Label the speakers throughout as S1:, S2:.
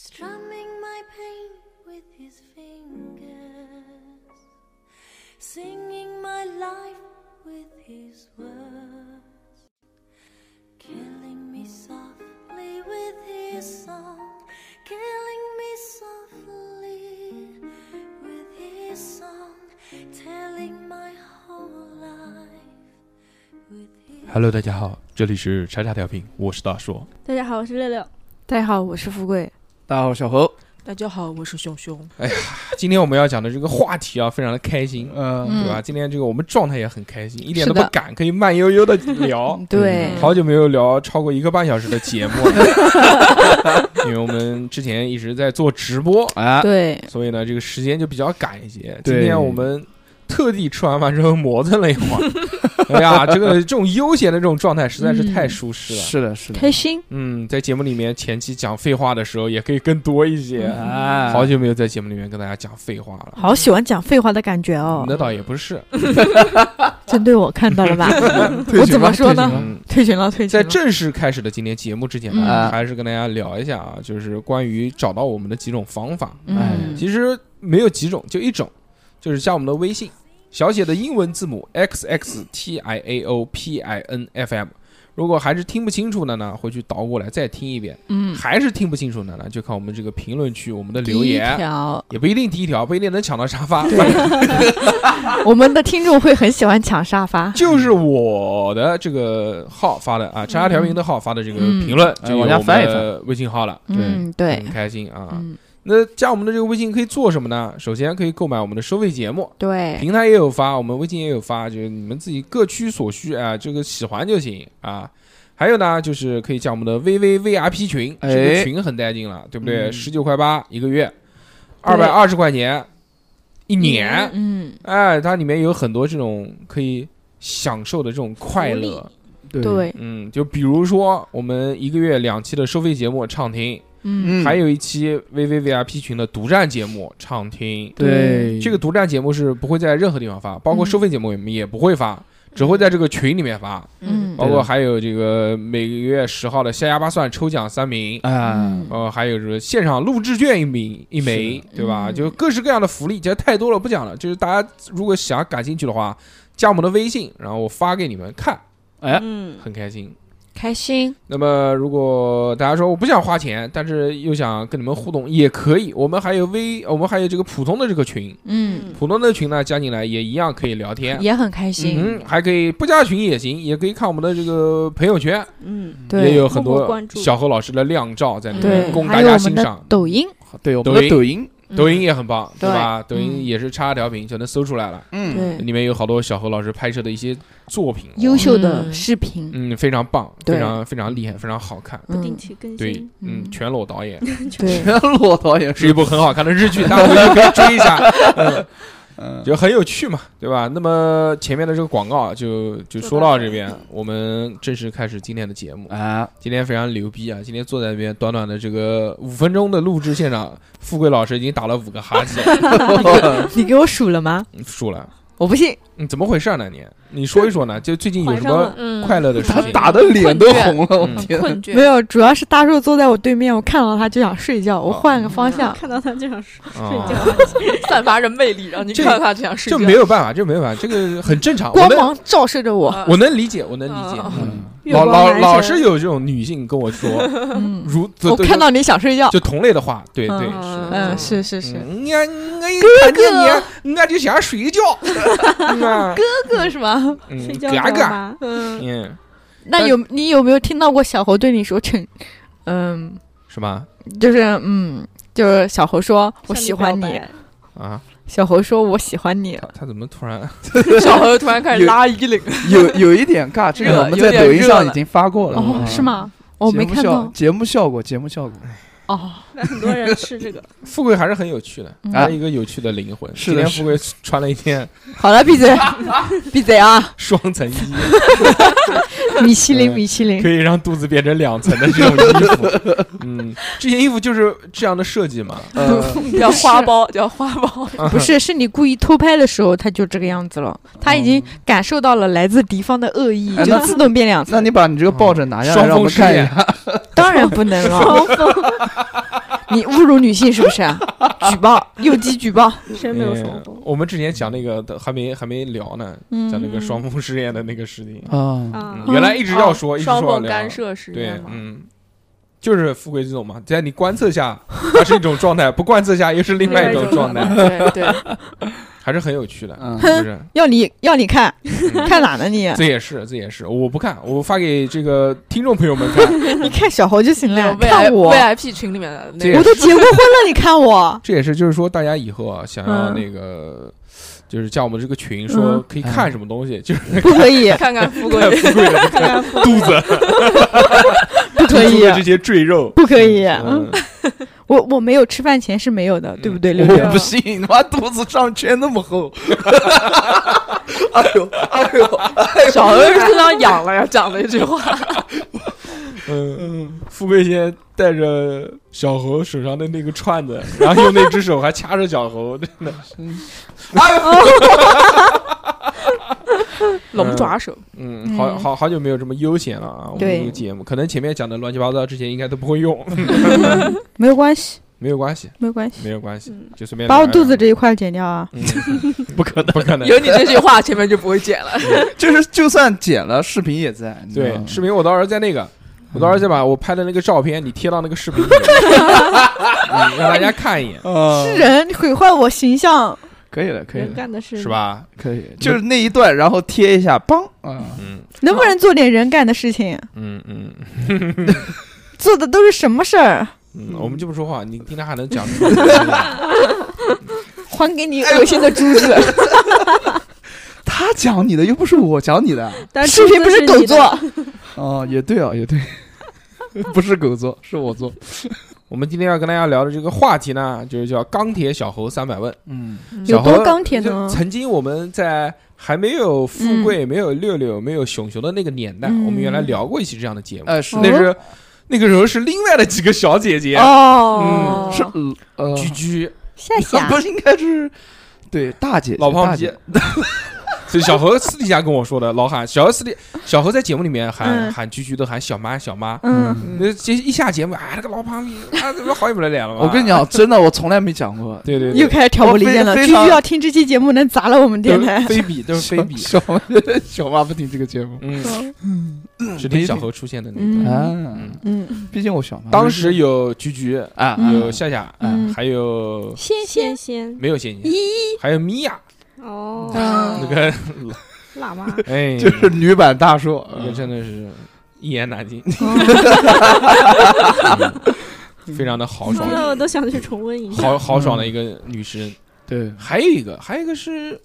S1: strumming my pain with his fingers, singing my life with his words, killing me softly with his song, killing me softly with his song, telling my whole life with his.
S2: Hello，大家好，这里是叉叉调频，我是大硕。
S3: 大家好，我是六六。
S4: 大家好，我是富贵。
S5: 大家好，小侯。
S6: 大家好，我是熊熊。
S2: 今天我们要讲的这个话题啊，非常的开心，
S5: 嗯，
S2: 对吧？今天这个我们状态也很开心，一点都
S4: 是的嗯
S2: 不赶，可以慢悠悠的 聊。
S4: 对，
S2: 好久没有聊超过一个半小时的节目了， 因为我们之前一直在做直播，
S5: 啊，
S4: 对，
S2: 所以呢，这个时间就比较赶一些。今
S5: 对
S2: 天我们特地吃完饭之后磨蹭了一会儿， 哎呀，这个这种悠闲的这种状态实在是
S4: 嗯
S2: 太舒适了。
S5: 是的，是的，
S4: 开心。
S2: 嗯，在节目里面前期讲废话的时候，也可以更多一些。
S5: 啊
S2: 好久没有在节目里面跟大家讲废话了。
S4: 好喜欢讲废话的感觉
S2: 嗯
S4: 哦，
S2: 那倒也不是，
S4: 针对我看到 了吧？我怎么说呢？
S2: 嗯，
S4: 退群了，退群
S2: 在
S4: 了。
S2: 正式开始的今天节目之前
S4: 嗯
S2: 呢，
S5: 啊
S2: 还是跟大家聊一下啊，就是关于找到我们的几种方法。
S4: 嗯，
S2: 其实没有几种，就一种，就是加我们的微信，小写的英文字母 x x t i a o p i n f m。如果还是听不清楚的呢，回去倒过来再听一遍；
S4: 嗯，
S2: 还是听不清楚的呢，就看我们这个评论区我们的
S4: 第
S2: 留
S4: 一
S2: 言，
S4: 条，
S2: 也不一定第一条，不一定能抢到沙发。
S4: 我们的听众会很喜欢抢沙发。
S2: 就是我的这个号发的啊，叉叉调频的号发的这个评论，
S5: 嗯
S2: 就有
S5: 往下
S2: 我们
S5: 翻一
S2: 的微信号了，
S4: 嗯，对
S2: 很，开心啊。
S4: 嗯，
S2: 那加我们的这个微信可以做什么呢？首先可以购买我们的收费节目，
S4: 对，
S2: 平台也有发，我们微信也有发，就是你们自己各取所需啊，这个喜欢就行啊。还有呢，就是可以加我们的 VVVIP 群，
S5: 哎
S2: 这个群很带劲了，对不对？
S5: 嗯
S2: 十九块八一个月，二
S4: 对
S2: 百二十块钱一年，
S4: 嗯，
S2: 哎，它里面有很多这种可以享受的这种快乐，
S5: 对，
S4: 对，
S2: 嗯，就比如说我们一个月两期的收费节目畅听，
S4: 嗯，
S2: 还有一期 VVVIP 群的独占节目畅听。
S5: 对
S2: 这个独占节目是不会在任何地方发，包
S4: 嗯
S2: 括收费节目我们也不会发，只会在这个群里面发。
S4: 嗯，
S2: 包括还有这个每个月十号的下牙巴蒜抽奖三名，
S4: 嗯
S5: 啊，
S2: 呃，还有就是现场录制券一名一枚，对吧？
S4: 嗯
S2: 就各式各样的福利，这太多了，不讲了。就是大家如果想感兴趣的话，加我们的微信，然后我发给你们看，
S5: 哎，
S3: 嗯，
S2: 很开心。
S4: 开心，
S2: 那么，如果大家说我不想花钱，但是又想跟你们互动，也可以。我们还有微，我们还有这个普通的这个群，
S4: 嗯，
S1: Mm.
S2: 普通的群呢加进来也一样可以聊天。
S4: 也很开心。
S2: 嗯，还可以不加群也行，也可以看我们的这个朋友圈，
S5: Mm.
S3: 嗯，
S2: 也
S4: 对
S2: 有很
S3: 默默
S2: 多
S3: 关注
S2: 小何老师的靓照在里面
S4: 对，
S2: 供大
S4: 还有
S2: 家
S4: 我们
S2: 欣
S4: 的
S2: 赏。
S4: 抖音，
S5: 对，我们的
S2: 抖
S5: 抖音，
S2: 抖音也很棒，
S4: 嗯对
S2: 吧？抖音
S4: 嗯
S2: 也是叉叉调频就能搜出来了，
S5: 嗯，
S4: 对，
S2: 里面有好多小何老师拍摄的一些作品，
S4: 优秀的
S6: 嗯
S4: 视频，
S2: 嗯，非常棒，
S4: 对
S2: 非常非常厉害，非常好看。
S3: 不定
S4: 嗯
S3: 期更
S2: 对
S3: 新，，
S2: 嗯，
S4: 嗯
S2: 全裸导演
S4: 对，
S5: 全 裸导演
S2: 是一
S5: 是，
S2: 部很好看的日剧，大 家回去可以追一下，
S5: 嗯，
S2: 就很有趣嘛，对吧？那么前面的这个广告啊就就说到这边，我们正式开始今天的节目。
S5: 啊，
S2: 今天非常牛逼啊！今天坐在那边短短的这个五分钟的录制现场，富贵老师已经打了五个哈欠，
S4: 你给我数了吗？
S2: 嗯输了。
S4: 我不信，
S2: 嗯，怎么回事呢？你你说一说呢？就最近有
S3: 怀
S2: 什
S3: 上
S2: 么
S3: 了，
S6: 嗯
S2: 快乐的事
S5: 他
S2: 情？
S5: Mm. 打的脸都红了，我天，
S6: 困倦
S4: 没有，主要是大树坐在我对面，我看到他就想睡
S3: 哦
S4: 觉，我换个方向。
S3: 看到他这样睡睡
S2: 啊
S3: 觉，
S6: 散发着魅力，让你
S2: 这
S6: 看到他这样睡
S2: 这
S6: 觉。
S2: 没有办法，这没有办法，这个很正常。我
S4: 光
S2: 能
S4: 芒照射着 我，
S6: 啊
S2: 我能理解，我能理解
S6: 啊。
S2: 嗯
S3: 月
S2: 老
S3: 光
S2: 老
S3: 男
S2: 老
S3: 神
S2: 是有这种女性跟我 说，
S4: 嗯，
S2: 如
S4: 我看到你想睡觉，
S2: 就同类的话，对对
S4: 嗯
S2: 是。
S4: 嗯，是是是，
S2: 嗯俺俺一看见你，啊俺就想睡觉。哥
S4: 哥哥是吗？
S3: 睡觉
S2: 嘎
S3: 干
S2: 嘎，
S3: 嘛？
S4: 嗯，
S2: 嗯，
S4: 那有你有没有听到过小猴对你说成，嗯，
S2: 是吧？
S4: 就是嗯，就是小猴说我
S3: 向你
S4: 喜欢
S3: 表
S4: 你，
S3: 白
S2: 啊，
S4: 小猴说我喜欢你
S2: 他， 他怎么突然？
S6: 小何突然开始拉衣领，
S5: 有有一点尬，这个我们在抖音上已经发过了，嗯
S4: 哦，是？吗？我没看到
S5: 节目效果，节目效果，
S4: 哦，
S3: 那很多人吃这个，
S2: 富贵还是很有趣的，
S4: 嗯
S2: 他一个有趣的灵魂。
S5: 是
S2: 今
S5: 的
S2: 天富贵穿了一件
S4: 好了，闭嘴，闭嘴 啊！
S2: 双层衣，
S4: 米其林，
S2: 嗯
S4: 米其林
S2: 可，以让肚子变成两层的这种衣服。嗯，这件衣服就是这样的设计嘛。
S5: 呃，
S6: 叫花苞，叫花苞。
S4: 不是，是你故意偷拍的时候，他就这个样子了。他已经感受到了来自敌方的恶意，
S6: 嗯
S5: 哎
S4: 就
S5: 那
S4: 自动变两
S5: 那
S4: 层。
S5: 啊嗯你把你这个抱枕拿下来，
S2: 双
S5: 让
S2: 峰
S5: 我们
S2: 试
S5: 看一
S2: 验
S5: 下，
S4: 当然不能了， 你侮辱女性是不 是啊？举报，右击举报。
S3: 谁没有
S2: 嗯
S3: 双峰
S2: 我们之前讲那个的还没还没聊呢，
S4: 嗯，
S2: 讲那个双峰试验的那个事情，
S5: 啊，
S3: 啊？
S2: 嗯原来一直要说，一直说
S6: 哦双
S2: 要
S6: 缝
S2: 聊
S6: 干，涉实
S2: 对
S6: 验，嘛，
S2: 嗯。就是富贵这种嘛，在你观测下，它是一种状态；不观测下，又是另外一种状态，
S6: 对对，
S2: 还是很有趣的，
S5: 嗯
S2: 是不是？
S4: 要你要你看
S2: 嗯
S4: 看哪呢你？
S2: 这也是，这也是，我不看，我发给这个听众朋友们看，
S4: 你看小猴就行了，
S6: V
S4: 看
S6: I
S4: 我，
S6: VIP 群里面的那
S2: 这也
S6: 个
S4: 我都结过 婚了，你看我。
S2: 这也是就是说，大家以后啊，想要
S4: 嗯
S2: 那个，就是加我们这个群，说
S4: 嗯
S2: 可以看什么东西，就是
S4: 不可 以，
S6: 看看富
S2: 看
S6: 贵，
S2: 富贵的
S3: 看看富
S2: 肚子，
S4: 不可
S2: 出
S4: 以，
S2: 的这些赘肉，
S4: 不可以。
S2: 嗯
S4: 我我没有吃饭前是没有的， 对不对，六六？
S5: 我不信，你妈肚子上圈那么厚，哎呦哎呦，
S6: 小何是非常痒了呀，讲了一句话，
S2: 嗯，富贵先带着小猴手上的那个串子，然后用那只手还掐着小猴，真的，
S4: 哎
S6: 龙爪手，
S2: 嗯，好好好久没有这么悠闲了啊！我们
S4: 对
S2: 录节目，可能前面讲的乱七八糟，之前应该都不会用，
S6: 嗯
S4: 没有关系，
S2: 没有关系，
S4: 没有关系，
S2: 没有关系，就随便
S4: 嗯把我
S2: 聊一
S4: 肚子
S2: 聊，
S4: 这一块剪掉啊！
S2: 嗯不可能，不可能，
S6: 有你这句话，前面就不会剪了。
S5: 就是就算剪了，视频也在，你知道
S2: 对
S5: 吗，
S2: 视频我到时候在那个，我到时候再把我拍的那个照片，你贴到那个视频里， 嗯让大家看一眼，
S5: 啊
S4: 是人毁坏我形象，
S5: 可以了，可以
S3: 人
S5: 了，
S3: 干的事
S2: 是？吧？
S5: 可以，就是那一段，然后贴一下，梆啊，
S2: 嗯
S4: 能不能做点人干的事情？
S2: 嗯嗯
S4: 做的都是什么事儿？
S2: 嗯，我们就不说话，你听他还能讲出来。
S4: 还给你恶心的珠子！
S5: 他讲你的又不是我讲你的，
S3: 但
S4: 哎视频不
S3: 是
S4: 是狗做，
S5: 哦，也对啊，也 对，不是狗做，是我做，
S2: 我们今天要跟大家聊的这个话题呢，就是叫钢铁小猴三百问。
S5: 嗯
S2: 小
S4: 有
S2: 猴
S4: 多钢铁
S2: 就
S4: 呢？
S2: 曾经我们在还没有富贵、没有六六、没有熊熊的那个年代，
S4: 嗯
S2: 我们原来聊过一期这样的节目，
S5: 呃是
S2: 那是那个时候是另外的几个小姐姐，嗯
S4: 哦，
S5: 是呃
S2: 居居、
S4: 夏夏
S5: 不是应该是对大姐
S2: 老胖
S5: 姐
S2: 逼。 所以小何私底下跟我说的，老喊小何私底小何在节目里面喊、
S4: 嗯
S2: 喊居居都喊小妈小妈，
S4: 嗯，
S2: 那这一下节目啊，那个老胖逼啊，怎么好久没来脸了嘛？
S5: 我啊跟你，讲，真的，我从来没讲过。
S2: 对对
S4: 又
S2: 对，
S4: 开始挑拨离间
S5: 我
S4: 了。
S5: 非
S4: 居
S5: 非常
S4: 居要听这期节目，能砸了我们
S2: 都
S4: 电
S2: 是
S4: 台。
S2: 非比都是非比，
S5: 小 妈小妈不听这个节目
S2: 嗯，是听
S5: 没听
S2: 小何出现的那个。
S4: 嗯
S5: 啊，
S2: 嗯，
S4: 嗯
S5: 毕竟我小妈
S2: 当时有菊菊，
S5: 啊，
S4: 嗯
S2: 有夏夏，哎
S4: 嗯
S2: 还有
S4: 仙
S3: 仙仙
S2: 没有仙仙，还有米娅，
S3: 哦，
S2: 嗯那个
S3: 辣 妈
S2: 哎，
S5: 就是女版大叔，
S2: 那个真的是一言难尽，
S4: 哦
S2: 嗯非常的豪
S3: 说
S2: 爽，
S3: 的我都想去重温
S4: 嗯
S3: 一下。
S2: 豪豪爽的一个女生。
S5: 对，
S2: 还有一个，还有一个是，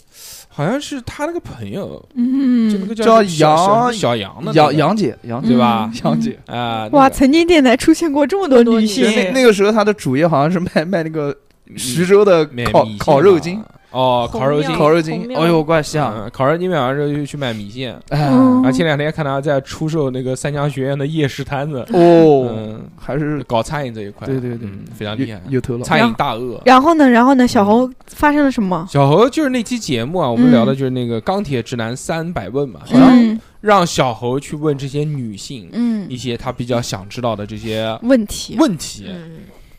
S2: 好像是他那个朋友，就那
S4: 嗯，
S2: 个叫
S5: 叫
S2: 小
S5: 杨
S2: 小杨的那
S5: 杨
S2: 个
S5: 杨姐，杨姐
S2: 对吧？
S4: 嗯
S5: 杨姐，
S2: 啊，
S4: 哇，
S2: 那个
S4: 曾经电台出现过这么多女
S5: 就
S4: 性
S5: 是，那那个时候她的主业好像是卖卖那个徐州的
S2: 买
S5: 烤
S2: 米线
S5: 烤肉
S2: 嘛
S5: 筋，
S2: 哦，烤肉
S3: 红
S2: 筋
S3: 面，
S5: 烤肉
S3: 红
S5: 筋，
S3: 庙
S5: 哎呦，怪香，
S2: 嗯，烤肉筋买完之后就去买米线，
S5: 哎，
S4: 嗯
S2: 啊，前两天看他在出售那个三江学院的夜市摊子，
S5: 哦，
S2: 嗯，
S5: 还是
S2: 搞餐饮这一块，
S5: 对对对
S2: 嗯非常厉害
S5: 有，有头脑，
S2: 餐饮大鳄。
S4: 然后呢，然后呢，小猴发生了什么？
S2: 小猴就是那期节目啊，我们
S4: 嗯
S2: 聊的就是那个钢铁直男三百问嘛，
S5: 好像
S4: 嗯
S2: 让小猴去问这些女性一
S4: 嗯，
S2: 些她比较想知道的这些
S4: 问题，
S2: 问题。
S6: 嗯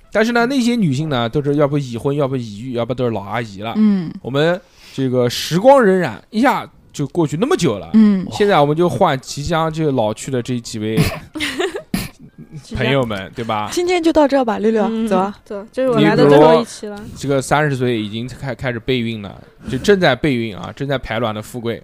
S2: 但是呢，那些女性呢，都是要不已婚，要不已育，要不都是老阿姨了。
S4: 嗯
S2: 我们这个时光荏苒，一下就过去那么久了。
S4: 嗯，
S2: 现在我们就换即将就老去的这几位朋友们，对吧？
S4: 今天就到这吧，六六
S3: 嗯，
S4: 走啊，
S3: 走，这是我来的最后一期了。
S2: 这个三十岁已经开开始备孕了，就正在备孕啊，正在排卵的富贵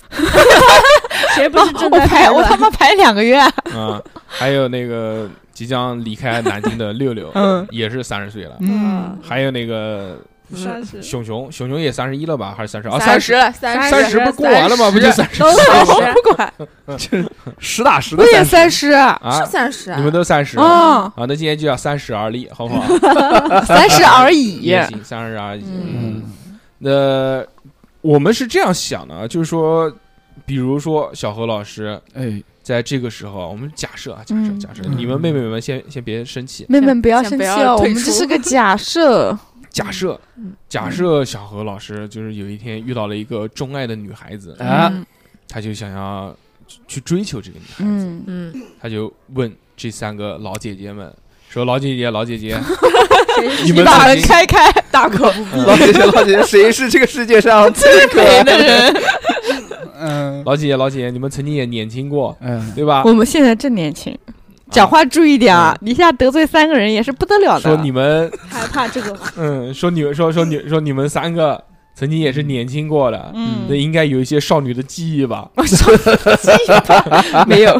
S3: 谁不是正
S4: 我
S3: 在
S4: 排我他
S3: 卵
S4: 妈排两个月，
S2: 啊、还有那个即将离开南京的六六，
S4: 嗯
S2: 也是三十岁了，
S5: 嗯，
S2: 还有那个
S6: 不
S3: 嗯是三十
S2: 熊熊，熊熊也三十一了吧，还是三十啊？
S6: 三
S2: 三
S6: 十了，三
S2: 三十不是过完了吗？不就三十
S3: 都三
S4: 我
S3: 十，
S4: 不管，
S5: 就是实打实的
S4: 我也
S5: 三
S4: 三
S5: 十，
S4: 十
S2: 啊
S6: 是？三十啊？
S2: 你们都三十啊？
S4: 啊，
S2: 那今天就叫三十而立，好不好？
S4: 三 十而已
S2: 也，行，三十而已。
S4: 嗯
S2: 嗯，那我们是这样想的，啊，就是说，比如说小何老师，
S5: 哎，
S2: 在这个时候，我们假设啊，假设
S4: 嗯
S2: 假设，
S5: 嗯
S2: 你们妹妹们先先别生气。
S4: 妹妹不要
S6: 先
S4: 生
S6: 不
S4: 气
S6: 要
S4: 哦，我
S6: 退
S4: 们这
S6: 出
S4: 是个假设，
S2: 假设
S6: 嗯，
S2: 假设小何老师就是有一天遇到了一个钟爱的女孩子，
S5: 啊
S4: 嗯
S2: 他就想要去去追求这个女孩子，
S4: 嗯，
S6: 嗯，
S2: 他就问这三个老姐姐们说：“老姐姐，老姐姐，你们
S4: 把
S2: 曾
S4: 门
S2: 经
S4: 开开，
S6: 大可 不必。
S5: 老姐姐，老姐姐，谁是这个世界上最可爱的人？嗯
S2: 老姐姐，老姐姐，你们曾经也年轻过，
S5: 嗯，
S2: 对吧？
S4: 我们现在正年轻，讲话注意点啊！你一下得罪三个人也是不得了的。
S2: 说你们，
S3: 害怕这个，
S2: 嗯，说你们，说说你，说你们三个曾经也是年轻过的，那
S4: 嗯，
S2: 应该有一些少女的记忆吧？
S4: 没有，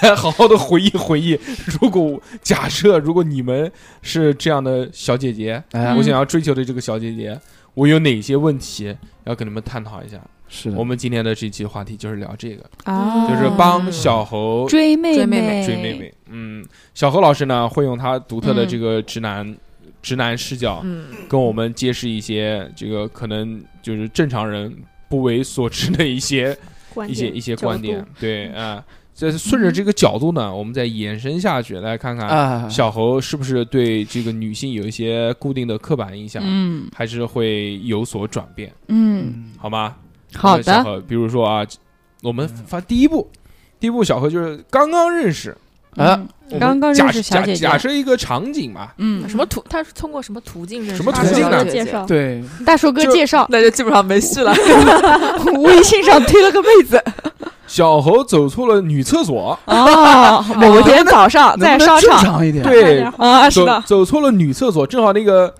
S2: 来，好好的回忆回忆。如果假设，如果你们是这样的小姐姐，
S5: 哎
S4: 嗯
S2: 我想要追求的这个小姐姐，我有哪些问题要跟你们探讨一下？
S5: 是的，
S2: 我们今天的这期话题就是聊这个，
S4: 啊
S2: 就是帮小猴
S4: 追妹
S6: 追妹妹
S2: 追妹。妹。嗯，小何老师呢会用他独特
S4: 嗯
S2: 的这个直男、直男视角，
S6: 嗯，
S2: 跟我们揭示一些这个可能就是正常人不为所知的一些
S3: 观
S2: 一些
S3: 点
S2: 一些
S3: 角
S2: 观
S3: 度
S2: 点。对啊，这、顺着这个角度呢，我们再延伸下去，来看
S4: 嗯
S2: 看
S5: 啊，
S2: 小猴是不是对这个女性有一些固定的刻板印象，
S4: 嗯
S2: 还是会有所转变，
S4: 嗯，
S2: 好吗？
S4: 好
S2: 小
S4: 的，
S2: 何，比如说啊，我们发第一步，第一步小何就是刚刚认识，
S5: 啊，
S4: 嗯
S2: 我们
S4: 刚刚
S2: 假
S4: 认识小姐
S2: 假假
S4: 姐，
S2: 设一个场景嘛，
S4: 嗯，
S6: 什么途？他是通过什么途径认识？
S2: 什么途径呢
S3: 介？绍，
S5: 对，
S4: 大寿哥
S2: 就
S4: 介绍，
S6: 那就基本上没戏 了。
S4: 微信上推了个妹子，
S2: 小何走错了女厕所，
S4: 哦，某天早上在
S5: 能不
S4: 商
S5: 能正
S4: 场
S5: 常一点，
S2: 对
S3: 快点
S4: 啊，是
S2: 走
S4: 的，
S2: 走错了女厕所，正好那个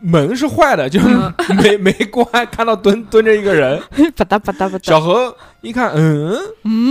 S2: 门是坏的，就是
S4: 嗯
S2: 没没关，看到蹲蹲着一个 人，
S4: 吧嗒吧嗒吧
S2: 小
S4: 嗒，
S2: 何一看，嗯
S4: 嗯，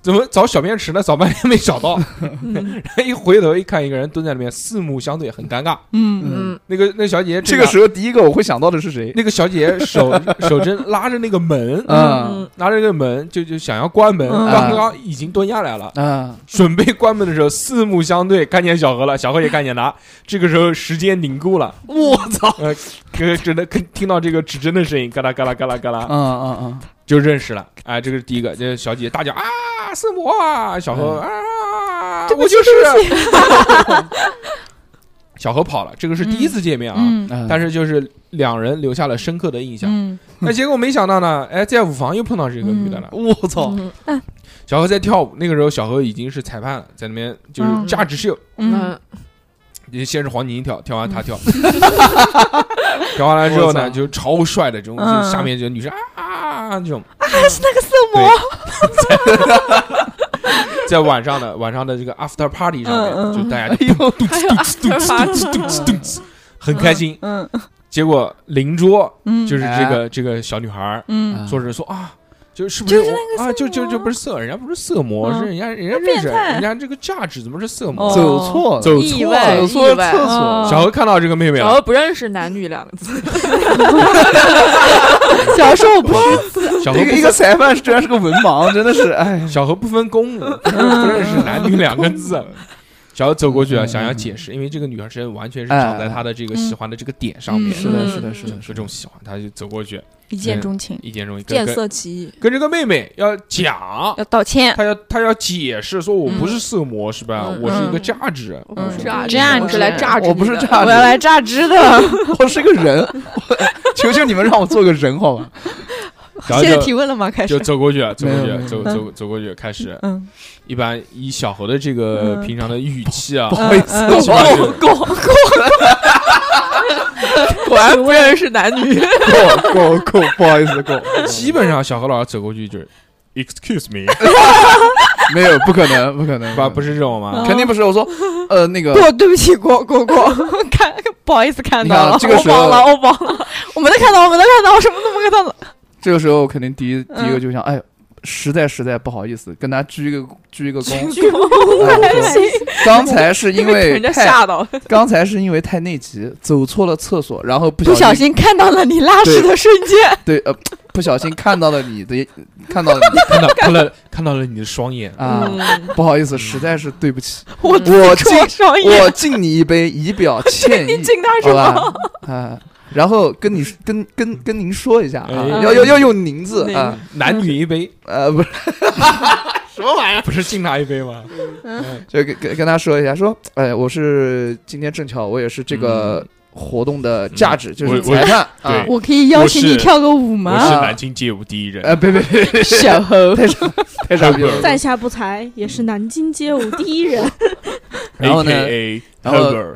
S2: 怎么找小便池呢？找半天没找 到，
S6: 嗯
S2: 然后一回头一看，一个人蹲在那边，四目相对，很尴尬。
S4: 嗯
S6: 嗯，
S2: 那个那小姐姐
S5: 这
S2: 正
S5: 个
S2: 在
S5: 时候第一个我会想到的是谁？
S2: 那个小姐姐 手手真拉着那个门，
S5: 嗯
S2: 拿着这个门就就想要关门，
S4: 嗯
S2: 刚刚已经蹲下来了，
S5: 啊，
S2: 准备关门的时候，四目相对，看见小何了，小何也看见他。这个时候时间凝固了，
S5: 我操，
S2: 呃，跟真的跟听到这个指针的声音，嘎啦嘎啦嘎啦嘎
S5: 嗯
S2: 啦，
S5: 嗯嗯，
S2: 就认识了。哎，这个是第一个，这小姐姐大叫啊，是我啊，小何啊，我就是。 小何跑了，这个是第一次见面啊，
S4: 嗯
S5: 嗯
S2: 但
S5: 是
S2: 是就是两人留下了深刻的印象。
S4: 嗯，
S2: 那结果没想到呢，哎，在舞房又碰到这个女的了。
S5: 我操，
S6: 嗯
S2: 小何在跳舞，那个时候小何已经是裁判了，在那边就是
S4: 嗯
S2: 价值秀，
S4: 嗯，
S2: 先是黄宁跳，跳完他 跳，跳完了之后
S5: 我操
S2: 呢，就超帅的这种，
S4: 嗯
S2: 就下面就女生啊啊这种啊，是那
S4: 魔
S2: 个色魔。在晚上的晚上的这个 after party 上面，
S4: 嗯嗯
S2: 就大家就咚咚哧咚哧咚哧咚哧咚哧，很开心。
S4: 嗯
S2: 结果邻桌
S4: 嗯，
S2: 就是这
S5: 哎
S2: 个这个小女孩儿，
S4: 嗯，
S2: 坐着说啊，就是不是
S4: 就是
S2: 我啊，就就就不是色，人家不是色魔，
S4: 嗯
S2: 是人家人家
S4: 那变
S2: 认识，
S4: 态
S2: 人家这个价值怎么是色魔？
S4: 哦
S5: 走错了，
S2: 走
S4: 意
S2: 错
S4: 外
S5: 走
S2: 了。
S5: 错
S6: 意外
S5: 厕所，
S2: 小何看到这个妹妹
S6: 然
S2: 了，
S6: 后不认识男女两个字，
S4: 小时候我不是
S2: 小何
S5: 一个
S2: 不
S5: 一个
S2: 分
S5: 裁判居然是个文盲，真的是哎，
S2: 小何不分公母， 不认识男女两个字。
S6: 嗯
S2: 小何走过
S5: 嗯
S2: 去啊，想要解释，因为这个女生完全是长在他的这个
S6: 嗯
S2: 喜欢的这个点上面，
S5: 哎嗯是的，是的，是的，
S2: 有这种喜欢，他就走过去，
S4: 一见钟情，
S2: 一见钟情，
S6: 见
S2: 跟跟
S6: 色起意。
S2: 跟这个妹妹要讲，
S4: 要道歉，
S2: 他要他要解释说，我不是色魔是吧？
S6: 嗯
S2: 我是一个价值，
S6: 我
S4: 嗯
S6: 不是啊，
S4: 这样
S6: 我是
S4: 子
S6: 来榨汁，
S5: 我不是这，样
S4: 我要来榨汁的，
S5: 我是个人，我求求你们让我做个人好吧？
S2: 然后
S4: 现在
S2: 就
S4: 提问了吗？开
S2: 就
S4: 始，
S2: 走过去，啊走过
S5: 没有没
S2: 去，
S5: 有
S2: 走走走过去，开始。
S4: 嗯，
S2: 一般以小猴的这个
S4: 嗯
S2: 平常的语气啊
S5: 不，好意思，
S4: 嗯嗯
S5: 我忘了
S6: 够够，果然不认识男女。
S5: 够够够，不好意思够，
S2: 基本上小猴老师走过去就是 “excuse me”，
S5: 没有不可能，不可能，
S2: 不不
S5: 是，
S2: 是这种吗？
S5: 肯定不是。我说，呃，那个
S4: 过，对不起，过过过，看不好意思看
S5: 你
S4: 到
S5: 看
S4: 了
S5: 啊，这个时候
S4: 我忘了，我忘了，我没得看到，我没得看到，我什么都没看到了，
S5: 这个时候我肯定第一
S4: 嗯
S5: 第一个就想，哎，实在实在不好意思，跟他鞠一个鞠一个躬。哎
S4: 还
S5: 我说
S4: 行
S5: 刚才是因为
S6: 人家
S5: 太
S6: 吓到了，
S5: 刚才是因为太内急，走错了厕所，然后不
S4: 不
S5: 小
S4: 小心看到了你拉屎的瞬间，
S5: 对呃不小心看到了你的看到了你
S2: 看到看到看到了你的双眼，
S5: 啊，不好意思，实在是对不起，
S4: 嗯 我
S5: 我敬
S4: 戳双眼，，
S5: 我敬你一杯，以表歉意
S4: 敬他
S5: 好吧？啊，然后跟你跟跟跟您说一下啊
S2: 哎，
S5: 要要要用“您”字
S4: 嗯
S6: 您
S5: 啊，
S2: 男女一杯，
S5: 呃，不是，
S2: 不是敬他一杯吗？嗯
S5: 就跟跟跟他说一下，说，哎，我是今天正巧我也是这个。活动的价值，就是
S7: 嗯我我
S5: 裁判啊
S7: 对，
S4: 我可以邀请
S7: 我
S4: 你
S7: 是
S4: 跳个舞
S7: 我是
S4: 吗？
S7: 南京街舞第一人，
S5: 呃，别别别，
S4: 小猴，
S5: 太傻逼了。
S3: 在下不才，也是南京街舞第一人，
S5: 然后呢
S7: AKA
S5: 然后
S7: Herbert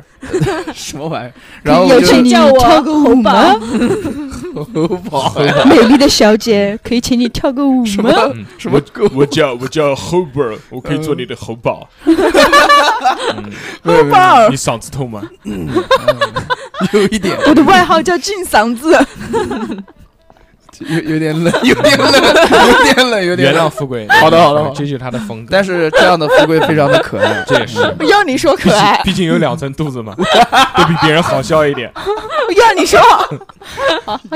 S5: 什么玩意儿？然后我
S4: 邀
S5: 就
S4: 请你
S3: 叫我
S4: 跳个舞吗？
S5: 跑
S4: 美丽的小姐，可以请你跳个舞
S5: 什
S4: 吗？
S5: 么
S7: 嗯
S5: 呃 什么狗？
S7: 我叫我叫 Herbert，我可以做你的猴宝。嗯
S5: 没有没有
S7: 你嗓子痛吗？
S5: 有一点，
S4: 我的外号叫俊嗓子，
S5: 有有点冷，有点冷，有点冷，有点
S2: 原谅
S5: 冷。
S2: 富贵，
S5: 好的好的好的
S2: 这就是他的风格。
S5: 但是这样的富贵非常的可爱，
S2: 这也是，
S4: 要你说
S2: 毕
S4: 可
S2: 竟
S5: 哎
S4: 爱，
S2: 毕竟有两层肚子嘛， 都比别人好笑一点。
S4: 要你说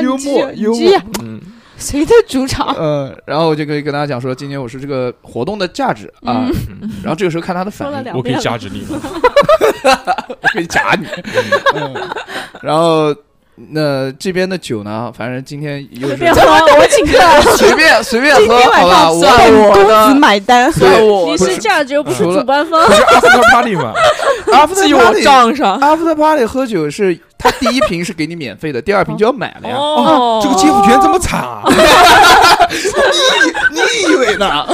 S5: 幽默幽
S4: 你继续
S5: 默。
S2: 嗯，
S4: 谁的主场？
S5: 嗯，然后我就可以跟大家讲说，今年我是这个活动的价值啊，然后这个时候看他的
S3: 说
S5: 反
S3: 了
S5: 应，
S3: 两
S7: 我可以
S3: 遍
S7: 价
S3: 了。
S7: 值你吗？
S5: 我可以夹你。嗯，然后那这边的酒呢，反正今天又是
S3: 别喝，我请客，
S5: 随便随便喝，好吧，我
S4: 算
S5: 我
S4: 公子
S5: 的
S4: 买单，
S5: 对
S6: 我
S3: 你
S5: 不
S3: 是
S5: 是
S3: 价值又不是
S5: 除了
S3: 主办方
S2: 不，是 after party 嘛？
S5: after
S6: 记我
S5: party
S6: 账上。
S5: after party 喝酒是，他第一瓶是给你免费的，第二瓶就要买了呀。
S6: 哦
S2: 这个街舞圈这么惨啊！
S5: 你以为呢？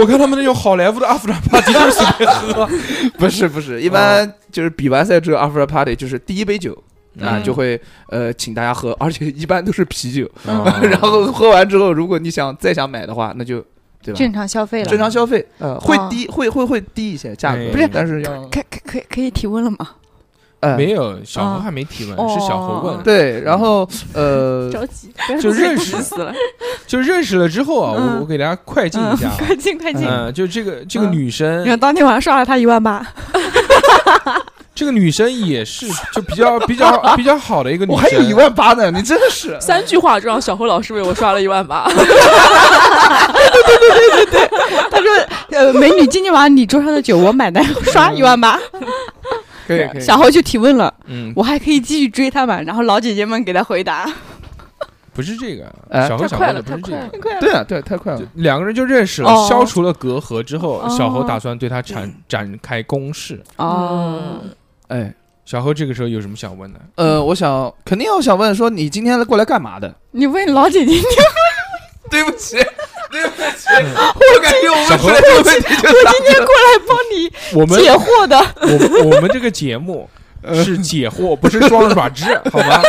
S2: 我看他们那种好莱坞的 after party 就是随便喝，
S5: 不是不是，一般就是比完赛之后 after party 就是第一杯酒。啊，
S6: 嗯
S5: 就会呃请大家喝， 而且一般都是啤酒。
S2: 嗯
S5: 然后喝完之后，如果你想再想买的话，那就对吧？
S4: 正常消费了
S5: 正。常消费，呃，会
S4: 哦
S5: 低，会会会低一些价格，
S2: 不是
S5: 但是要
S4: 可可可可以提问了吗？
S5: 呃
S2: 没有小猴
S4: 啊
S2: 还没提问，
S6: 哦
S2: 是小猴问。
S5: 对，然后呃，
S3: 着急，
S2: 就认识
S6: 急死了，
S2: 就认识了之后啊，我
S4: 嗯
S2: 我给大家快进一下啊，
S4: 快进快进！
S2: 嗯，就这个这个
S4: 嗯
S2: 女生
S4: 你，看当天晚上刷了他一万八，
S2: 这个女生也是就比较比较比较好的一个女
S5: 我
S2: 生，
S5: 还有一万八呢，你真的是
S6: 三句话就让小侯老师为我刷了一万八。
S4: 他说：“呃，美女，今天晚上你桌上的酒我买单，刷一万八。
S5: 可以可”以。
S4: 啊小侯就提问了
S2: 嗯：“，
S4: 我还可以继续追他吗？”然后老姐姐们给他回答。
S2: 不是这个，
S5: 哎
S2: 小猴
S6: 太
S2: 想
S6: 快
S2: 问的
S6: 了
S2: 不是
S6: 太
S2: 这
S6: 快
S2: 个。
S5: 对啊，对，太快了
S2: 就。两个人就认识了，
S4: 哦
S2: 消除了隔阂之后，小猴
S4: 哦
S2: 打算对她展展开攻势。
S4: 哦，
S5: 哎，
S2: 小猴这个时候有什么想问的？
S5: 呃，我想肯定要想问说，你今天过来干嘛的？
S4: 你问老姐姐，你
S5: 对不起，对不起， 我感觉我
S2: 小
S5: 问
S2: 何
S5: 出来这个问题就是
S4: 今天过来帮你
S2: 我们
S4: 解惑的。
S2: 我我们这个节目是解惑，不是装软质，好吗？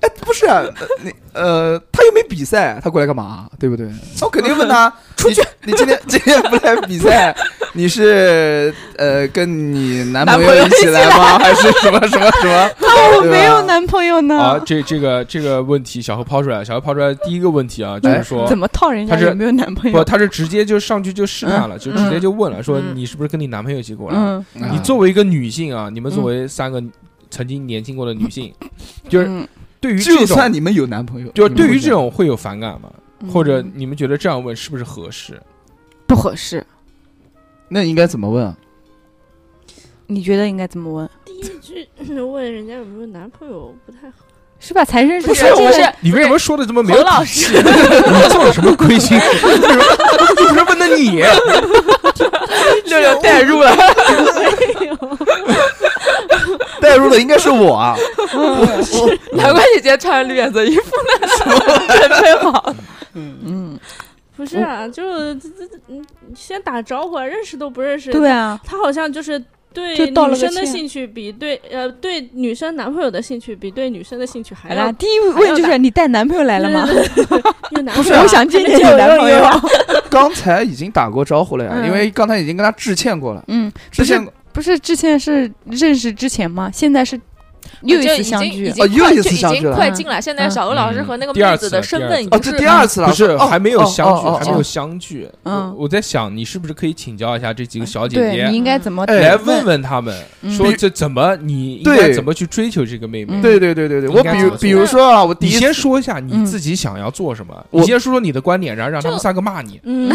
S5: 哎，不是啊，呃你呃，他又没比赛，他过来干嘛？对不对？我肯定问他出去。 你今天今天不来比 赛，你是呃跟你男朋友一起来吗？ 还是什么什么什么？
S4: 那我
S5: 对吧
S4: 没有男朋友
S2: 啊
S4: 呢，，
S2: 这这个这个问题，小何抛出来，小何抛出来第一个问题啊，就是
S6: 哦
S2: 说
S4: 怎。么套人家
S2: 他是
S4: 有没有男
S6: 哎
S4: 朋
S2: 不，
S4: 友？
S2: 他是直接就上去就试探了，就直接就问了，说
S6: 嗯
S2: 你是不是跟你男朋友一起过来？啊
S4: 嗯，
S5: 啊
S2: 你作为一个女性啊，你们作为三个曾经年轻过的女性，就是
S4: 嗯
S2: 对于
S5: 就
S2: 这种，
S5: 算嗯你们有男朋友，
S2: 就是
S5: 你们
S2: 对于
S5: 会
S2: 这种会有反感吗？
S4: 嗯
S2: 或者你们觉得这样问是不是合适？
S4: 不合适，
S5: 那应该怎么问啊？
S4: 你觉得应该怎么问？
S3: 第一句问人家有没有男朋友不太好，
S4: 是吧？才认识
S6: 不是我是
S2: 你为什么说的这么没
S6: 侯
S2: 有
S6: 老
S2: 底气？
S6: 师，
S2: 你做了什么亏心？ 你不是问的你？
S6: 六六代入了，
S5: 带入的应该是我 啊，我
S4: 嗯
S6: 难怪你今天穿绿颜色衣服呢，真好。
S4: 嗯，
S3: 不是啊，就这这这嗯先打招呼啊，认识都不认识，
S4: 对啊，
S3: 他好像就是对
S4: 就道了
S3: 女
S4: 个
S3: 生的
S4: 歉
S3: 兴趣比对呃对女生男朋友的兴趣比对女生的兴趣还
S4: 好
S3: 要
S4: 啦，第一问就是你带男朋友来了吗？
S3: 不
S5: 是啊
S4: 我想见见你男朋友。
S5: 我刚才已经打过招呼了呀，
S4: 嗯
S5: 因为刚才已经跟他致歉过了，
S4: 嗯，
S5: 致歉过
S4: 不是之前是认识之前吗？现在是又一次相聚，
S5: 哦又一次相聚
S6: 已经
S5: 了
S6: 快进了。现在
S4: 嗯
S6: 小欧老师和那个
S2: 第二
S6: 妹
S2: 次
S6: 子
S2: 了
S6: 的身份已
S5: 哦，
S6: 经
S5: 这第二次了，
S2: 不是，
S5: 哦
S2: 还没有
S5: 哦
S2: 相聚，
S5: 哦哦
S2: 还没有相聚。
S4: 嗯
S2: 我我在想，你是不是可以请教一下这几个小姐
S4: 对你
S2: 姐，
S4: 应该怎么
S5: 哎
S2: 来问问他们，
S4: 嗯
S2: 说这怎么你应该
S5: 对
S2: 怎么去追求这个妹妹
S4: 嗯？
S5: 对对对对对，我
S2: 应该
S5: 比
S2: 怎
S5: 如
S2: 么
S5: 比如说啊，我第
S2: 你
S5: 一
S2: 先说一下你
S4: 嗯
S2: 自己想要做什么，
S5: 我
S2: 你先说说你的观点，然后让他们
S6: 就
S2: 三个骂你。
S3: 嗯，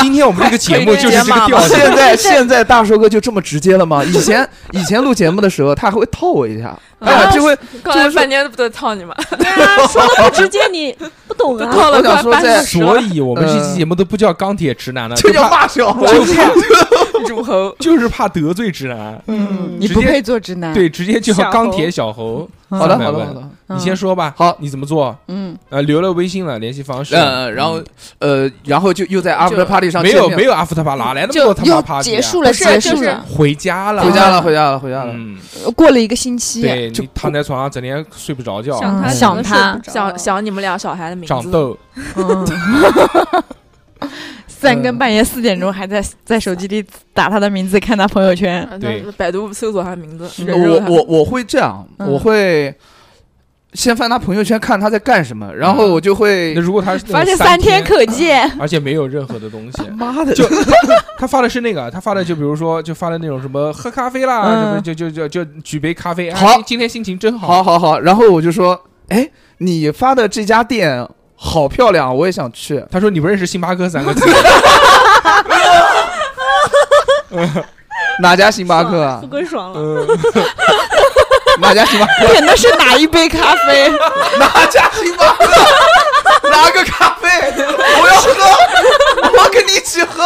S2: 今天我们这个节目就是这个调
S6: 可以直接骂
S2: 性
S6: 吗，
S5: 现在现在大寿哥就这么直接了吗？以前以前录节目的时候，他还会套我一一下。哎，这回
S6: 刚才半天不都操你吗？
S3: 啊，说的不直接，你不懂啊。
S6: 操了
S5: 我想
S6: 快
S5: 说
S6: 半
S5: 在
S6: 小时了
S2: 所。以我们这期节目都不叫钢铁直男了，
S5: 这
S2: 就
S5: 嗯叫
S2: 怕
S5: 骂小孩，
S2: 就怕
S6: 乳 猴，
S2: 就是怕得罪直男，
S4: 嗯，你
S2: 直
S4: 不
S2: 接
S4: 配做直男。
S2: 对，直接叫
S3: 小猴
S2: 钢铁小猴。
S5: 好的，
S2: 三百
S5: 好的，
S2: 万
S5: 好的。
S4: 嗯
S2: 你先说吧，
S5: 好
S2: 你怎么做？
S4: 嗯，
S2: 呃，留了微信了，联系方式。
S5: 嗯，然后呃，然后就又在 after party 上
S2: 没有没
S5: 有，
S2: 有阿福特巴，哪来那么
S4: 就
S2: 多他妈
S4: 又
S2: party？
S4: 结
S2: 啊
S4: 束了，
S6: 不是
S4: 结
S6: 就
S4: 束
S6: 是
S4: 了，
S2: 回家了，
S5: 回家了，回家了，回家了。
S2: 嗯，
S4: 过了一个星期，
S2: 对
S4: 就
S2: 你躺在床上整天睡不着觉，
S3: 想他
S4: 嗯
S3: 怎么
S4: 想他
S3: 睡不着
S6: 想想你们俩小孩的名
S2: 长
S6: 字，
S2: 痘，
S4: 嗯， 三更半夜四点钟还在在手机里打他的名字，看他朋友圈。
S6: 啊
S2: 对
S6: 那百度搜索他名字，人肉
S5: 我
S6: 他
S5: 我我会这样，
S4: 嗯
S5: 我会先翻他朋友圈看他在干什么，然后我就会，
S2: 嗯那如果他是那种
S4: 发现
S2: 三
S4: 天，可
S2: 嗯
S4: 见，
S2: 而且没有任何的东西
S5: 妈的
S2: 就他发的是那个，他发的就比如说就发的那种什么喝咖啡啦，
S4: 嗯
S2: 什么就就就就举杯咖啡，哎
S5: 好
S2: 今天心情真
S5: 好好好，然后我就说，哎，你发的这家店好漂亮，我也想去。
S2: 他说你不认识星巴克三个字，
S5: 哪家星巴克啊
S3: 富？贵爽了，
S2: 嗯
S5: 哪家星巴克？啊
S4: 点的是哪一杯咖啡？
S5: 哪家星巴克？ 拿个咖啡，我要喝，我跟你一起喝。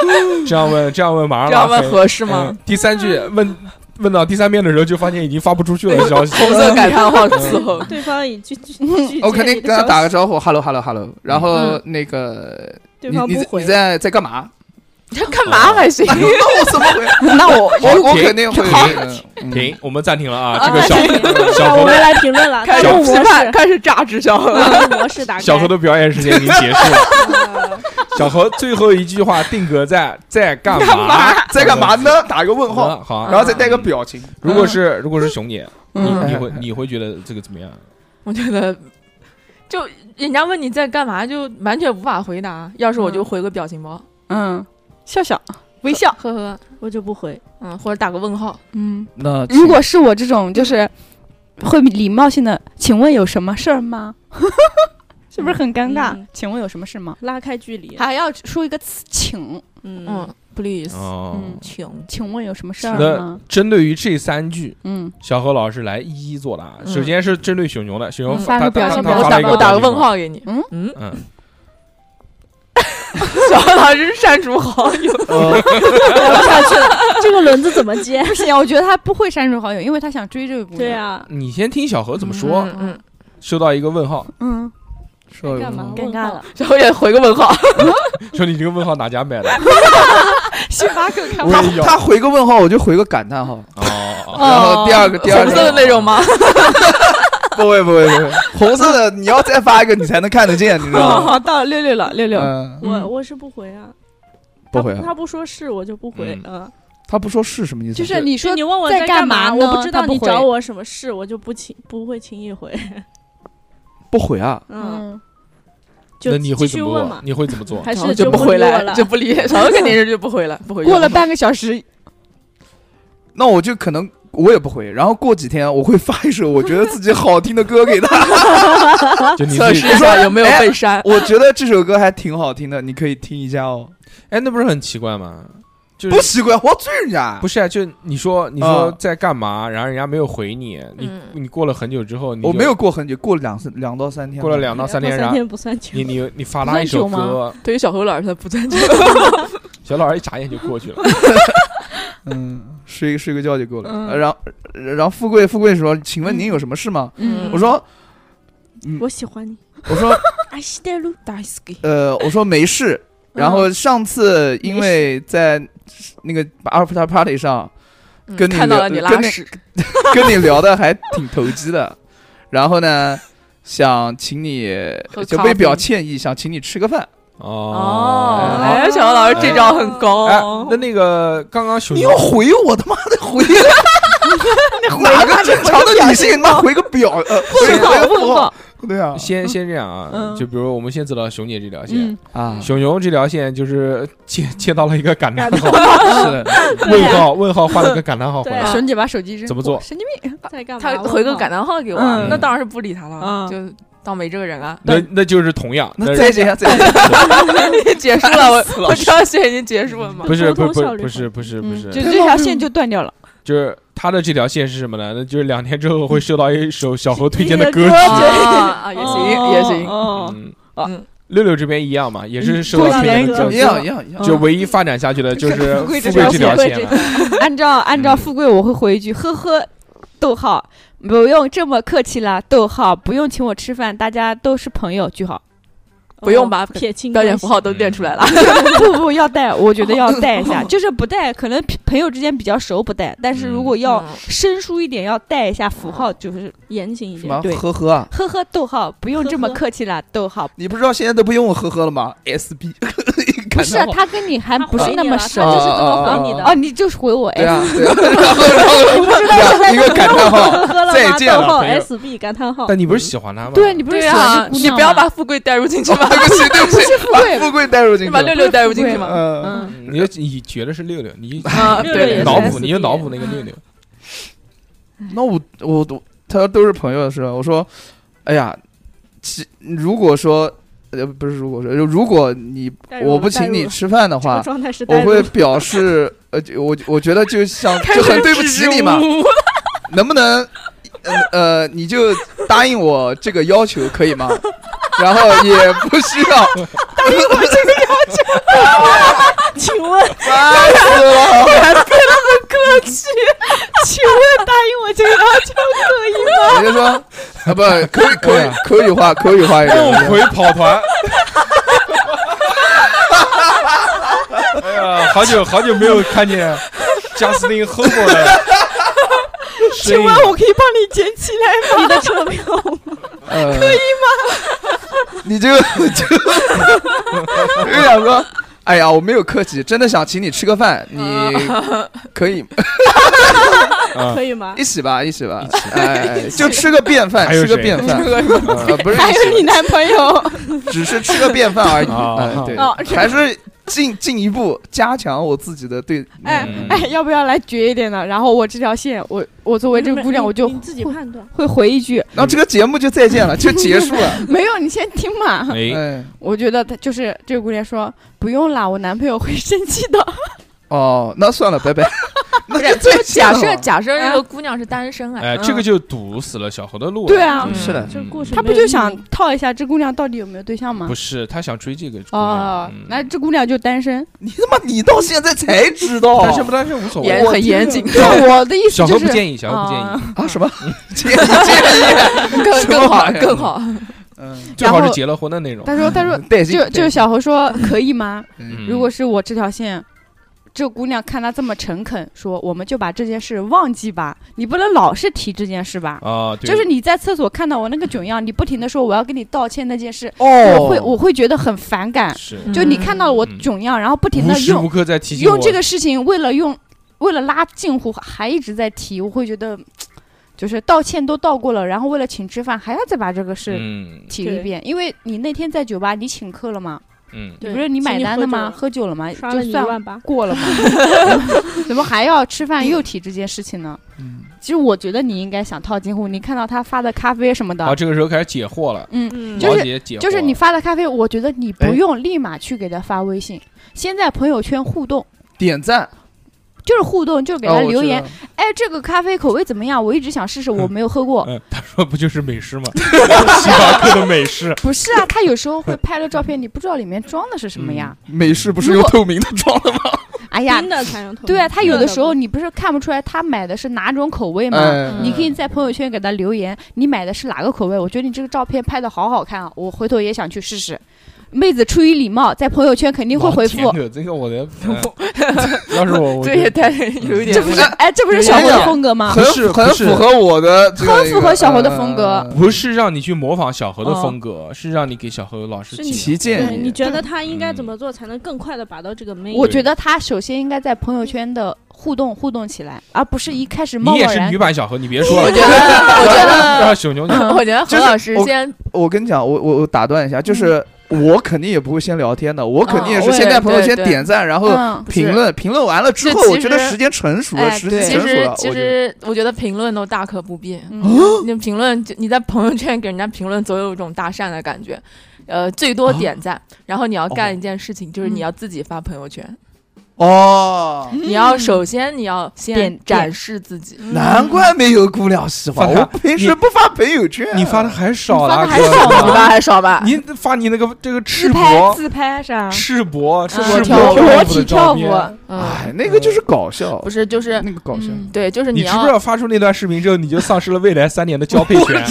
S2: 嗯这样问这样问马上
S6: 这样
S2: 拉
S6: 问
S2: 黑
S6: 合适吗
S2: 嗯？第三句问问到第三遍的时候，就发现已经发不出去了消息。
S6: 红色 感叹号伺候，
S3: 对方已拒拒拒
S5: 我
S3: 绝
S5: 肯定
S3: 你
S5: 跟
S3: 的
S5: 他
S3: 消
S5: 打
S3: 息，
S5: 个招呼，hello hello hello。然后那个
S3: 嗯对
S5: 你
S3: 方
S5: 你
S3: 不
S5: 在
S3: 回
S5: 你。在在干嘛？
S6: 你这干嘛还行？
S5: 哎那我怎么回？
S4: 那我
S5: 我我
S2: 停
S5: 肯定会嗯
S2: 停，我们暂停了啊！
S3: 哦
S6: 啊
S2: 这个小小
S3: 那我
S2: 猴
S3: 们来评论了，
S6: 开
S3: 弹
S6: 始
S3: 幕
S6: 批
S3: 模
S6: 判，
S3: 式，
S6: 开始榨直销了。
S3: 弹幕模式打开。
S2: 小猴的表演时间已经结束了。小猴最后一句话定格在在干嘛？
S5: 在干嘛呢？打一个问号，
S2: 好好啊。
S5: 然后再带个表情。
S2: 如果是如果是熊姐，你
S4: 嗯
S2: 你会你会觉得这个怎么样？
S6: 我觉得， 就人家问你在干嘛，就完全无法回答。要是我就回个表情包，
S4: 嗯，笑笑微笑，
S6: 呵呵，
S3: 我就不回，
S6: 嗯，或者打个问号。
S4: 嗯。
S5: 那
S4: 如果是我这种，就是会礼貌性的，请问有什么事儿吗？ 是不是很尴尬？
S3: 嗯
S4: 请问有什么事吗？
S3: 拉开距离。
S4: 嗯还要说一个词，请，
S3: 嗯
S6: 嗯，please，
S2: 哦，
S4: 嗯
S6: 请
S4: 请问有什么事儿
S2: 那
S4: 吗？
S2: 针对于这三句，
S4: 嗯，
S2: 小何老师来一一作答。啊
S6: 嗯
S2: 首先是针对熊牛的，熊牛
S4: 嗯
S2: 发
S4: 发
S2: 他
S4: 个表
S2: 他
S4: 情
S2: 他
S4: 包
S2: 发
S6: 我
S2: 了
S6: 打
S2: 一个
S6: 我打个
S2: 表情
S6: 问
S2: 包，
S6: 号给你。
S4: 嗯
S6: 嗯，
S2: 嗯，
S6: 小何老师删除好友，
S5: 呃
S3: 聊不下去了，这个轮子怎么 接？
S4: 不行，我觉得他不会删除好友，因为他想追这个姑娘。
S3: 对，啊，
S2: 你先听小何怎么说。
S6: 嗯嗯，
S2: 收到一个问号，
S4: 嗯，
S5: 说
S3: 干嘛？
S4: 尴尬了。
S6: 小何也回个问号。
S2: 说你这个问号哪家买的？
S4: 星巴克咖
S2: 我
S5: 他
S2: 也要。
S5: 他回个问号，我就回个感叹号。
S2: 哦哦，哦
S5: 然后第二 个第二
S6: 红色的
S5: 个
S6: 那种吗？
S5: 不会不会不会，红色的你要再发一个你才能看得见，你知道 吗？
S4: 好，到六六了，六六
S5: 嗯，
S3: 哦我我是不回啊，
S5: 不会
S3: 他
S5: 啊，
S3: 他不说是我就不回
S2: 嗯，
S3: 嗯，
S5: 他不说是什么意思？
S4: 就是你
S3: 就
S4: 说
S3: 你问我
S4: 在
S3: 干
S4: 干嘛呢
S3: 我不知道
S4: 他不
S3: 你
S4: 回
S3: 找我什么事，我就不轻不会轻易回，
S5: 不回啊？
S3: 嗯，，就
S2: 那你会
S3: 继
S2: 怎
S3: 续
S2: 么
S3: 问
S2: 做
S3: 嘛？，
S2: 你会怎么做？
S3: 还
S6: 小何
S3: 是
S6: 就
S3: 不
S6: 回
S3: 理我
S6: 来，
S3: 了？
S6: 就不理。嗯小何肯定是就不回了，不回。
S4: 过了半个小时，
S5: 那我就可能我也不回，然后过几天我会发一首我觉得自己好听的歌给他。
S2: 就 你
S6: 测
S2: 自
S6: 试
S2: 己，
S6: 一下有没有被删。
S5: 哎我觉得这首歌还挺好听的，你可以听一下哦。
S2: 哎，那不是很奇怪吗？就是
S5: 不奇怪，我要追人家
S2: 不。是啊，就你说你说
S5: 嗯
S2: 在干嘛，然后人家没有回你，你
S6: 嗯
S2: 你过了很久之后，你就
S5: 我没有过很久，过了两三两到三天，
S2: 过了两到三天，然
S3: 三
S2: 后
S3: 天不算久
S2: 你，你你发他一首
S4: 不算久
S2: 歌，
S6: 对于小何老师，他不尊重。
S2: 小老师一眨眼就过去了。
S5: 嗯，睡个睡个觉就够了。
S6: 嗯
S5: 呃然后然后富贵富贵说：“请问您有什么事吗？”
S6: 嗯
S5: 我说
S3: 嗯我喜欢你，
S5: 我说
S3: 阿西带路，
S6: 大 s k
S5: 呃我说没事。
S6: 嗯
S5: 然后上次因为在那个 after party 上跟你
S6: 嗯看到
S5: 聊
S6: 了你
S5: 跟
S6: 拉
S5: 那
S6: 屎，
S5: 跟你聊的还挺投机的，然后呢想请你
S6: 喝
S5: 就
S6: 咖
S5: 微
S6: 啡
S5: 表歉意，想请你吃个饭。
S2: 哦，
S5: 哎
S6: 哎，小何老师这招很
S2: 哎
S6: 高，，
S2: 那那个刚刚熊
S5: 你
S2: 牛
S5: 要回我他妈的 回来！哪个正常的女性，他妈回个表呃，回个问号， 对啊，
S2: 先先这样啊，就比如我们先走到熊姐这条线
S4: 嗯，
S5: 啊，
S2: 熊牛这条线就是接接到了一个感叹号，
S5: 是的，
S2: 问号问号画了个感叹号回
S3: 对
S2: 来
S3: 啊，
S4: 熊姐把手机扔，
S2: 怎么做
S4: 嗯神经病，
S3: 哦在干嘛？
S6: 他回个感叹号给我啊，
S2: 嗯
S6: 那当然是不理他了，
S4: 嗯
S6: 就当没这个人啊。
S2: 那那就是同样，
S5: 嗯那
S2: 是
S5: 再见再见，
S6: 结束了，我我这条线已经结束了吗？
S2: 不是不是
S3: 沟通
S2: 不
S3: 效
S2: 是
S3: 率
S2: 不是不是不
S4: 嗯，
S2: 是
S4: 就这条线就断掉了。
S2: 就是他他的这条线是什么呢？那就是两天之后会收到一首小何推荐的
S4: 一
S2: 歌
S4: 个
S2: 曲。
S6: 啊，也行也行，
S4: 哦，
S2: 嗯
S6: 啊
S2: 嗯，六六这边一样嘛，也是收到 推荐的歌
S5: 一
S2: 曲。
S5: 样一样一样，
S6: 嗯
S2: 就唯一发展下去的就是
S4: 富
S2: 富贵
S4: 贵这
S2: 这
S4: 条
S2: 条
S4: 线
S2: 线了。
S4: 按照按照富贵，我会回一句呵呵，逗号，不用这么客气啦，逗号，不用请我吃饭，大家都是朋友， 句号。
S6: 不用把
S3: 哦撇清
S6: 标点
S3: 关系
S6: 符号都练出来了。
S4: 不不要带， 我觉得要带一下， 就是不带，可能朋友之间比较熟不带，但是如果要
S6: 嗯
S4: 生疏一点，要带一下符号，就是
S3: 严谨一
S5: 什
S3: 点
S5: 么，
S4: 对
S5: 呵呵啊？
S4: 呵呵逗号，不用这么客气啦，逗号。
S5: 你不知道现在都不用呵呵了吗？SB，
S4: 不是啊
S5: 感，到
S4: 他跟你还
S3: 他
S4: 不是
S3: 回
S4: 那
S3: 你
S4: 么
S3: 了
S4: 熟
S3: 他就是这么回你
S5: 啊
S4: 哦，
S3: 的。
S4: 你就是回我
S5: 对
S4: S，
S5: 啊， 对啊，然后然后然后一个感叹 号，
S3: 呵呵了
S5: 再
S3: 吗？
S5: 见了
S3: 逗号
S2: 朋友
S3: SB 感叹号。
S2: 但你不是喜欢他吗？
S4: 对你不是
S6: 对
S4: 喜
S6: 啊
S4: 欢，这姑
S6: 你
S4: 娘
S6: 不要
S4: 吗
S6: 把富贵带入进去嘛，
S5: 对不起对不起，把富贵带入进
S6: 你
S5: 去
S6: 把六
S5: 了，
S6: 六带入进去 嘛。
S5: 嗯，
S4: 嗯，
S2: 你就你觉得是六六，你就
S6: 啊，
S3: 六六也
S6: 对，
S3: 是
S2: 脑补，
S3: SB
S2: 你就脑补那个六六。
S5: 那我我我他都是朋友是吧？我说，哎呀，其如果说呃不是如果说如果你
S3: 带入了
S5: 我不请你吃饭的
S3: 这个
S5: 话，
S3: 状态是
S5: 我
S3: 带入
S5: 会 表示，呃，就我我觉得就像就很对不起你嘛， 能不能，呃呃，你就答应我这个要求可以吗？然后也不需 要，
S3: 请问
S5: 烦死了，
S3: 客 气，请问答应我这个要求可以吗？
S5: 你就说啊不口语口语口语化口语化一
S2: 梦
S5: 点，
S2: 回跑团。哎呀，好久好久没有看见贾斯汀·赫伯 的身影。
S3: 我可以帮你捡起来吗？你的车票
S5: 呃，可以吗？ 你就就就想说。哎呀，我没有客气，真的想请你吃个饭，你可以
S2: 啊
S4: 嗯
S3: 可以吗
S5: 一？起吧，一起吧，哎，哎就吃个便饭，
S2: 还有
S5: 吃个
S2: 谁
S5: 便饭，呃不 是
S4: 还
S5: 一起
S4: 有你男朋友，
S5: 只是吃个便饭而已。
S2: 啊
S5: 哎，对
S4: 哦，
S5: 还是进进一步加强我自己的对。
S4: 哎
S2: 嗯
S4: 哎，要不要来绝一点的？然后我这条线，我我作为这个姑娘，我就
S3: 你自己判断。
S4: 会回一句，
S5: 然后这个节目就再见了，就结束了。
S4: 没有，你先听嘛。
S2: 哎，
S5: 哎，
S4: 我觉得他就是这个姑娘说不用啦，我男朋友会生气的。
S5: 哦，那算了，拜拜。那
S6: 是
S5: 就再见
S6: 假
S5: 了
S6: 设
S8: 啊
S6: 假设这个姑娘是单身哎
S2: 哎，，这个就堵死了小何的路了。
S4: 对啊
S2: 嗯
S5: 是的
S3: 这个故事
S4: 他不就想套一下这姑娘到底有没有对象吗
S2: 不？是他想追这个姑娘
S4: 哦
S2: 嗯，
S4: 那这姑娘就单身。
S5: 你他妈你到现在才知道
S2: 单身不单身无所谓。
S6: 严很严谨，
S4: 就 我的意思
S2: 小
S4: 就
S2: 何不
S4: 是，哦
S2: 建议，小何不建议，
S5: 啊？什么？
S2: 嗯
S5: 建议建议，
S6: 更
S5: 什么
S6: 更好
S5: 玩意儿
S6: 更。好。
S5: 嗯，
S2: 最好
S4: 然
S2: 是
S4: 后
S2: 结了婚的那种。
S4: 他说他说
S5: 带劲
S4: 就就小何说可以吗？
S5: 嗯
S4: 如果是我这条线，这姑娘看他这么诚恳，说我们就把这件事忘记吧，你不能老是提这件事吧。
S2: 啊，对，
S4: 就是你在厕所看到我那个囧样，你不停的说我要跟你道歉那件事，
S5: 哦，
S4: 我会我会觉得很反感。
S2: 是
S6: 嗯
S4: 就你看到了我
S2: 嗯
S4: 囧样，然后不停
S2: 无
S4: 的
S2: 时无
S4: 用
S2: 刻在提醒我
S4: 用这个事情，为了用为了拉近乎，还一直在提，我会觉得就是道歉都道过了，然后为了请吃饭还要再把这个事
S2: 嗯
S4: 提一
S3: 对
S4: 遍，因为你那天在酒吧你请客了嘛，
S2: 嗯
S4: 你不是你买单的吗？喝酒了吗？
S3: 刷了
S4: 哎就
S3: 你一
S4: 算
S3: 万八，
S4: 过了嘛，怎么还要吃饭又提这件事情呢？
S5: 嗯
S4: 其实我觉得你应该想套近乎，你看到他发的咖啡什么
S2: 好，
S4: 的，
S2: 这个时候开始解惑了，
S4: 嗯，
S3: 嗯
S4: 就是
S2: 毛姐解惑
S4: 就是你发的咖啡，我觉得你
S5: 哎
S4: 不用立马去给他发微信，先在朋友圈互动。
S5: 点赞，
S4: 就是互动，就是给他
S5: 哦我
S4: 留
S5: 知
S4: 言
S5: 道。
S4: 哎，这个咖啡口味怎么样？我一直想试试，我没有喝过。
S2: 嗯，他 说不就是美式吗？星巴克的美式，
S4: 不是啊，他有时候会拍了照片，你不知道里面装的是什么呀？
S5: 美式不是用透明的装的吗？
S2: 嗯
S4: 哎呀，
S3: 冰的才能通。
S4: 对啊，他有的时候
S3: 热
S4: 你不是看不出来他买的是哪种口味吗？
S5: 哎
S4: 你可以在朋友圈给他留言，你买的是哪个口味？我觉得你这个照片拍的好好看啊，我回头也想去试试。妹子出于礼貌，在朋友圈肯定会回
S2: 老
S4: 复
S2: 舔。狗这个我的，嗯要是我，我
S6: 这
S2: 就
S6: 也太有一点
S4: 这不是哎，这不是
S6: 有
S4: 小
S5: 点
S4: 何的
S5: 像
S4: 风格吗
S2: 可？
S5: 很
S2: 是
S5: 很
S2: 不是
S5: 符合我的这个一个，
S4: 很符合小侯的风格
S5: 呃
S2: 不是让你去模仿小何的风格，是让你给小何老师
S3: 是你
S5: 提
S3: 的
S5: 建
S3: 对，
S5: 议
S3: 你觉得他应该怎么做才能更快的把到这个妹？
S4: 嗯我觉得他首先应该在朋友圈的互动互动起来，而不是一开始贸
S2: 你也
S4: 贸
S2: 是
S4: 然
S2: 女。版小何，你别说了，
S6: 觉得，我觉
S2: 让熊
S8: 嗯
S2: 熊
S6: 得，我觉得何
S5: 就是
S6: 老师
S5: 我
S6: 先
S5: 我跟你讲，我我我打断一下，
S4: 嗯
S5: 就是我肯定也不会先聊天的，我肯定也
S6: 哦
S5: 是
S6: 我也
S5: 先在朋友圈
S6: 对对
S5: 点赞，然后
S4: 嗯，
S5: 评论，评论完了之后，
S6: 这其实
S5: 我觉得时间成熟了，
S4: 哎
S5: 时机
S4: 对
S6: 其
S5: 成熟
S6: 实
S5: 了，
S6: 其
S5: 我觉得
S6: 实我觉得评论都大可不必。
S4: 嗯
S6: 你评论就你在朋友圈给人家评论，总有一种搭讪的感嗯觉。呃，最多点赞，然后你要干一件事情，就是你要自己发朋友圈。
S5: 哦，
S4: 嗯
S8: 你要首先你要先
S4: 点
S8: 展示自己，
S5: 难怪没有姑娘喜欢
S2: 发
S5: 我，平时不发朋友圈，
S2: 你发的还少了，
S4: 你发
S2: 哥
S4: 的还少
S8: 你
S4: 呢
S8: 吧还少吧？
S2: 你发你那个这个赤
S3: 自拍
S2: 膊、
S3: 自拍啥？
S2: 赤膊、赤
S8: 我
S2: 膊
S8: 跳
S2: 跳
S8: 舞
S4: 裸
S2: 舞
S4: 体
S2: 的
S4: 啊跳
S2: 照
S4: 舞，
S2: 片，
S8: 嗯，
S5: 哎，那个就是搞笑，
S8: 不是，就是
S5: 那个搞笑。
S8: 嗯对，就是
S2: 你知不知
S8: 要
S2: 道发出那段视频之后，你就丧失了未来三年的交配权？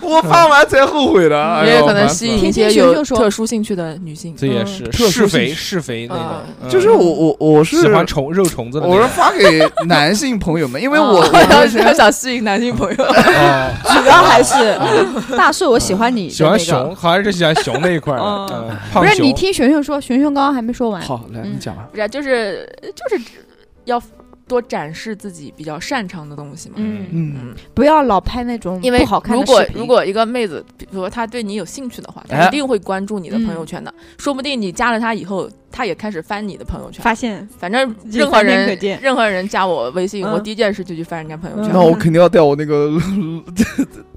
S5: 我发完才后悔的，哎
S8: 嗯也
S5: 呦
S8: 有可能
S5: 烦
S8: 吸
S5: 死了
S8: 引
S4: 天
S8: 一些
S4: 天
S8: 有
S4: 秀秀
S8: 特殊兴趣的女性。
S2: 这也是是肥是肥那种，嗯
S5: 就是我我我是
S2: 喜欢虫肉虫子的那
S5: 我是
S2: 种。
S5: 发给男性朋友们，因为 我
S8: 哦我
S5: 我
S8: 要
S5: 会
S8: 是
S5: 觉
S8: 要
S5: 得
S8: 想吸引男性 朋友，
S2: 哦
S4: 主要还是大树，我喜欢你
S2: 嗯喜
S4: 的那
S2: 欢
S4: 个。
S2: 熊，好像是喜欢熊那一块儿的，
S8: 嗯
S2: 嗯
S4: 不
S2: 胖
S4: 是你
S2: 熊。
S4: 听熊熊说，熊熊刚刚还没说完。
S5: 好来
S4: 嗯
S5: 你讲吧，
S8: 不是，就是就是要多展示自己比较擅长的东西嘛。
S4: 嗯，
S5: 嗯，
S4: 不要老拍那种
S8: 因为
S4: 不好看
S8: 如
S4: 的
S8: 果
S4: 视频
S8: 如果一个妹子，比如说她对你有兴趣的话，她
S5: 哎
S8: 一定会关注你的
S4: 嗯
S8: 朋友圈的。说不定你加了她以后，她也开始翻你的朋友圈。
S3: 发现
S8: 反正
S3: 这
S8: 任何
S3: 三天可
S8: 人
S3: 见
S8: 任何人加我微信，
S3: 嗯
S8: 我第一件事就去翻人家朋友
S3: 嗯
S8: 圈。
S5: 那我肯定要带我那个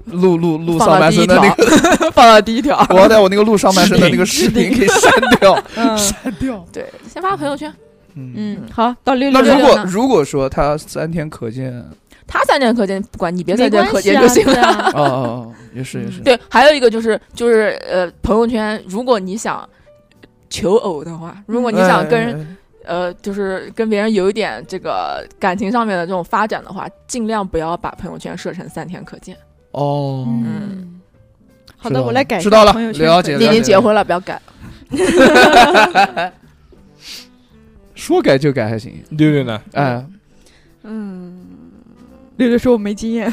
S5: 录录录上
S8: 放到
S5: 半
S8: 第
S5: 身
S8: 一
S5: 的
S8: 条
S5: 那个，，
S8: 放到第一条。
S5: 我要带我那个录上半身的那个视
S3: 视频
S5: 频给删掉，
S3: 嗯
S5: 删掉。
S8: 对，先发朋友圈。
S5: 嗯，
S4: 嗯好到六
S5: 那
S4: 六
S5: 如
S4: 六
S5: 果
S8: 呢
S5: 如果说他三天可见，
S8: 他三天可见，不管你别
S4: 没
S8: 三天
S4: 关
S8: 可
S4: 系
S8: 见
S4: 啊
S8: 就行
S4: 对
S8: 了。
S4: 啊
S5: 哦哦哦，也是也是，
S8: 对，还有一个就是就是呃，朋友圈，如果你想求偶的话，如果你想跟、
S5: 哎
S8: 呃，就是跟别人有一点这个感情上面的这种发展的话，尽量不要把朋友圈设成三天可见。
S5: 哦，
S4: 嗯，
S3: 好
S5: 知道
S3: 的，我
S5: 了
S3: 来改一
S5: 知
S3: 下
S5: 道了
S3: 朋友圈
S5: 了
S3: 可
S5: 解
S3: 以
S8: 你已经
S5: 了
S8: 结婚了，不要改。
S5: 说改就改还行，
S2: 六六呢？
S5: 哎，
S3: 嗯，六六说我没经验，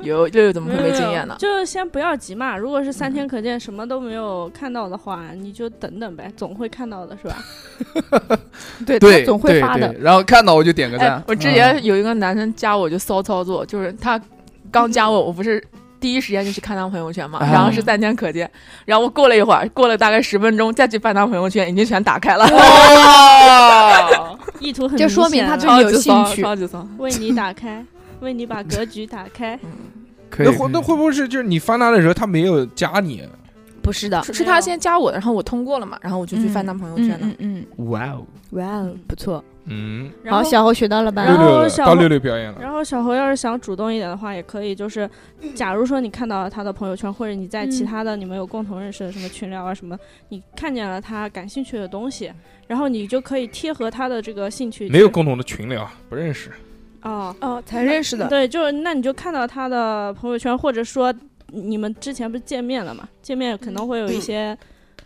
S8: 有六
S4: 嗯
S8: 六怎么会没经验呢？
S3: 就先不要急嘛。如果是三天可见，什么都没有看到的话，你就等等呗，总会看到的，是吧？
S4: 对
S5: 对，
S4: 他总会
S5: 对
S4: 发的
S5: 对。然后看到我就点个
S8: 哎
S5: 赞。，嗯
S8: 我之前有一个男生加我就骚操作，就是他刚加我，我不是第一时间就去看他朋友圈嘛，
S5: 啊
S8: 然后是三天可见，然后我过了一会儿，过了大概十分钟再去翻他朋友圈，已经全打开 了，
S5: 哦，
S3: 意图很
S4: 就
S3: 明
S4: 说明
S3: 显
S4: 他
S3: 了
S4: 真的有
S8: 超级骚
S4: 兴趣
S8: 超级 骚。
S3: 为你打开，为你把格局打开。
S4: 嗯
S5: 可以
S2: 那会那会不会是就是你翻他的时候他没有加你？
S4: 不是的，
S8: 是是他先加我的，然后我通过了嘛，然后我就去
S4: 嗯
S8: 翻他朋友圈
S4: 嗯
S8: 了。
S4: 嗯嗯，
S2: 哇哦！
S4: 哇哦，不错。
S2: 嗯，
S3: 然
S4: 好，
S3: 后
S4: 小侯学到了吧？
S2: 六
S3: 然后
S2: 六了
S3: 小
S2: 到六六表演了。
S3: 然后小侯要是想主动一点的话，也可以， 就是假如说你看到了他的朋友圈，或者你在其
S4: 嗯
S3: 他的你们有共同认识的什么群聊啊什么，你看见了他感兴趣的东西，然后你就可以贴合他的这个兴趣去。
S2: 没有共同的群聊，不认识。
S3: 哦，
S8: 哦，才认识的，
S3: 对，就是那你就看到他的朋友圈，或者说你们之前不是见面了嘛？见面可能会有一些，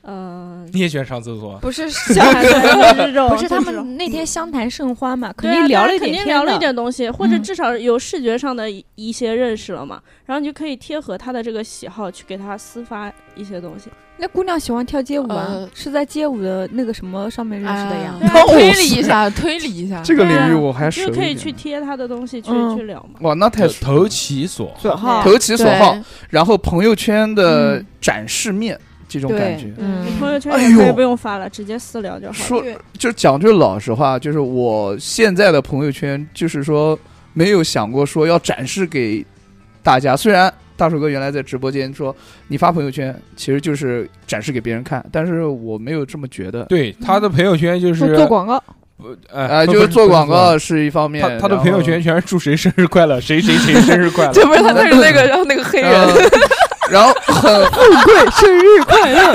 S3: 嗯、
S2: 你也喜欢上厕所？
S4: 不是
S3: 小孩子这种，
S4: 不是
S3: 就
S4: 他
S3: 这种
S4: 们那天相谈甚欢嘛，肯
S3: 对啊
S4: 定聊
S3: 大
S4: 了
S3: 家
S4: 一
S3: 肯
S4: 点
S3: 定
S4: 天
S3: 聊了一
S4: 的
S3: 点东西，或者
S4: 嗯
S3: 至少有视觉上的一一些认识了嘛，然后你就可以贴合他的这个喜好去给他私发一些东西。
S4: 那姑娘喜欢跳街舞啊
S8: 呃，
S4: 是在街舞的那个什么上面认识的呀？
S8: 啊
S5: 他
S8: 推
S5: 我
S8: 理
S5: 哦是
S8: 一下，推理一下。
S5: 这个领域我还熟
S3: 就
S5: 一
S3: 可
S5: 点
S3: 以去贴他的东西去、
S4: 嗯
S3: 去聊嘛。
S5: 哇，那太熟
S2: 投其所
S3: 啊
S4: 所好，
S5: 投其所
S8: 对
S5: 好，然后朋友圈的
S4: 嗯
S5: 展示面这种
S4: 对
S5: 感觉。
S8: 嗯
S3: 你朋友圈
S5: 哎
S3: 也可以
S5: 呦
S3: 不用发了，直接私聊就好了。
S5: 说就讲句老实话，就是我现在的朋友圈，就是说没有想过说要展示给大家。虽然大手哥原来在直播间说你发朋友圈其实就是展示给别人看，但是我没有这么觉得。
S2: 对他的朋友圈就是
S4: 做广告，
S5: 啊，
S2: 呃
S5: 就是做广告。是一方面，
S2: 他他的
S5: 然后
S2: 朋友圈全是祝谁生日快乐，谁谁谁生日快乐。
S8: 这不是他，他是 那个，然后那个黑人
S5: 呃然后很
S4: 对，生日快乐，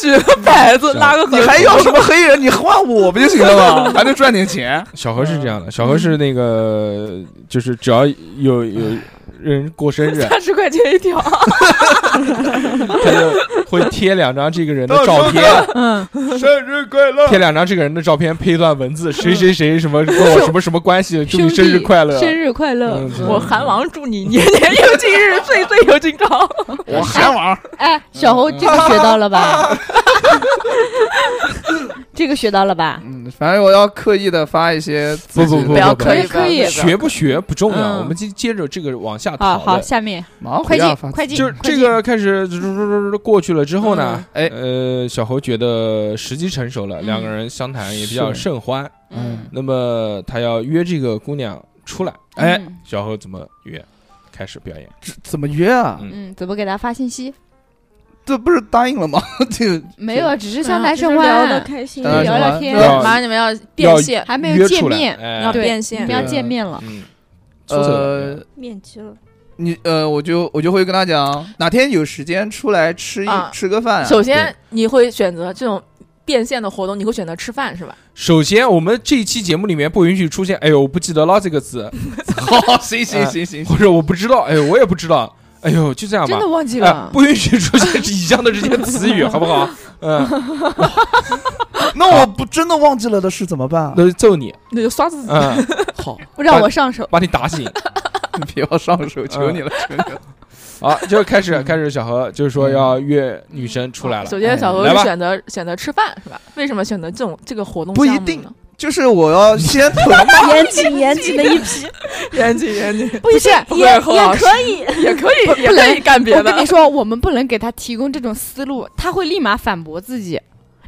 S8: 举个牌子拉个
S5: 你
S8: 盒，
S5: 还要什么黑人？你换我不就行了 吗？还能赚点钱。
S2: 小何是这
S9: 嗯
S2: 样的，小何是那个，就是只要有有人过生日，
S8: 三十块钱一条，
S2: 他就会贴两张这个人的照片，
S4: 嗯，
S9: 生日快乐嗯
S2: 贴两张这个人的照片，配一段文字，谁谁谁什么跟我什么什么关系，祝你生日快乐。
S4: 生日快乐
S2: 嗯，对
S8: 我韩王祝你 年年有今日，岁岁有今朝。
S5: 我韩王，
S4: 哎，小侯这个学到了吧？这个学到了吧？
S5: 嗯，反正我要刻意的发一些自己
S2: 不不不
S5: 的
S2: 不要
S5: 朋友
S4: 刻意
S8: 不要
S2: 学不学不重要，
S4: 嗯
S2: 我们接接着这个往下
S4: 啊，
S2: 讨
S4: 好，
S2: 论。
S4: 下面
S5: 马上
S4: 快
S5: 回家
S4: 进
S5: 发
S4: 快进，
S2: 就是
S4: 快
S2: 这
S4: 进
S2: 个开始嘟嘟嘟嘟嘟过去了之后呢，
S5: 嗯哎
S2: 呃，小侯觉得时机成熟了，
S4: 嗯
S2: 两个人相谈也比较甚欢，
S5: 嗯，
S2: 那么他要约这个姑娘出来，哎，
S4: 嗯
S2: 小侯怎么约？开始表演，
S5: 怎么约啊？
S2: 嗯
S4: 嗯，怎么给他发信息？
S5: 这不是答应了吗？ 这个
S4: 没有，只是像
S3: 哎呀
S4: 男
S3: 只是
S4: 生
S3: 聊的
S4: 玩，
S3: 开心，
S5: 大家
S4: 聊
S5: 想
S4: 聊
S5: 玩
S4: 天
S5: 对吧呃
S6: 马上你们要变现，
S4: 还没有
S2: 约
S4: 见
S2: 出来，
S4: 面，
S6: 要
S2: 哎，
S4: 对
S6: 变
S4: 你
S6: 现
S4: 们，要
S5: 对
S4: 见面了。
S2: 嗯，出手
S5: 呃，
S3: 面基了，
S5: 你呃，我就我就会跟他讲，哪天有时间出来吃一、
S6: 啊
S5: 吃个 饭、啊。
S6: 首先你会选择这种变现的活动，你会选择吃饭是吧？
S2: 首先，我们这一期节目里面不允许出现“哎呦，我不记得了”这个词，
S5: 好，行行行行，
S2: 或者我不知道，哎呦，我也不知道，哎呦，就这样吧
S6: 真的。忘记
S2: 哎
S6: 了，，
S2: 不允许出现以上的这些词语，好不好？嗯，
S5: 那我不真的忘记了的事怎么 办、啊？
S2: 那就揍你，
S6: 那就刷自己。
S2: 嗯，
S5: 好，
S4: 让我上 手，
S2: 把你打醒。
S5: 你不要上手，求你了，求你了。
S2: 好，就是开始开始，小何就是说要约女生出来了。
S6: 首先，小
S2: 哎
S6: 何
S2: 来
S6: 是
S2: 吧
S6: 选择选择吃饭是吧？为什么选择这种这个活动
S5: 不一
S6: 项目
S5: 定
S6: 呢
S5: 就是我要先囤，
S3: 严谨严谨的一批，
S6: 严谨严谨，
S3: 不是
S6: 不愧是
S3: 也
S6: 侯
S3: 也
S6: 老师
S3: 可以，
S6: 也可
S4: 不
S6: 以也
S4: 不
S6: 可以
S4: 能
S6: 干别
S4: 我跟
S6: 的
S4: 你。说，我们不能给他提供这种思路，他会立马反驳自己。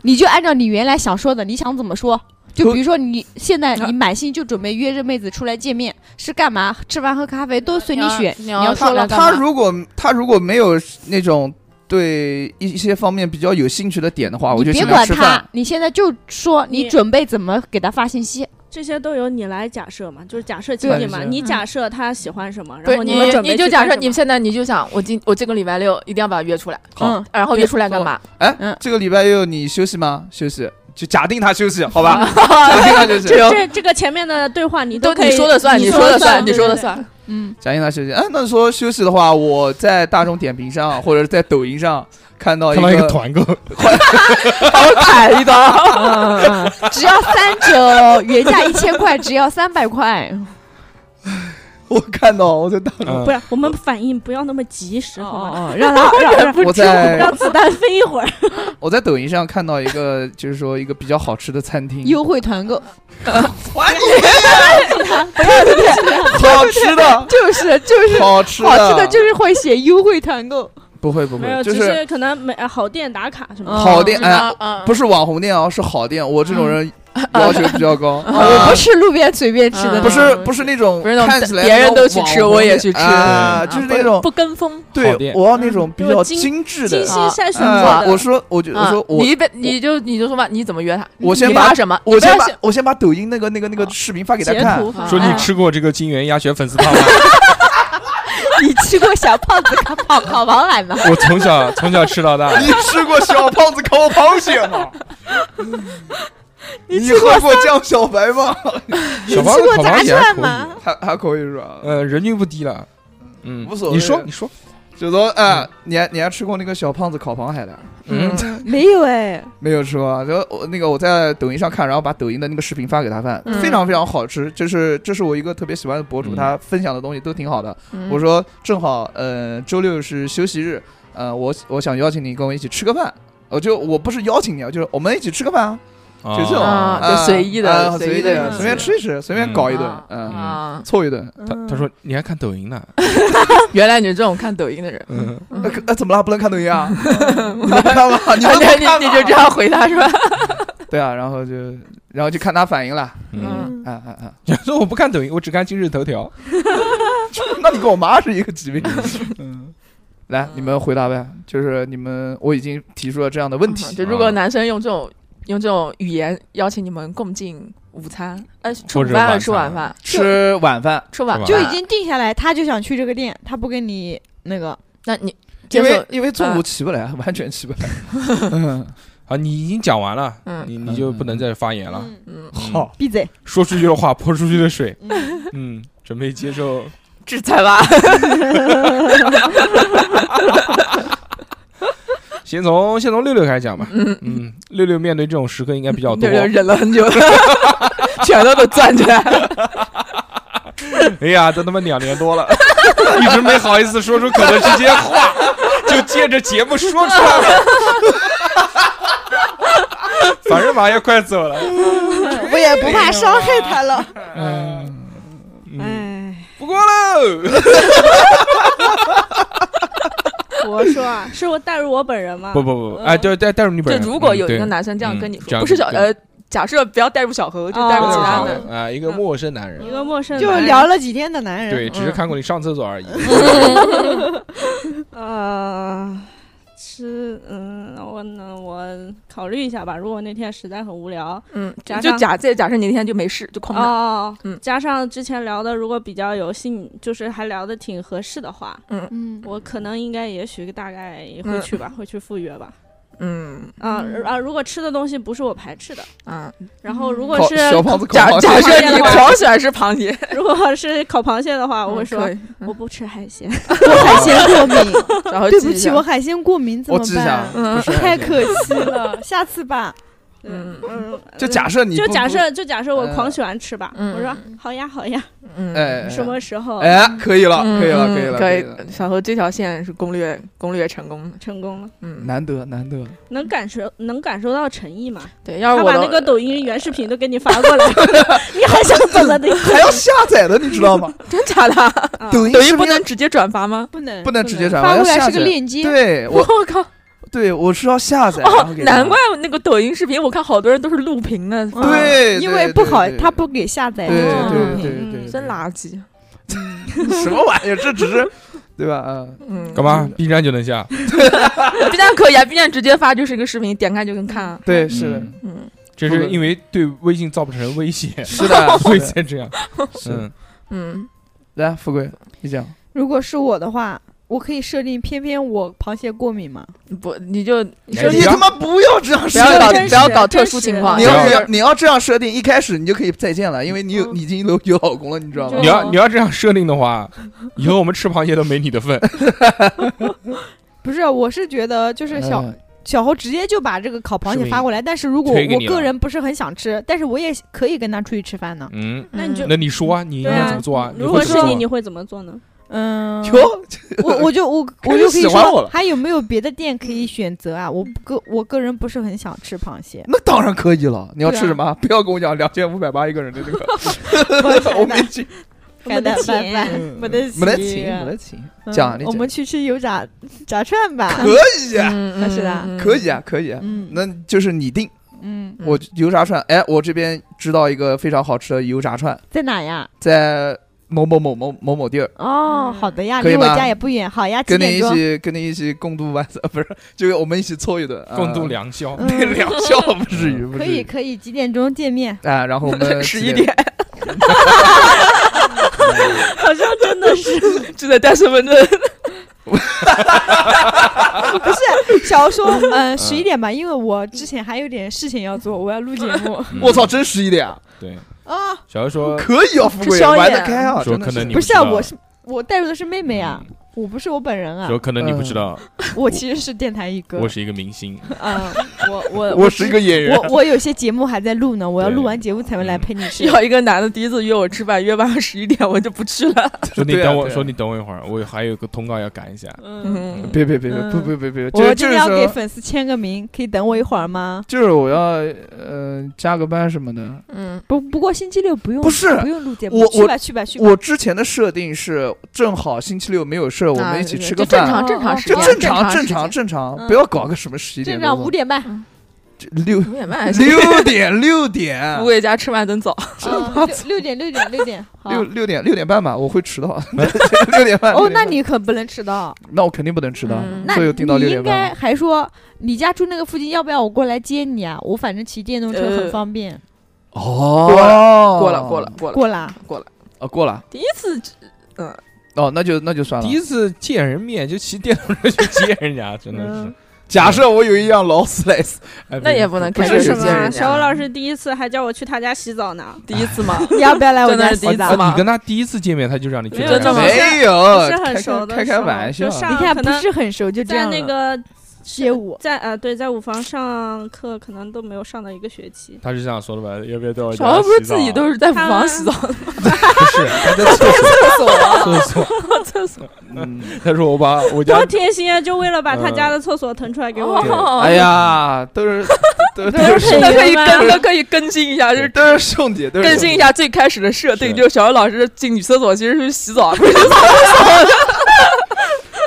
S4: 你就按照你原来想说的，你想怎么说？就比如说，你现在你满心就准备约这妹子出来见面，是干嘛？吃饭喝咖啡都随
S6: 哎
S4: 你选。
S6: 你
S4: 你要
S6: 上
S4: 说
S6: 来
S4: 了
S6: 干
S5: 他
S6: 嘛
S5: 如果他如果没有那种对一一些方面比较有兴趣的点
S6: 啊
S5: 的话，我
S4: 你
S5: 就
S4: 别
S5: 请
S4: 管
S5: 吃
S4: 他
S5: 饭。，
S4: 你现在就说你
S3: 你
S4: 准备怎么给他发信息。
S3: 这些都由你来假设嘛，就是假设情
S4: 对
S3: 景嘛，
S5: 是
S3: 你假设他喜欢什么，然
S6: 嗯对
S3: 后
S6: 你
S3: 们准备
S6: 你就
S3: 去
S6: 假
S3: 干
S6: 设
S3: 什
S6: 你
S3: 么
S6: 现在你就想我今我这个礼拜六一定要把他约出来，
S5: 好
S4: 嗯，
S6: 然后约出来干嘛？
S5: 哎
S4: 嗯，
S5: 这个礼拜六你休息吗？休息，就假定他休息，好吧？假定他休息，
S3: 这这个前面的对话你
S6: 都
S3: 可
S6: 你
S3: 以
S6: 说了算，
S3: 你
S6: 你说了
S3: 算，
S6: 算，你
S3: 对
S6: 说了。
S3: 对对
S6: 算。
S4: 嗯，
S5: 假定他休息。哎，那说休息的话，我在大众点评上或者在抖音上看到一
S2: 看到一个
S5: 个
S2: 团购，
S6: 砍一刀，
S4: 只要三折，原价一千块，只要三 百块。
S5: 我看到我在大
S2: 嗯
S3: 不是，我们反应不要那么及时，好吗？
S4: 哦，让他让
S5: 我在
S3: 让子弹飞一会儿。
S5: 我在抖音上看到一个，就是说一个比较好吃的餐厅，
S4: 优惠团 购，
S5: 还你不要脸，好
S4: 就是就是
S5: 吃的，好吃的，
S4: 好吃的就是会写优惠团购，
S5: 不会不
S3: 没有，
S5: 会，就
S3: 只
S5: 是
S3: 是可能每呃好店打卡什么
S4: 嗯
S3: 的。
S5: 好店，哎，
S6: 啊，
S5: 不是网红店啊，是好店。我这种人 要求比 较高，
S4: 啊我
S5: 啊
S4: 不吃路边随便吃的
S6: 嗯
S5: 不
S4: 那种。
S5: 是不是那种
S6: 不是那种
S5: 看起来
S6: 别人
S5: 那种
S6: 都去吃
S5: 网红
S6: 我也
S5: 店
S6: 去吃
S5: 啊，就是那种
S6: 不嗯跟风，
S2: 好
S5: 对
S2: 店，
S5: 我要那种比
S3: 如
S5: 较
S3: 果精
S5: 精致
S3: 精
S5: 的。
S3: 心筛选
S5: 啊
S3: 过的，
S5: 我说，我就我
S6: 啊
S5: 说我
S6: 你别你就你就说吧，你怎么约他？
S5: 我先
S6: 你
S5: 把
S6: 发什么？
S5: 我先
S6: 你不
S5: 把
S6: 要
S5: 我先把抖音那个那个那个
S6: 啊
S5: 视频发给他
S3: 截
S5: 看，
S3: 图发
S2: 说你
S4: 哎
S2: 吃过这个金源鸭血粉丝汤吗？
S4: 你吃过小胖子烤烤烤王奶吗？
S2: 我从小从小吃到大，
S5: 你吃过小胖子烤螃 蟹吗？你喝过酱小白吗？
S2: 小包子烤螃蟹还可以，
S5: 还还可以是吧？
S2: 呃，人均不低了。嗯，
S5: 无所谓
S2: 你说，你说，
S5: 就说哎，你还你还吃过那个小胖子烤螃蟹的？
S2: 嗯，
S4: 没有哎，
S5: 没有吃过啊，然后我那个我在抖音上看，然后把抖音的那个视频发给他看，
S6: 嗯
S5: 非常非常好吃。就是这是我一个特别喜欢的博主，
S2: 嗯
S5: 他分享的东西都挺好的。
S6: 嗯
S5: 我说正好，呃，周六是休息日，呃，我我想邀请你跟我一起吃个饭。我就我不是邀请你啊，就是我们一起吃个饭
S2: 嗯
S5: 啊，就这种
S6: 啊
S2: 哦
S5: 啊
S6: 就随意的
S5: 啊
S6: 随
S5: 随
S6: 意的
S5: 的，随便吃一吃，随便搞一顿，
S6: 啊
S5: 嗯，
S6: 啊！
S5: 凑一顿。
S3: 嗯
S2: 他他说你还看抖音呢？
S6: 原来你是这种看抖音的人，
S2: 嗯，
S5: 呃可呃，怎么了？不能看抖 音啊？你们不看吗？你们不
S6: 啊你
S5: 看
S6: 你就这
S5: 吗？
S6: 样回答是吧？
S5: 对啊，然后就然后就看他反应了，
S2: 嗯，
S5: 啊啊啊！
S2: 想说我不看抖音，我只看今日头条。
S5: 那你跟我妈是一个级别。嗯，来，你们回答呗。就是你们，我已经提出了这样的问题。
S6: 就啊如
S2: 啊
S6: 果男生用这种用这种语言邀请你们共进午餐，哎，吃
S2: 或
S6: 午
S2: 者
S6: 饭还
S2: 晚
S6: 是吃晚
S2: 餐
S6: 饭？
S5: 吃晚饭，
S6: 吃晚
S2: 吃晚
S4: 就
S2: 饭
S4: 已经定下来，他就想去这个店，他不跟你那个，
S6: 那你接
S5: 因
S6: 受
S5: 为因为中午起不来，完全起不来。嗯，
S2: 好，你已经讲完了，
S6: 嗯
S2: 你你就不能再发言了。
S4: 嗯，
S6: 嗯
S2: 嗯，
S4: 闭嘴，
S2: 说出去的话泼出去的水。嗯，准备接受
S6: 制裁吧？
S2: 先从先从六六开始讲吧。嗯，六六面对这种时刻应该比较
S6: 这。
S2: 多
S6: 人忍了很久了，拳头都攥起来了。
S2: 哎呀，都他妈两年多了， 一直没好意思说出口的这些话，就借着节目说出来了。反正马上要快走了，
S4: 我也不怕伤害他了。
S2: 嗯，嗯
S3: 哎，
S2: 不过喽，
S3: 我说啊，是我带入我本人吗？
S2: 不不不，哎，对，带带入你本
S6: 就
S2: 人。
S6: 如果有一个
S2: 嗯
S6: 男生这样
S2: 嗯
S6: 跟你
S2: 这
S6: 说，
S2: 样
S6: 不是小
S2: 对
S6: 呃，假设不要带入小何，
S4: 哦
S6: 就带
S2: 对
S6: 入其
S2: 带入
S6: 他
S2: 小
S6: 的。
S2: 何啊，一个陌生男
S3: 一
S2: 人，
S3: 个陌生
S4: 就
S3: 男人
S4: 聊了几天的
S6: 嗯
S4: 男人，
S2: 对，只是看过你上厕所而已。
S3: 呃，吃，嗯，我呢，我考虑一下吧。如果那天实在很无聊，
S6: 嗯，
S3: 加
S6: 就
S3: 上
S6: 假借假设你那天就没事就空的，
S3: 哦，
S6: 嗯
S3: 加上之前聊的，如果比较有兴，就是还聊的挺合适的话，
S4: 嗯，
S3: 我可能应该也许大概也会去吧，会去赴约吧。
S6: 嗯
S3: 啊、
S4: 嗯
S3: 啊！如果吃的东西不是我排斥的，
S6: 啊，
S3: 然后如果
S5: 烤
S3: 是
S5: 小胖子
S6: 假
S5: 烤
S6: 假设
S3: 螃蟹
S6: 你
S3: 的话
S6: 狂喜欢嗯吃螃蟹，
S3: 如果是烤螃蟹的
S8: 嗯
S3: 话，我会说、
S6: 可以
S3: 我不吃海鲜。
S4: 我 海鲜过敏，
S6: 然后
S4: 对
S6: 记
S4: 不
S6: 一
S4: 起，
S6: 下
S4: 我海鲜过敏怎
S5: 我
S4: 么
S5: 记一下，
S4: 办？嗯
S5: 不是
S4: 太可惜了，下次吧。
S6: 嗯
S3: 嗯，
S5: 就假设你
S3: 就
S5: 不
S3: 假，设就假设我
S5: 呃
S3: 狂喜欢吃吧，
S6: 嗯
S3: 我说好呀好呀，
S6: 嗯
S5: 不哎，哎
S3: 什么时候
S5: 哎，可以了，
S6: 嗯
S5: 可以了，
S6: 嗯
S5: 可以了，
S6: 可
S5: 可
S6: 以
S5: 了，
S6: 小何这条线是攻略攻略成功的，
S3: 成功了？
S6: 嗯，
S5: 难得难得，
S3: 能感受能感受到诚意吗？
S6: 对，
S8: 哎
S6: 要是
S3: 他
S6: 我
S3: 把
S6: 的
S3: 那个抖音原视频都给你发过来，你还想怎么的？
S5: 还要下载的，你知道吗？
S6: 真假的，
S3: 啊
S5: 抖音
S6: 抖
S5: 是
S6: 音
S5: 不
S6: 不
S5: 是
S6: 能直接转发吗？
S4: 不能
S5: 不能直接转发，
S4: 发
S5: 要
S4: 过来
S5: 下
S4: 是个
S5: 载。
S4: 链接，
S5: 对我，
S6: 我靠！
S5: 对我是要下载，然后
S6: 哦
S5: 给，
S6: 难
S5: 他
S6: 怪那个抖音视频，我看好多人都是录屏的，
S4: 嗯
S5: 对，
S4: 因
S5: 对
S4: 为不好
S5: 对，对
S4: 他不给下载
S5: 对
S4: 这种
S5: 对
S4: 东西。
S5: 对对对，
S6: 真垃圾。
S5: 什么玩意儿？这只是对吧？嗯，
S6: 嗯，
S2: 干嘛？B 站就能下？
S6: ？B 站可以啊，B 站直接发就是一个视频，点开就能看啊。
S5: 对，是的，
S2: 嗯
S6: 嗯
S2: 这是因为对微信造不成威胁，
S5: 是 的，
S2: 所以
S5: 是的
S2: 才这样。
S5: 是。
S2: 嗯，
S6: 嗯，
S5: 来，富贵，你讲，
S4: 如果是我的话，我可以设定，偏偏我螃蟹过敏吗？
S6: 不，你就
S2: 你
S5: 你他妈不要这样
S6: 不
S5: 设
S6: 要搞
S5: 定。
S3: 真
S6: 不要嗯
S3: 实
S6: 搞特
S3: 真
S6: 殊
S3: 实
S6: 情况，
S5: 你
S2: 不
S5: 要
S2: 要
S5: 你要你要这样设定，一开始你就可以再见了，因为你有
S3: 嗯
S5: 你已经有有老公了，你知道吗
S2: 你？要你要这样设定的话，以后我们吃螃蟹都没你的份。
S4: 不是，我是觉得就是小、
S5: 嗯
S4: 小侯直接就把这个烤螃
S2: 视
S4: 蟹
S2: 频
S4: 发过来，但是如果
S2: 推给
S4: 我
S2: 你了
S4: 个人不是很想吃，但是我也可以跟他出去吃饭呢。
S2: 嗯，
S3: 那你就
S2: 那你说啊，你应
S3: 对
S2: 该
S3: 啊
S2: 怎么做啊？
S3: 如果
S2: 会怎
S3: 是
S2: 么
S3: 你，
S2: 做
S3: 你会怎么做呢？
S4: 嗯，
S5: 哟，
S4: 我我就我 我
S5: 始
S4: 就可以
S5: 喜欢我
S4: 说
S5: 了，，
S4: 还有没有别的店可以选择啊？我个我个人不是很想吃螃蟹
S5: 那当然可以了。你要吃
S4: 对啊
S5: 什么？不要跟我讲两千五百八一个人的这个，我没去，
S4: 没得
S3: 钱
S4: 办法，
S5: 嗯
S4: 没得
S5: 没得请，
S4: 钱
S5: 没得请，
S4: 嗯
S5: 讲你
S4: 我
S5: 讲
S4: 们去吃油炸炸串吧。
S5: 可以啊，
S6: 嗯
S4: 是的
S5: 可以啊，可以啊。
S4: 嗯
S5: 那就是你定，
S4: 嗯，
S6: 嗯
S5: 我油炸串，哎，我这边知道一个非常好吃的油炸串，
S4: 在哪呀？
S5: 在某某某某某某地儿，
S4: 哦，好的呀，
S5: 可以
S4: 离我
S5: 吗
S4: 家也不远。好呀，几
S5: 跟你
S4: 点
S5: 一
S4: 钟？
S5: 起跟你一起共度晚餐，不是，就我们一起凑一顿，啊
S2: 共度良宵。
S4: 嗯
S5: 对两宵，不至于，不
S4: 可
S5: 至
S4: 以
S5: 于。
S4: 可以，几点钟见面？
S5: 啊，然后 我们
S6: 十
S5: 几
S6: 一点，
S3: 好像真的是
S6: 就得带身份
S3: 嗯
S6: 证。
S4: 不是小说，嗯，十一点吧，因为我之前还有点事情要做，我要录节目
S2: 嗯
S5: 我操，！真十一点啊，
S2: 对，
S4: 啊。
S2: 小姚说
S5: 可以啊，富
S4: 吃
S5: 贵
S4: 宵夜
S5: 玩得开啊，
S2: 说
S5: 真的
S2: 可能你
S4: 不是啊，
S2: 知道
S4: 我是我带入的是妹妹啊，，我不是我本人
S2: 嗯
S4: 啊，
S2: 说可能你不知道，
S4: 我其实是电台一哥
S2: 我。是一个明星。
S4: 嗯，我 我
S5: 我是一个演员，
S4: 我我有些节目还在录呢，我要
S2: 对
S4: 录完节目才会来陪你吃。
S6: 要一个男的第一次约我吃饭，约晚上十一点，我就不去了。
S2: 说你
S5: 对啊
S2: 等我，
S5: 对啊
S2: 说你等我一会儿，我还有个通告要赶一下。
S3: 嗯，
S6: 嗯，
S5: 别别别别
S4: 嗯
S5: 不不不不，就
S4: 我
S5: 是
S4: 今
S5: 就
S4: 天
S5: 是
S4: 要给
S5: 说，
S4: 粉丝签个名，可以等我一会儿吗？
S5: 就是我要呃加个班什么的。
S6: 嗯
S4: 不，不过星期六不用，
S5: 不是
S4: 不用录节目，
S5: 我
S4: 去吧去吧去吧。
S5: 我之前的设定是正好星期六没有事儿，我
S4: 啊
S5: 们一起吃个
S6: 就正
S5: 饭，
S6: 哦常正常时
S5: 就
S6: 间，
S5: 正
S6: 常常
S5: 正常正常，
S4: 嗯
S5: 不要搞个什么十一
S4: 正
S5: 点
S4: 常
S5: 多
S4: 五点半，哎
S5: 这六
S6: 五点半还行。
S5: 六点六点
S6: 富贵家吃饭真早，
S4: 啊 六六点六点六点，好
S5: 六六点六点半吧，我会迟 到，六点半。
S4: 啊哦
S5: 6，点
S4: 那
S5: 半
S4: 你可不能迟到。
S5: 那我肯定不能迟到
S6: 嗯，
S4: 那
S5: 会有
S4: 你
S5: 定到六点
S4: 应该
S5: 半。
S4: 还说你家住那个附近，要不要我过来接你啊？我反正骑电动车很
S6: 呃
S4: 方便。
S5: 哦
S6: 过了
S8: 哦
S6: 过了过了
S4: 过啦，
S6: 过了。
S5: 哦，过了
S6: 第一次，嗯，
S5: 哦，那就那就算了
S2: 第。一次见人面就骑电动车去接人家，真的是。
S5: 假设我有一辆劳斯莱斯，
S2: 哎
S6: 那也不能
S5: 不
S6: 开
S5: 是
S6: 始接
S5: 是
S3: 什
S5: 有些
S3: 么？
S6: 人
S3: 小欧
S6: 家。
S3: 老师第一次还叫我去他家洗澡呢，
S6: 第一次嘛，
S4: 你要不要来我
S6: 真的
S4: 家
S6: 是
S4: 洗
S6: 第一
S4: 澡
S6: 次？吗
S2: 你跟他第一次见面，他就让你去
S3: 没
S2: 他
S3: 有
S2: 家。
S6: 真的吗
S5: 没有，
S3: 不是
S5: 哦开
S3: 很
S5: 开
S3: 熟的
S5: 开
S3: 时
S5: 开
S3: 候
S5: 玩笑
S3: 就，上
S4: 你看
S3: 可
S4: 不
S3: 能
S4: 是很熟就这
S3: 在
S4: 样了
S3: 那个
S4: 街 舞，
S3: 在呃对，在舞房上课可能都没有上到一个学期。
S2: 他是这样说的吧？要不要带我
S6: 小何不是自己都
S2: 是
S6: 是在舞房洗澡的，
S2: 啊不是他在厕所
S6: 厕所
S2: 厕所。
S6: 厕所。
S5: 嗯
S2: 他说我把我家
S3: 多贴心啊！就为了把他家的厕所腾出来给我。
S6: 哦
S5: 哎，呀，都是都都
S3: 都
S5: 是
S3: 是
S5: 兄
S6: 那可以
S3: 朋友
S6: 跟，
S3: 们
S6: 那可以更新一下，就
S5: 弟，
S6: 是
S5: 都是兄弟，都是
S6: 更新一下最开始的设定，
S2: 是
S6: 就是小何老师进女厕所其实是洗澡，不是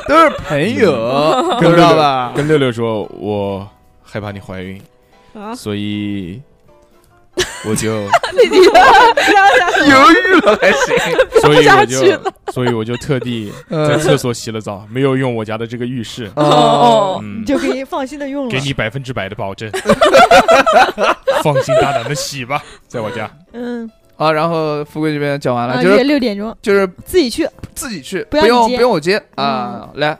S5: 都是朋友，
S2: 跟
S5: 知道吧？
S2: 跟六六说，我害怕你怀孕，
S3: 啊，
S2: 所以我就，
S5: 犹豫了还行，
S2: 所以我
S10: 不下去
S2: 就，所以我就特 地在
S5: 嗯
S2: 厕所洗了澡，没有用我家的这个浴室，
S5: 哦，
S2: 嗯
S4: 你， 就可以放心的用了
S2: 给。你百分之百的保证，放心大胆的洗吧，在我家。
S4: 嗯，
S5: 啊，然后富贵这边讲完
S4: 啊，
S5: 了，
S4: 约
S5: 就是
S4: 六点钟
S5: 就是
S4: 自己去。
S5: 自己去，
S4: 不
S5: 不
S4: 要你
S5: 用
S4: 接
S5: 不用我接
S8: 嗯
S5: 啊，来，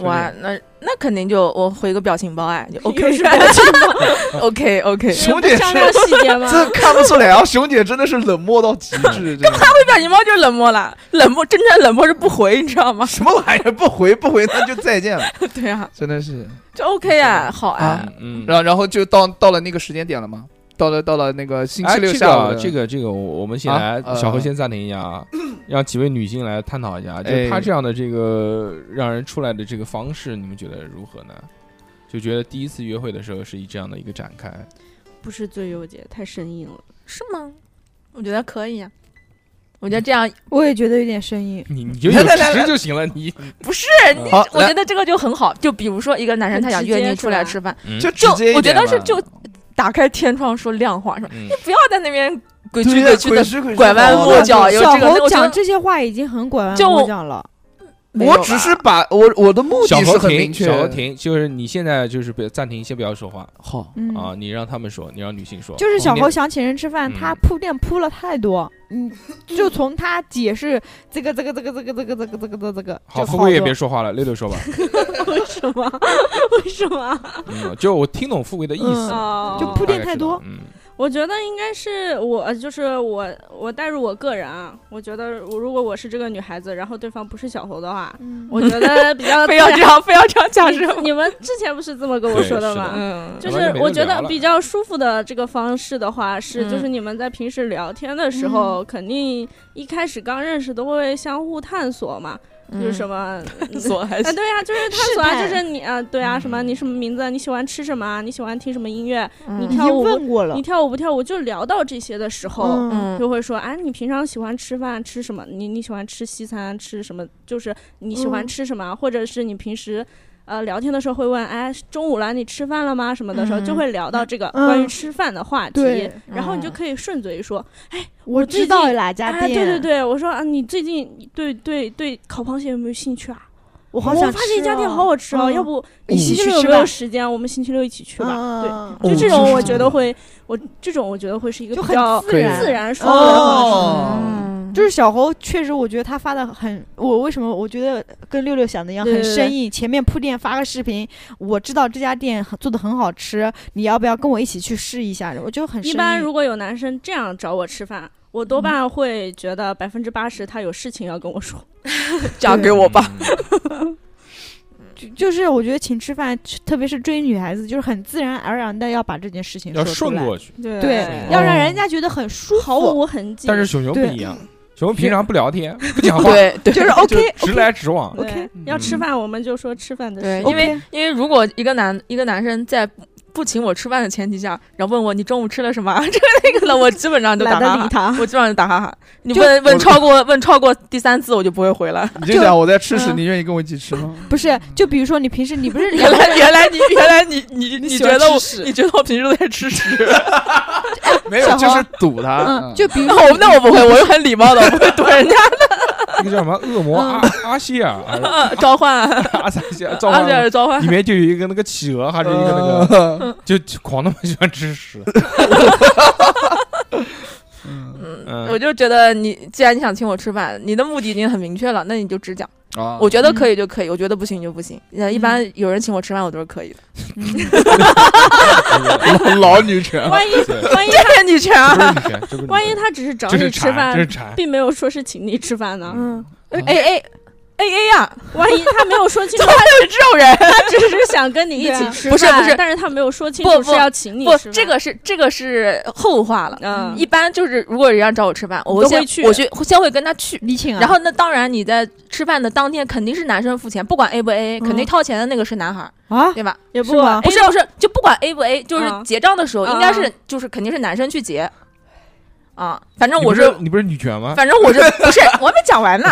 S8: 哇，那那肯定就我回个表情包哎，就 OK
S3: 又是表情
S8: OK OK，
S5: 熊姐
S3: 上
S5: 是
S3: 升细节吗？
S5: 这看不出来啊， 熊姐真的是冷漠到极 致，真的
S8: 回表情包就冷漠了，冷漠真正冷漠是不回，你知道吗？
S5: 什么玩意儿不回不回那就再见了，
S8: 对啊，
S5: 真的是。
S8: 就 OK 啊，好啊
S5: 啊，
S2: 嗯，
S5: 然后然后就到到了那个时间点了吗？到了到了那个星期六
S2: 哎
S5: 下午的，
S2: 这个这个这个，我我们先
S5: 啊
S2: 来，
S5: 呃
S2: 小何先暂停一下 啊，让几位女性来探讨一下，就
S5: 哎
S2: 她这样的这个让人出来的这个方式，你们觉得如何呢？就觉得第一次约会的时候是以这样的一个展开，
S3: 不是最优解，太生硬了。
S8: 是吗？我觉得可以啊，我觉得这样
S4: 我也觉得有点生硬，
S2: 你你就有
S5: 来来来
S2: 值
S5: 来
S2: 就行了，你
S8: 不是，
S5: 嗯
S8: 你
S5: 好
S8: 我
S5: 来
S8: 觉得这个就很好。就比如说一个男生
S3: 很
S8: 他想
S3: 直
S8: 约
S3: 接
S8: 你
S3: 是
S8: 出来
S3: 吧
S8: 吃饭，
S5: 就
S8: 就
S5: 直接一
S8: 我觉
S5: 点
S8: 得是
S5: 嘛
S8: 就打开天窗说亮话，说
S2: 嗯
S8: 你不要在那边鬼
S5: 对
S8: 去
S5: 呀
S8: 鬼去
S5: 鬼
S8: 的。
S5: 吃鬼吃
S2: 哦
S8: 拐弯
S5: 好
S8: 抹
S5: 的
S8: 角有
S4: 小
S8: 这个
S4: 侯
S8: 那我觉得
S4: 讲这些话已经很拐弯
S8: 就
S4: 抹角了。
S8: 没
S5: 我
S8: 有
S5: 只
S8: 吧
S5: 是把我我的目
S2: 小
S5: 的是
S2: 何
S5: 很明
S2: 停，
S5: 确。
S2: 小何停，就是你现在就是别暂停，先不要说话
S5: 好，
S4: 嗯，
S2: 啊，你让他们说，你让女性说，
S4: 就是小
S2: 你
S5: 哦
S4: 侯想请人吃饭，
S2: 嗯
S4: 他铺垫铺了 太多，嗯，就从他解释这个这个这个这个这个这个这个这个这个，
S2: 好，
S4: 就
S2: 富贵也别
S4: 多
S2: 说话了，六六说吧，
S3: 为什么？ 为什么？
S2: 嗯，就我听懂富贵的意思，
S3: 哦，
S4: 嗯就铺
S2: 大概
S4: 垫太
S2: 知道
S4: 多，
S2: 嗯，
S3: 我觉得应该是我，呃就是我，我带入我个人啊，我觉得我如果我是这个女孩子，然后对方不是小猴的话，
S4: 嗯
S3: 我觉得比较 啊
S8: 非要这样，非要这样讲
S3: 你
S8: 是 吗？
S3: 你们之前不是这么跟我
S2: 对
S3: 说的
S2: 是
S3: 吗？
S8: 嗯，
S3: 就
S2: 要不然
S3: 是
S2: 就没
S3: 我
S2: 得
S3: 觉
S2: 聊
S3: 得
S2: 了
S3: 比较舒服的这个方式的话是，就
S8: 嗯
S3: 是你们在平时聊天的时候，肯定一开始刚认识都会相互探索嘛，就是什
S8: 么
S3: 么
S8: 锁还
S3: 啊，
S8: 是
S3: 对呀、就是 探索啊，
S8: 试探
S3: 就是你啊，对啊，什
S2: 嗯
S3: 么你什么名字啊，你喜欢吃什么啊，你喜欢听什么音乐，
S8: 嗯
S3: 你
S4: 已
S3: 跳
S4: 经
S3: 舞
S4: 问过了
S3: 你，跳舞不跳舞，就聊到这些的时候，
S4: 嗯，
S8: 嗯
S3: 就会说，哎，你平常喜欢吃饭吃什么？你你喜欢吃西餐吃什么？就是你喜欢
S4: 嗯
S3: 吃什么，或者是你平时。呃，聊天的时候会问，哎，中午了，你吃饭了吗？什么的时候、
S8: 嗯
S3: 就会聊到这个
S4: 嗯
S3: 关于吃饭的话题，
S4: 对
S3: 然后你就
S8: 嗯
S3: 可以顺嘴说，
S4: 我
S3: 最
S4: 知道
S3: 近
S4: 哪家
S3: 哎，
S4: 店，
S3: 对对，对，我说啊，你最近对对对烤螃蟹有没有兴趣啊？
S4: 我好想
S3: 我发现一家店好好吃哦，
S4: 嗯
S3: 要不
S4: 一
S3: 你星
S4: 起
S3: 期
S4: 去
S3: 六有没有
S4: 吃吧嗯
S3: 时间？我们星期六一起去
S4: 啊对
S3: 吧。
S4: 吧
S3: 对，就这
S5: 哦
S3: 种
S5: 是
S3: 我
S5: 是
S3: 觉得会，我这种我觉得会是一个
S4: 就
S3: 比
S4: 很
S3: 较
S5: 可以
S3: 自然说的方式。
S8: 嗯
S5: 哦，
S4: 就是小侯，确实我觉得他发的很，我为什么我觉得跟六六想的一样，
S3: 对
S4: 很
S3: 对
S4: 生硬。前面铺垫发个视频，我知道这家店很做的很好吃，你要不要跟我一起去试一下？我就很
S3: 一
S4: 生
S3: 般
S4: 硬
S3: 如果有男生这样找我吃饭，我多半会觉得百分之八十他有事情要跟我说。
S8: 交给我吧。
S2: 嗯，
S4: 就就是我觉得请吃饭，特别是追女孩子，就是很自然而然的要把这件事情
S2: 要
S4: 说出
S2: 顺
S4: 来，
S2: 过去。
S3: 对
S4: 对，
S2: 哦
S4: 要让人家觉得很舒
S3: 毫
S4: 服，
S3: 无痕迹。
S2: 但是熊熊不
S4: 对嗯
S2: 一样，熊熊平常不聊天，不讲话，
S8: 对 对，
S4: 就是 OK
S2: 直来直 往。
S3: 对
S4: OK，
S3: 要吃饭我们就说吃饭的
S8: 对，
S3: 事。
S8: 因为因为如果一个男一个男生在不不请我吃饭的前提下，然后问我你中午吃了什么啊，这个那个的，我基本上就打
S3: 懒得
S8: 哈
S3: 理
S8: 哈。
S3: 他。
S8: 我基本上就打哈哈，你
S4: 就
S8: 问问超过问超过第三次我就不会回了。
S5: 你就想我在吃屎，
S4: 嗯
S5: 你愿意跟我一起吃
S8: 嗯
S5: 吗？
S4: 不是？就比如说你平时你不 是
S8: 原来原来你原来你你你
S5: 喜
S8: 觉
S5: 欢
S8: 得我
S5: 吃屎
S8: 你觉得我平时都 在吃屎，
S5: 没有，
S4: 小
S5: 就
S4: 猴
S5: 是堵他
S2: 啊
S4: 嗯，。就比如
S8: 那我那我不会，我是很礼貌的，我不会怼人家
S2: 那个叫什么恶魔
S4: 嗯
S2: 阿阿西尔，还是
S8: 的。 召唤，啊
S2: 阿萨西尔，召
S8: 而
S2: 唤
S8: 且召唤
S2: 里，面就有一个那个企鹅，还是一个那个，
S5: 个
S2: 就就狂他妈喜欢吃 屎。
S8: 嗯
S2: 嗯，
S8: 我就觉得你既然你想请我吃饭，你的目的已经很明确了，那你就只讲，
S5: 啊，
S2: 哦
S8: 我觉得可以就可以，我觉得不行就不行。
S2: 嗯
S8: 那一般有人请我吃饭，我都是可以的。
S5: 老老女 权，
S3: 万一
S2: 对
S3: 万一
S8: 这是女权啊，
S2: 这不是女权，这不是女权
S3: 万一他只是找
S2: 这
S3: 你
S2: 是
S3: 吃
S2: 馋，
S3: 饭
S2: 这，是馋。
S3: 并没有说是请你吃饭呢。
S4: 嗯，
S8: 哎哎 A A 呀，
S3: 万一他没有说清楚，
S8: 是这种人。
S3: 他只是想跟你一起吃饭，
S8: 不是不是
S3: 但是他没有说清
S8: 不
S3: 楚
S8: 不
S3: 是要请你
S8: 不
S3: 吃，饭。
S8: 这个是这个是后话了。
S3: 嗯
S8: 一般就是如果人家找我吃饭，我
S3: 都
S8: 先
S3: 会去嗯
S8: 我去先会跟他去。
S4: 你请啊，
S8: 然后那当然你在吃饭的当天肯定是男生付钱，不管 A 不 A，
S4: 嗯
S8: 肯定掏钱的那个是男孩儿，
S4: 啊，
S8: 对吧？
S3: 也
S4: 是吗
S3: 啊
S4: 哎
S8: 不是不是，就不管 A 不 A，就是
S3: 嗯
S8: 结账的时候
S3: 嗯
S8: 应该是就是肯定是男生去结。啊，反正
S2: 你
S8: 我
S2: 不
S8: 是
S2: 是你不是女权吗？
S8: 反正我是不是我还没讲 完呢？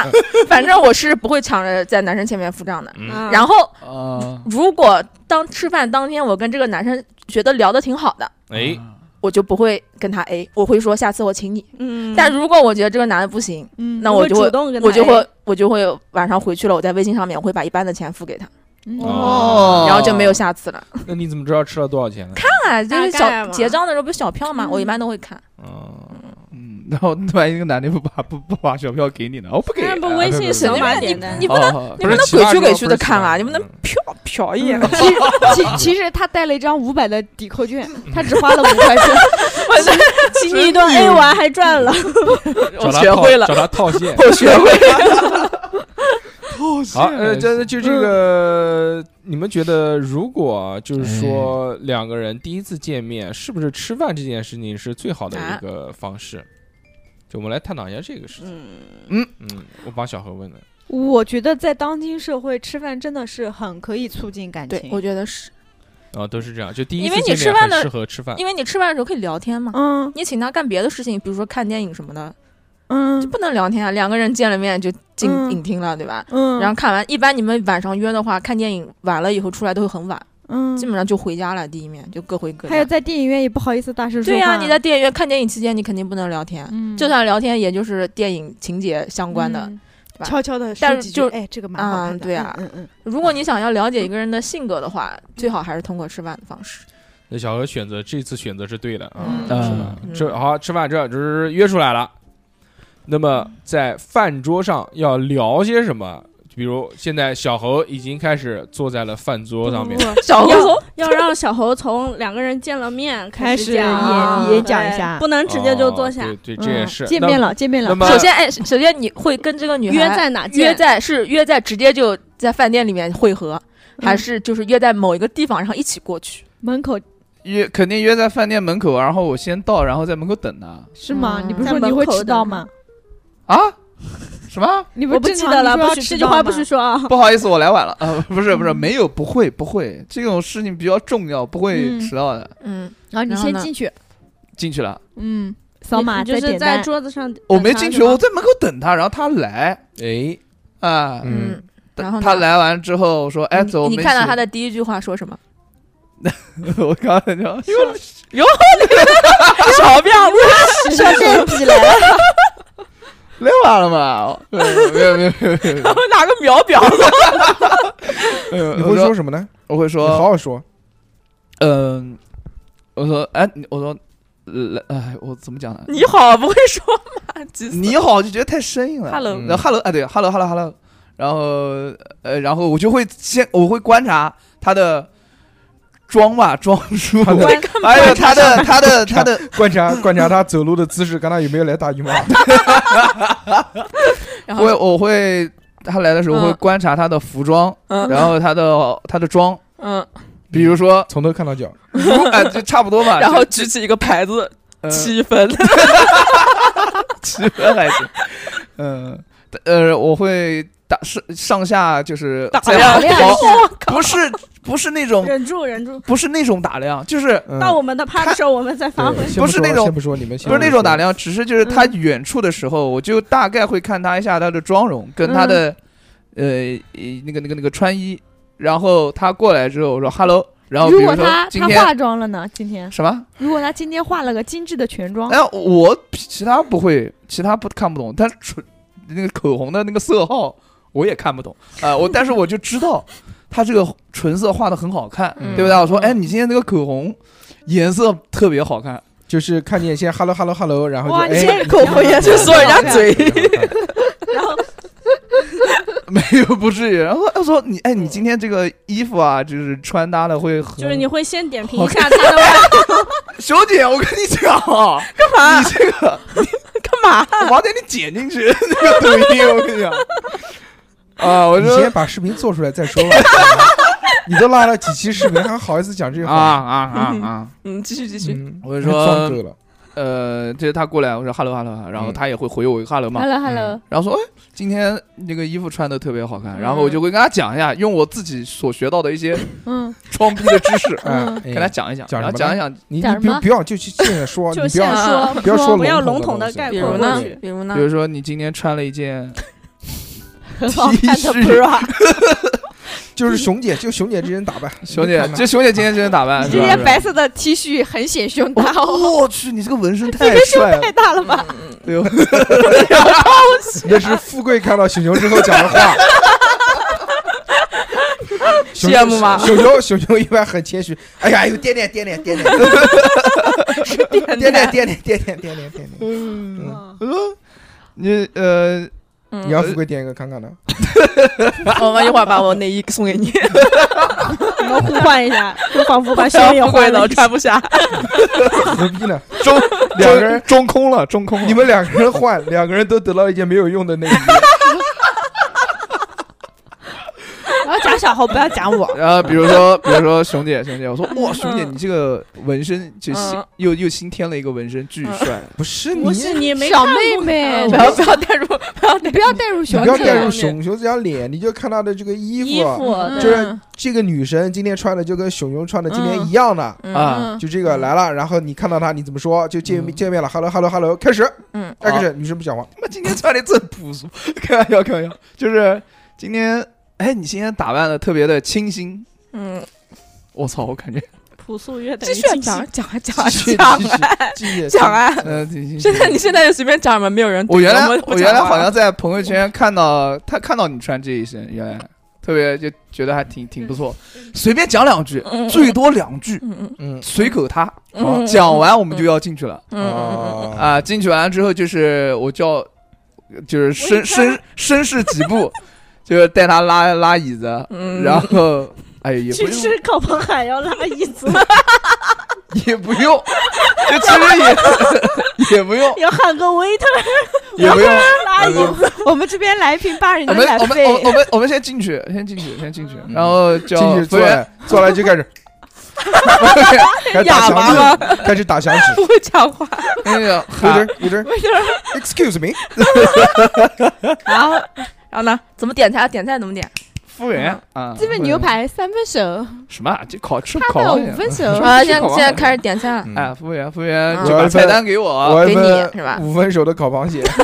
S8: 反正我是不会抢着在男生前面付账的。
S2: 嗯
S3: 啊
S8: 然后，
S5: 啊，
S8: 如果当吃饭当天我跟这个男生觉得聊得挺好的，
S2: 哎，
S8: 我就不会跟他 A，我会说下次我请你。
S3: 嗯，
S8: 但如果我觉得这个男的不行，
S11: 嗯
S8: 那我
S3: 你
S8: 就
S3: 会
S8: 会
S3: 主动跟
S8: 我
S3: 他
S8: 就
S3: A
S8: 会我就会晚上回去了，我在微信上面我会把一半的钱付给他，
S4: 嗯
S2: 哦
S8: 然后就没有下次了。
S2: 那你怎么知道吃了多少钱呢？
S8: 看、啊就是
S3: 大概
S8: 小
S3: 嘛
S8: 结账的时候不是小票嘛，我一般都会看。
S2: 嗯，
S5: 嗯，然后突然一个男的不把不不把小票给你了，我不给。啊
S3: 那
S8: 啊
S3: 不微信
S8: 神
S3: 扫码
S8: 经病
S3: 点的，
S8: 你不能
S5: 哦
S8: 你不能
S2: 奇
S8: 鬼
S2: 葩
S8: 去
S2: 之
S8: 鬼
S2: 道
S8: 去
S2: 不
S8: 的
S2: 是
S8: 看啊，
S2: 奇葩
S8: 你不能
S2: 嗯
S8: 瞟瞟一眼。
S4: 其其其实他带了一张五百的抵扣券，
S2: 嗯
S4: 他只花了五 块钱。
S3: 请你一顿 A 完还赚了，
S2: 找
S8: 我
S2: 他
S8: 学
S2: 套
S8: 会了
S2: 找，他套 现。
S8: 我学会了。
S2: 好，呃，这就这个，你们觉得，如果就是说两个人第一次见面，是不是吃饭这件事情是最好的
S8: 啊
S2: 一个方式？就我们来探讨一下这个事情。
S3: 嗯，
S2: 嗯，我帮小何问的。
S11: 我觉得在当今社会，吃饭真的是很可以促进感
S8: 对
S11: 情，。
S8: 我觉得是
S2: 啊，都是这样，就第一
S8: 因
S2: 次
S8: 为你
S2: 见面
S8: 吃饭
S2: 很
S8: 的
S2: 适合吃饭。
S8: 因为你吃饭的时候可以聊天嘛，
S11: 嗯
S8: 你请他干别的事情，比如说看电影什么的，就
S11: 嗯
S8: 不能聊天啊。两个人见了面就进
S11: 嗯
S8: 影厅了，对吧？
S11: 嗯，
S8: 然后看完，一般你们晚上约的话，看电影晚了以后出来都会很晚，
S11: 嗯
S8: 基，本上就回家了。第一面就各回各
S11: 还有
S8: 家。
S11: 在电影院也不好意思大声说
S8: 对呀、
S11: 话。
S8: 你在电影院看电影期间，你肯定不能聊天，
S4: 嗯
S8: 就算聊天，也就是电影情节相关的。
S4: 嗯
S8: 吧
S11: 悄悄的
S8: 但
S11: 说
S8: 是
S11: 几句
S8: 就，
S11: 哎，这个蛮好看的。
S8: 嗯对啊
S11: 嗯嗯
S8: 如果你想要了解一个人的性格的话，最好还是通过吃饭的方式。
S2: 那小何选择这次选择是对的啊，
S8: 嗯
S2: 是吧？这好吃饭这就是约出来了。那么在饭桌上要聊些什么？比如现在小何已经开始坐在了饭桌上
S3: 嗯
S11: 嗯
S2: 面，
S8: 小
S3: 要
S8: 猴，
S3: 要让小猴从两个人见了面
S11: 开始
S3: 始讲，啊
S11: 演演讲一
S3: 对
S11: 下
S3: 不能直接就坐下
S2: 哦。对对，这也
S11: 嗯
S2: 是
S11: 见面
S2: 了。
S11: 了，见面
S2: 那
S11: 了。
S2: 么
S8: 首先，哎，首先你会跟这个女孩
S3: 约在哪见？
S8: 约在是约在直接就在饭店里面汇合，还是就是约在某一个地方然后一起过去？
S11: 门口
S5: 约肯定约在饭店门口，然后我先到，然后在门口等他。
S11: 是吗？
S8: 嗯
S11: 你不是说你会迟到吗？
S5: 啊？什么？
S11: 你不
S3: 我
S11: 是
S3: 不
S11: 正
S3: 记
S11: 常
S3: 得了，
S11: 你说
S3: 不
S11: 要
S3: 许
S11: 迟
S3: 这句
S11: 到
S3: 话
S11: 吗
S3: 不许说啊！
S5: 不好意思，我来晚了。呃，不是不是，没有，不会不会，这种事情比较重要，不会
S11: 嗯
S5: 迟到的。
S8: 嗯，
S11: 然后啊你
S8: 然后
S11: 先
S8: 呢
S11: 进去，
S5: 进去了，
S11: 嗯， 扫码
S3: 你就
S11: 再
S3: 是
S11: 点
S3: 在
S11: 单。
S3: 桌子上，
S5: 我没进去，我在门口等他，然后他来
S2: 哎，
S5: 啊。
S2: 嗯
S8: 嗯，然后呢
S5: 他来完之后，我说：“哎，
S8: 你
S5: 走，我
S8: 嗯你
S5: 们
S8: 看
S5: 一
S8: 到
S5: 起
S8: 他的第一句话说什么？
S5: 我刚才就 哟
S8: 小票，
S11: 小这逼来了，
S5: 来晚了嘛，没有没有没有没有 没有
S8: 拿个秒表。
S5: 没有，
S2: 你
S5: 我
S2: 会说什么呢？
S5: 我会
S2: 呃你
S5: 说
S2: 好好说。
S5: 嗯，我说哎，你我说来哎，我怎么讲呢？
S8: 你好，啊不会说吗？急死了
S5: 你好就觉得太生硬
S3: 嗯
S5: 了。
S2: 嗯
S8: Hello
S5: 然后 hello 哎对，hello hello hello，然后呃，然后我就会先我会观察他的妆吧， 妆束，
S2: 他的
S5: 还有他的他的他的
S2: 观察观察他走路的姿势，看他有没有来大姨妈。
S8: 然
S5: 我
S8: 后
S5: 我会他来的时候
S8: 嗯
S5: 会观察他的服装，
S8: 嗯
S5: 然后他的他的妆，
S8: 嗯，
S5: 比如说
S2: 从头看到脚，
S5: 如哎就差不 多嘛，
S8: 然后
S5: 就
S8: 举起一个牌子，
S5: 呃
S8: 七分。
S5: 七分呃还行， 嗯呃我会打上上下就是
S8: 打
S5: 在
S8: 量
S5: 跑 不是不是那种
S3: 忍住忍住，
S5: 不是那种打量，就是
S2: 嗯
S3: 到我们的趴的时候我们再发挥
S2: 对。先
S5: 不是
S2: 说
S5: 那种
S2: 先不说你们，先
S5: 不是那
S2: 说
S5: 种打。量，只是就是他远处的时候，我就大概会看他一下他的妆容跟他
S11: 嗯
S5: 的呃一那个那个那个穿衣，然后他过来之后我说 hello，然哦后比
S11: 如果
S5: 如说
S11: 他
S5: 今
S11: 他
S5: 天
S11: 化妆了呢？今天
S5: 什么？
S11: 如果他今天化了个精致的全
S4: 哦
S11: 妆，
S5: 哎，我其他不会，其他不看不懂，但唇那个口红的那个色号我也看不懂啊、我但是我就知道它这个唇色画的很好看，
S2: 嗯
S5: 对不对？我说，哎，你今天那个口红颜色特别好看，
S2: 就是看见先 hello hello hello，然后就
S11: 哇，你
S2: 哎
S11: 现在口红也
S8: 就说人家嘴
S3: 然后
S5: 没有不至于。然后他说你，哎，你今天这个衣服啊，就是穿搭的会很，
S3: 就是你会先点评一下他的外
S5: 小姐，我跟你讲啊，干嘛？你这个
S8: 干嘛？
S5: 我要给你剪进去那个抖音，我跟你讲啊，我
S2: 你
S5: 说
S2: 先把视频做出来再说 吧。你都拉了几期视频，还好意思讲这
S5: 啊
S2: 话？
S5: 啊啊啊！
S8: 嗯， 继续继续。
S2: 嗯，
S5: 我就说
S2: 装够了，
S5: 呃，就是他过来，我说 hello hello，然
S2: 嗯，
S5: 后他也会回我一个 hello
S3: 啊
S5: 嘛，
S4: Hello Hello，
S5: 然后说，哎，今天那个衣服穿的特别好看，然后我就会跟他讲一下，用我自己所学到的一些
S11: 嗯，
S5: 装逼的知识
S3: 嗯
S2: 哎，
S5: 跟他讲一讲，
S2: 讲
S5: 然
S2: 什么
S5: 后讲一讲，
S2: 你
S4: 讲
S2: 你
S4: 什
S2: 不
S4: 么
S2: 不要就去现在说，
S3: 就
S2: 你不
S3: 现
S2: 要
S3: 在
S2: 不要说
S3: 不要
S2: 笼
S3: 笼统
S2: 的
S3: 的概
S8: 比
S3: 括
S8: 如
S3: 过
S8: 呢
S3: 去？
S8: 比如呢
S5: 比？如说你今天穿了一件
S4: 很好看的
S5: 恤
S4: bra，
S2: 就是熊姐，就熊姐之间打扮，
S5: 熊 姐，这熊姐今天真的打扮，
S4: 这
S5: 是吧
S4: 件白色的 T 恤很显胸大哦，
S5: 我去，你这个纹身太帅了！
S4: 太大了吧？
S5: 哎呦，
S2: 那是富贵看到熊熊之后讲 的话。熊
S6: 羡慕吗
S2: 熊熊熊熊一般很谦虚，哎呀，哎呦，点点点点点点，点点点点点点点点点点，
S5: 嗯你呃，
S6: 嗯
S2: 你要富贵点一个看看呢？
S5: 嗯
S8: 我们一会儿把我内衣送给你，
S3: 你们互换一下，就仿佛把胸也
S8: 不贵
S3: 换
S8: 的
S3: 了
S8: 我
S3: 一下。
S8: 穿不下。
S2: 牛逼呢！
S5: 中
S2: 两个人
S5: 中空了，中空了。。
S2: 你们两个人换，两个人都得到一件没有用的内衣。
S11: 然后啊讲小猴，不要讲我
S5: 然后比如说，比如说熊姐，熊姐，我说哇，熊姐，你这个纹身就新
S8: 嗯
S5: 又又新添了一个纹身，巨帅。
S2: 不是你，
S3: 不是你没
S4: 小
S3: 看
S4: 妹
S3: 过啊
S4: 妹
S3: 我
S8: 不要不要带入，不要带
S4: 不
S8: 入。
S4: 要带入
S2: 你
S4: 熊
S2: 不
S4: 姐，
S2: 要带入熊熊这张脸，你就看她的这个衣啊嗯
S3: 衣服，对
S2: 就是这个女生今天穿的就跟熊熊穿的今天一样的。
S8: 嗯
S5: 啊
S2: 就这个来了，然后你看到她，你怎么说？就见面
S5: 嗯
S2: 见面了，hello hello hello，开始，
S8: 嗯，
S2: 哎开始，女生不讲话，
S5: 他妈今天穿的真朴素， 开玩笑，开玩笑，就是今天，哎，你今天打扮的特别的清新。
S8: 嗯，
S5: 我操，我感觉
S3: 朴素约等
S5: 哎
S8: 继
S3: 于
S8: 续
S3: 惊喜
S8: 讲讲啊讲啊
S2: 继续
S8: 讲
S2: 继续
S8: 啊
S2: 继续
S8: 讲啊！
S5: 呃，挺清新
S8: 现在你现在就随便讲嘛，没有人
S5: 我原来
S8: 们不
S5: 我
S8: 讲
S5: 原来好
S8: 话
S5: 像在朋友圈看到他看到你穿这一身，原来特别就觉得还挺挺不错，随便讲两句，
S8: 嗯
S5: 最多两句，
S8: 嗯嗯
S2: 嗯
S5: 随口他。
S8: 嗯
S5: 好
S8: 嗯
S5: 讲完我们就要进去了
S8: 嗯嗯
S2: 啊，
S5: 啊！进去完之后就是我叫，就是绅绅绅士几步，就是带他拉拉椅子，
S8: 嗯
S5: 然后哎也不
S3: 去
S5: 用
S3: 吃烤螃蟹要拉椅子，
S5: 也不用，就其实也 也不用
S3: 要喊个 waiter
S5: 也不用，
S3: 拉椅子。
S11: 我们这边来一瓶八人
S5: 我
S11: 的
S5: 们
S11: 奶
S5: 我们我
S11: 费
S5: 们我，们我们先进去，先进去，先进去，
S4: 嗯
S5: 然后叫
S2: 进去
S5: 服
S2: 坐
S5: 务员
S2: 来坐来就开始，开始打
S8: 哑巴
S2: 响指，开始打响指
S8: 不会讲话，
S5: 那个
S2: ，waiter
S5: 喊
S2: waiter excuse me，
S8: 然后然后呢？怎么点菜？啊点菜怎么点？
S5: 服务员啊，
S4: 基本牛排三分熟，
S5: 什么啊就烤吃
S4: 他
S5: 烤
S4: 们
S5: 螃
S4: 五
S5: 蟹
S4: 分熟，
S8: 啊，现在现在开始点菜了。
S5: 哎，服务员服务员
S8: 嗯
S5: 就把菜单给我，
S2: 我要一
S8: 给
S2: 份
S8: 你是吧
S2: 五分熟的烤螃蟹，
S4: 服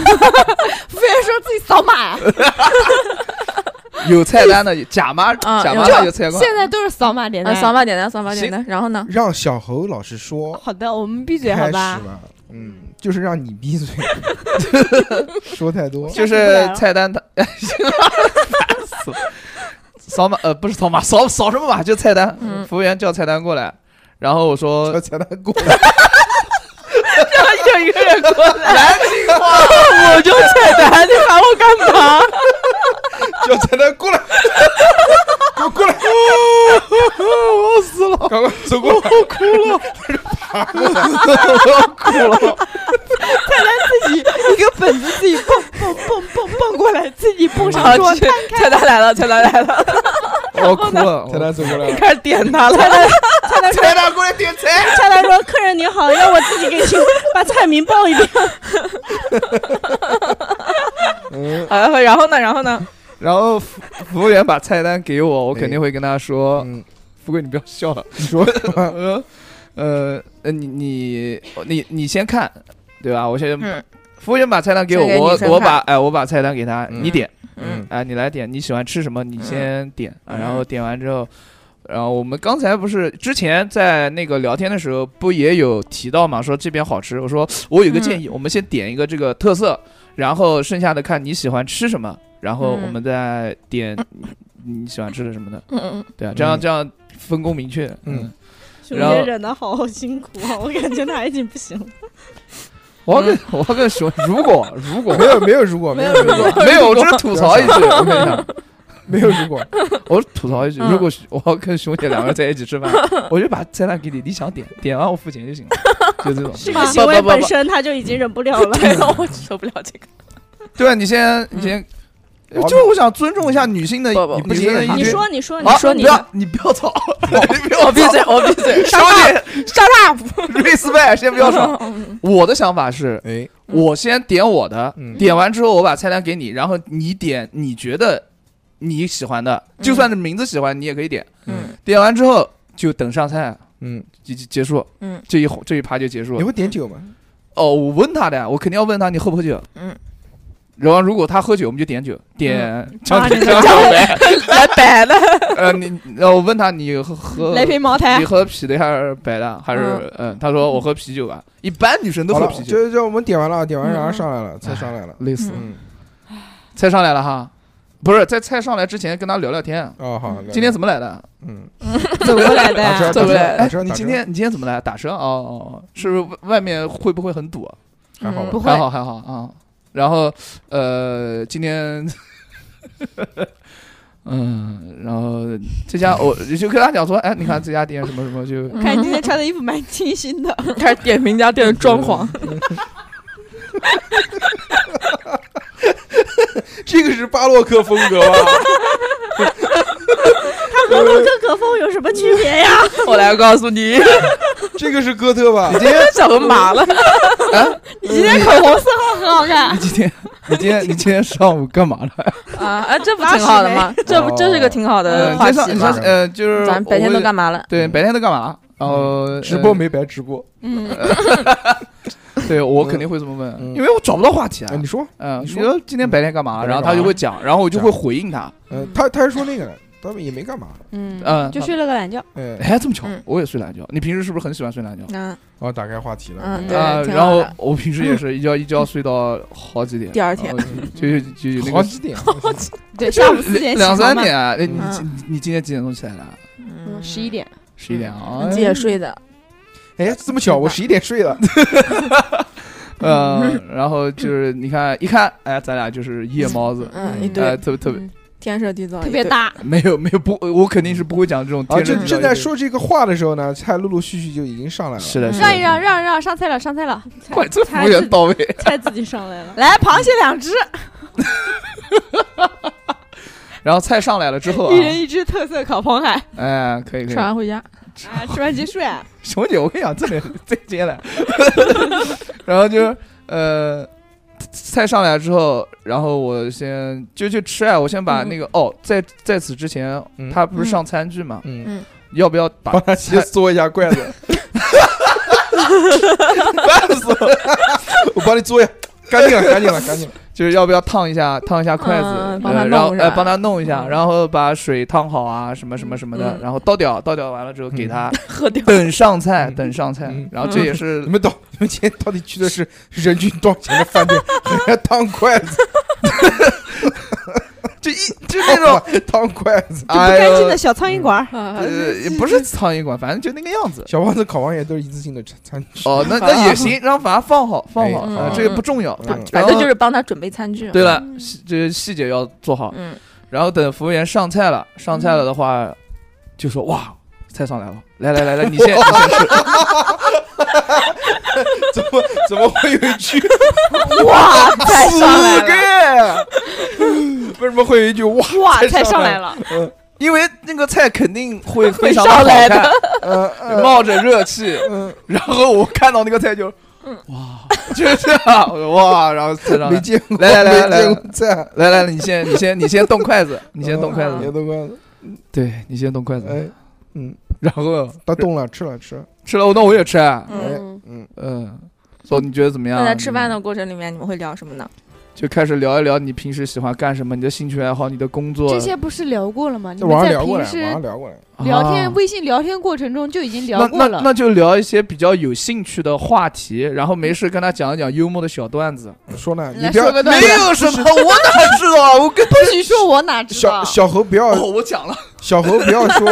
S4: 务员说自己扫
S11: 啊
S4: 码，
S5: 有菜单的假妈
S8: 啊
S5: 假
S8: 有
S5: 妈的有菜单。
S4: 现在都是扫码
S5: 嗯
S4: 点
S8: 啊，
S4: 的。
S8: 扫码点单，扫码点单。然后呢？
S2: 让小侯老师说
S11: 好的，我们闭嘴
S2: 开
S11: 好
S2: 始
S11: 吧？
S2: 吧，嗯，就是让你闭嘴，说太多，
S5: 就是菜单的，哎 烦死了。扫码呃不是扫码，扫扫什么码？就菜单，
S8: 嗯
S5: 服务员叫菜单过来，然后我说
S2: 叫菜单过来，
S8: 有一个人过
S5: 南京话，
S8: 我就菜单，你喊我干嘛？
S2: 叫菜单过来， 给我过来，
S5: 呃我死了，
S2: 赶快走过来，
S5: 我哭了，我哭了，
S11: 自己一个本子自己蹦蹦蹦蹦蹦过来，自己
S5: 嗯
S11: 蹦上桌
S8: 好，，啊去菜单来了，菜单来了，
S5: 我哭了，
S2: 菜单走过来
S5: 嗯
S2: 了， 啊
S8: 开始点他了。
S5: 菜单过来点菜，
S3: 下来说：“客人您好，要我自 己给您把菜名报一遍。
S2: 嗯
S8: 好，然后呢？然后呢？
S5: 然后服服务员把菜单给我，我肯定会跟他说，
S2: 嗯，
S5: 富贵你不要笑了，
S2: 你说
S5: 呃呃呃你你你你先看，对吧？我先
S8: 嗯
S5: 服务员把菜单给我，
S8: 先给
S5: 我
S8: 女生
S5: 我
S8: 看
S5: 把哎我把菜单给他，
S2: 嗯
S5: 你点。
S2: 嗯
S8: 嗯，
S5: 哎，你来点，你喜欢吃什么，你
S8: 嗯
S5: 先点，啊
S8: 嗯
S5: 然后点完之后，然后我们刚才不是之前在那个聊天的时候，不也有提到嘛，说这边好吃，我说我有个建议，我们先点一个这个特色，然后剩下的看你喜欢吃什么，然后我
S8: 嗯
S5: 们再点你喜欢吃的什么的，
S8: 嗯嗯，
S5: 对啊，这样
S2: 嗯
S5: 这样分工明确，
S2: 嗯，”
S3: 熊
S5: 然后
S3: 姐忍得好辛苦啊，我感觉她已经不行了。
S5: 我要跟我要跟熊，如果如 果
S2: 没有没有如果没有如果
S5: 没有，我只是吐槽一句，我跟你讲。
S2: 没有如果，
S5: 我吐槽一句，
S8: 嗯
S5: 如果是 我要跟熊姐两个人在一 起吃饭，我就把菜单给你，你想点点完我付钱就行了，就这种。
S3: 这个行为
S5: 不不不
S3: 本
S5: 不，
S3: 身她就已经忍不 了了。
S8: 对，我受不了这个。
S5: 对啊，你
S3: 嗯
S5: 先你先，就我想尊重一下女性的，
S8: 不不
S5: 你
S2: 不
S5: 女性的
S2: 行
S5: 意
S3: 你
S5: 见
S3: 说，你说，你
S5: 好
S3: 说，你哦
S5: 不要你不要吵， 你不要
S8: 我闭嘴，
S5: 吵，
S8: 我闭嘴。
S5: 兄弟，shut up，respect，先不 要吵。
S3: 嗯
S5: 我的想法是，
S2: 哎，
S5: 我先点我的，
S2: 嗯
S5: 点完之后我把菜单给你，然后你点你觉得你喜欢的，就
S3: 嗯
S5: 算是名字喜欢你也可以点，
S2: 嗯
S8: 嗯
S5: 点完之后就等上菜。
S2: 嗯，
S5: 就就结束，
S8: 嗯，
S5: 这一这一趴就结束
S2: 你
S5: 了。
S2: 会点酒吗？
S5: 哦，我问他的，我肯定要问他你喝不喝酒。
S8: 嗯，
S5: 然后如果他喝酒，我们就点酒，点
S2: 张
S5: 张
S2: 张
S5: 小梅。
S11: 来摆的，
S5: 呃，你呃，我问他你喝喝
S11: 来瓶茅台
S5: 呃你。喝啤的还是白的？还是嗯？他说我喝啤酒吧。一般女生都
S2: 好
S5: 喝
S2: 了，
S5: 啤酒，
S2: 就就我们点完了，点完然后上来了，菜上来了，
S5: 类似。
S2: 嗯，
S5: 菜上来了哈，不是在菜上来之前跟他聊聊天。
S2: 哦好，
S5: 今天怎么来的？
S2: 么嗯
S11: 走过来
S2: 打车
S11: 的，
S5: 对不对？
S2: 打
S5: 哎
S2: 车，
S5: 你今天你今天怎么来？打车哦哦，哦是不是外面会不会很堵啊？
S2: 还好 吧
S11: 不会
S5: 还好还好啊。然后呃，今天 嗯，然后这家我就跟他讲说，哎，你看这家店什么什么就
S11: 看你今天穿的衣服蛮清新的，
S6: 开始点评家店的装潢，
S2: 这个是巴洛克风格吧？
S3: 和洛克可风有什么区别呀？
S6: 我来告诉你，
S2: 这个是哥特 吧？
S6: 小红麻了，
S11: 你今天口红色号很好看。
S5: 啊你今天你今天你今天上午干嘛了？
S8: 啊，哎，这不挺好的吗？这
S5: 哦
S2: 哦
S8: 不这是个挺好的
S5: 呃，
S8: 话
S5: 你
S8: 题
S5: 上你
S8: 吗
S5: 上？呃，就是
S8: 咱白天都干嘛了
S5: 我？对，白天都干嘛？然后
S2: 嗯
S5: 呃
S2: 呃直播
S5: 没？
S2: 没白直播，
S3: 嗯
S5: 呃对我肯定会这么问，
S2: 嗯
S5: 因为我找不到话题
S2: 哎
S5: 啊
S2: 你。说，
S5: 嗯，
S2: 你
S5: 你
S2: 说嗯
S5: 说今天白天干嘛？
S2: 白天
S5: 然后
S2: 干
S5: 他
S2: 嘛
S5: 就会讲，然后我就会回应他。
S2: 嗯，他他还说那个呢，他们也没干嘛，
S8: 嗯
S5: 嗯，
S4: 就睡了个懒觉，
S2: 哎，
S5: 哎，这么巧
S8: 嗯，
S5: 我也睡懒觉。你平时是不是很喜欢睡懒觉？
S8: 嗯
S2: 哦，打开话题了，
S8: 嗯，对，
S5: 啊，
S8: 挺
S5: 然
S8: 好
S5: 后
S8: 的。
S5: 我平时也 是一觉一觉睡到好几点，
S8: 第二天
S5: 然后就就 就就那
S2: 好
S5: 个
S2: 几点，
S11: 对，
S5: 就
S11: 下午四点起床
S5: 两三
S11: 嘛，
S5: 点啊。哎，你
S8: 嗯
S5: 你你今天几点钟起来的？
S8: 嗯
S4: 十一，点，
S5: 十一点啊
S8: 你自。己也睡的，
S2: 哎，这么巧，我十一点睡了，
S5: 嗯，然后就是你看一看，哎，咱俩就是夜猫子，
S8: 嗯，一
S5: 哎，
S8: 堆
S5: 特别特别
S8: 嗯天设地造，
S4: 特别搭，
S5: 没有没有不，我肯定是不会讲这种
S2: 啊，
S5: 天人
S2: 正
S5: 之
S2: 正
S5: 道
S2: 在
S5: 的
S2: 说这个话的时候呢，菜陆陆续续就已经上来了，
S8: 嗯
S5: 是的，是的
S4: 让一让，让一让，上菜了，上菜了，
S5: 快，这服务员到位。
S3: 菜自己上来了，
S11: 来螃蟹两只，
S5: 然后菜上来了之后啊
S4: 一，人一只特色烤螃蟹，
S5: 哎，可以可
S8: 吃
S5: 以。
S8: 完回家，
S11: 啊，吃完结束啊，
S5: 熊姐，我跟你讲，这里再接来。 然后就是呃，菜上来之后，然后我先就去吃啊，我先把那个、哦，在在此之前
S2: 嗯，
S5: 他不是上餐具嘛，
S2: 嗯，
S5: 要不要把
S2: 帮他先缩一下筷 子，烦死了！ 我帮你嘬一下，干净了，干净了，干净了。
S5: 就是要不要烫一下烫一下筷子，
S8: 嗯帮他
S5: 呃、
S8: 弄
S5: 然后
S8: 是吧
S5: 呃帮他弄一下，然后把水烫好啊，什么什么什么的，
S8: 嗯
S5: 然后倒掉，倒掉完了之后给
S2: 嗯
S5: 他
S8: 喝掉。
S5: 等上菜，
S2: 嗯
S5: 等上菜
S2: 嗯，
S5: 然后这也是
S2: 你们懂？你们今天到底去的是人均多少钱的饭店，还要烫筷 子？
S5: 就一就那种
S2: 烫筷子。
S4: 嗯
S11: 就不
S5: 哎呦
S11: 干净的小苍蝇馆儿，
S5: 呃，也不是苍蝇馆，反正就那个样子。
S2: 小胖子烤王爷都是一次性的餐具。
S5: 哦，那那也行，让把它放好放好，
S8: 哎
S5: 呃
S8: 嗯
S5: 这个不重要。
S2: 嗯
S5: 然
S8: 反
S5: 后
S8: 正就是帮他准备餐具。
S5: 对了，细这个细节要做好。
S8: 嗯，
S5: 然后等服务员上菜了，上菜了的话，就说哇，菜上来了，来来来来，你先你先吃。
S2: 怎么怎么会有一句？
S8: 哇，菜上来
S5: 死 gay
S2: 为什么会有一句哇？
S4: 哇，
S2: 菜
S4: 菜
S2: 上
S4: 上
S2: 来
S4: 来了，
S5: 嗯因为那个菜肯定会非常
S8: 上
S5: 的好
S8: 来的
S5: 看，
S2: 呃呃
S5: 冒着热气。
S2: 呃，
S5: 然后我看到那个菜就，
S8: 嗯
S5: 哇，就是这样，我说哇，然后菜上
S2: 没
S5: 来，
S2: 见过，
S5: 来来来
S2: 没
S5: 来
S2: 见过菜，
S5: 来来，你先你先你先动筷子，你先动筷
S2: 别
S5: 子，
S2: 动筷子。
S5: 对你先动筷子，
S2: 哎，嗯，
S5: 然后
S2: 他动了，吃了吃了。
S5: 吃了，那我也吃啊。
S2: 哎
S8: 嗯，
S2: 嗯，
S5: 嗯，所以你觉得怎么样？嗯
S8: 那在吃饭的过程里面，你们会聊什么呢？
S5: 就开始聊一聊你平时喜欢干什么，你的兴趣爱好，你的工作。
S4: 这些不是聊过了吗？你
S2: 在
S4: 们
S2: 网上
S4: 在
S2: 聊过
S4: 平
S2: 来，网上
S4: 时
S2: 聊过来。
S4: 聊天
S5: 啊
S4: 微信聊天过程中就已经
S5: 那
S4: 聊过
S5: 那
S4: 了，
S5: 那就聊一些比较有兴趣的话题，然后没事跟他讲一讲幽默的小段子。
S2: 说呢，你
S4: 来
S2: 不要
S4: 说个段子，
S5: 有什么， 我哪知道啊？我跟
S4: 不许说我哪知
S2: 小
S4: 道？
S2: 小何不要
S5: 哦，我讲了，
S2: 小何不要 说，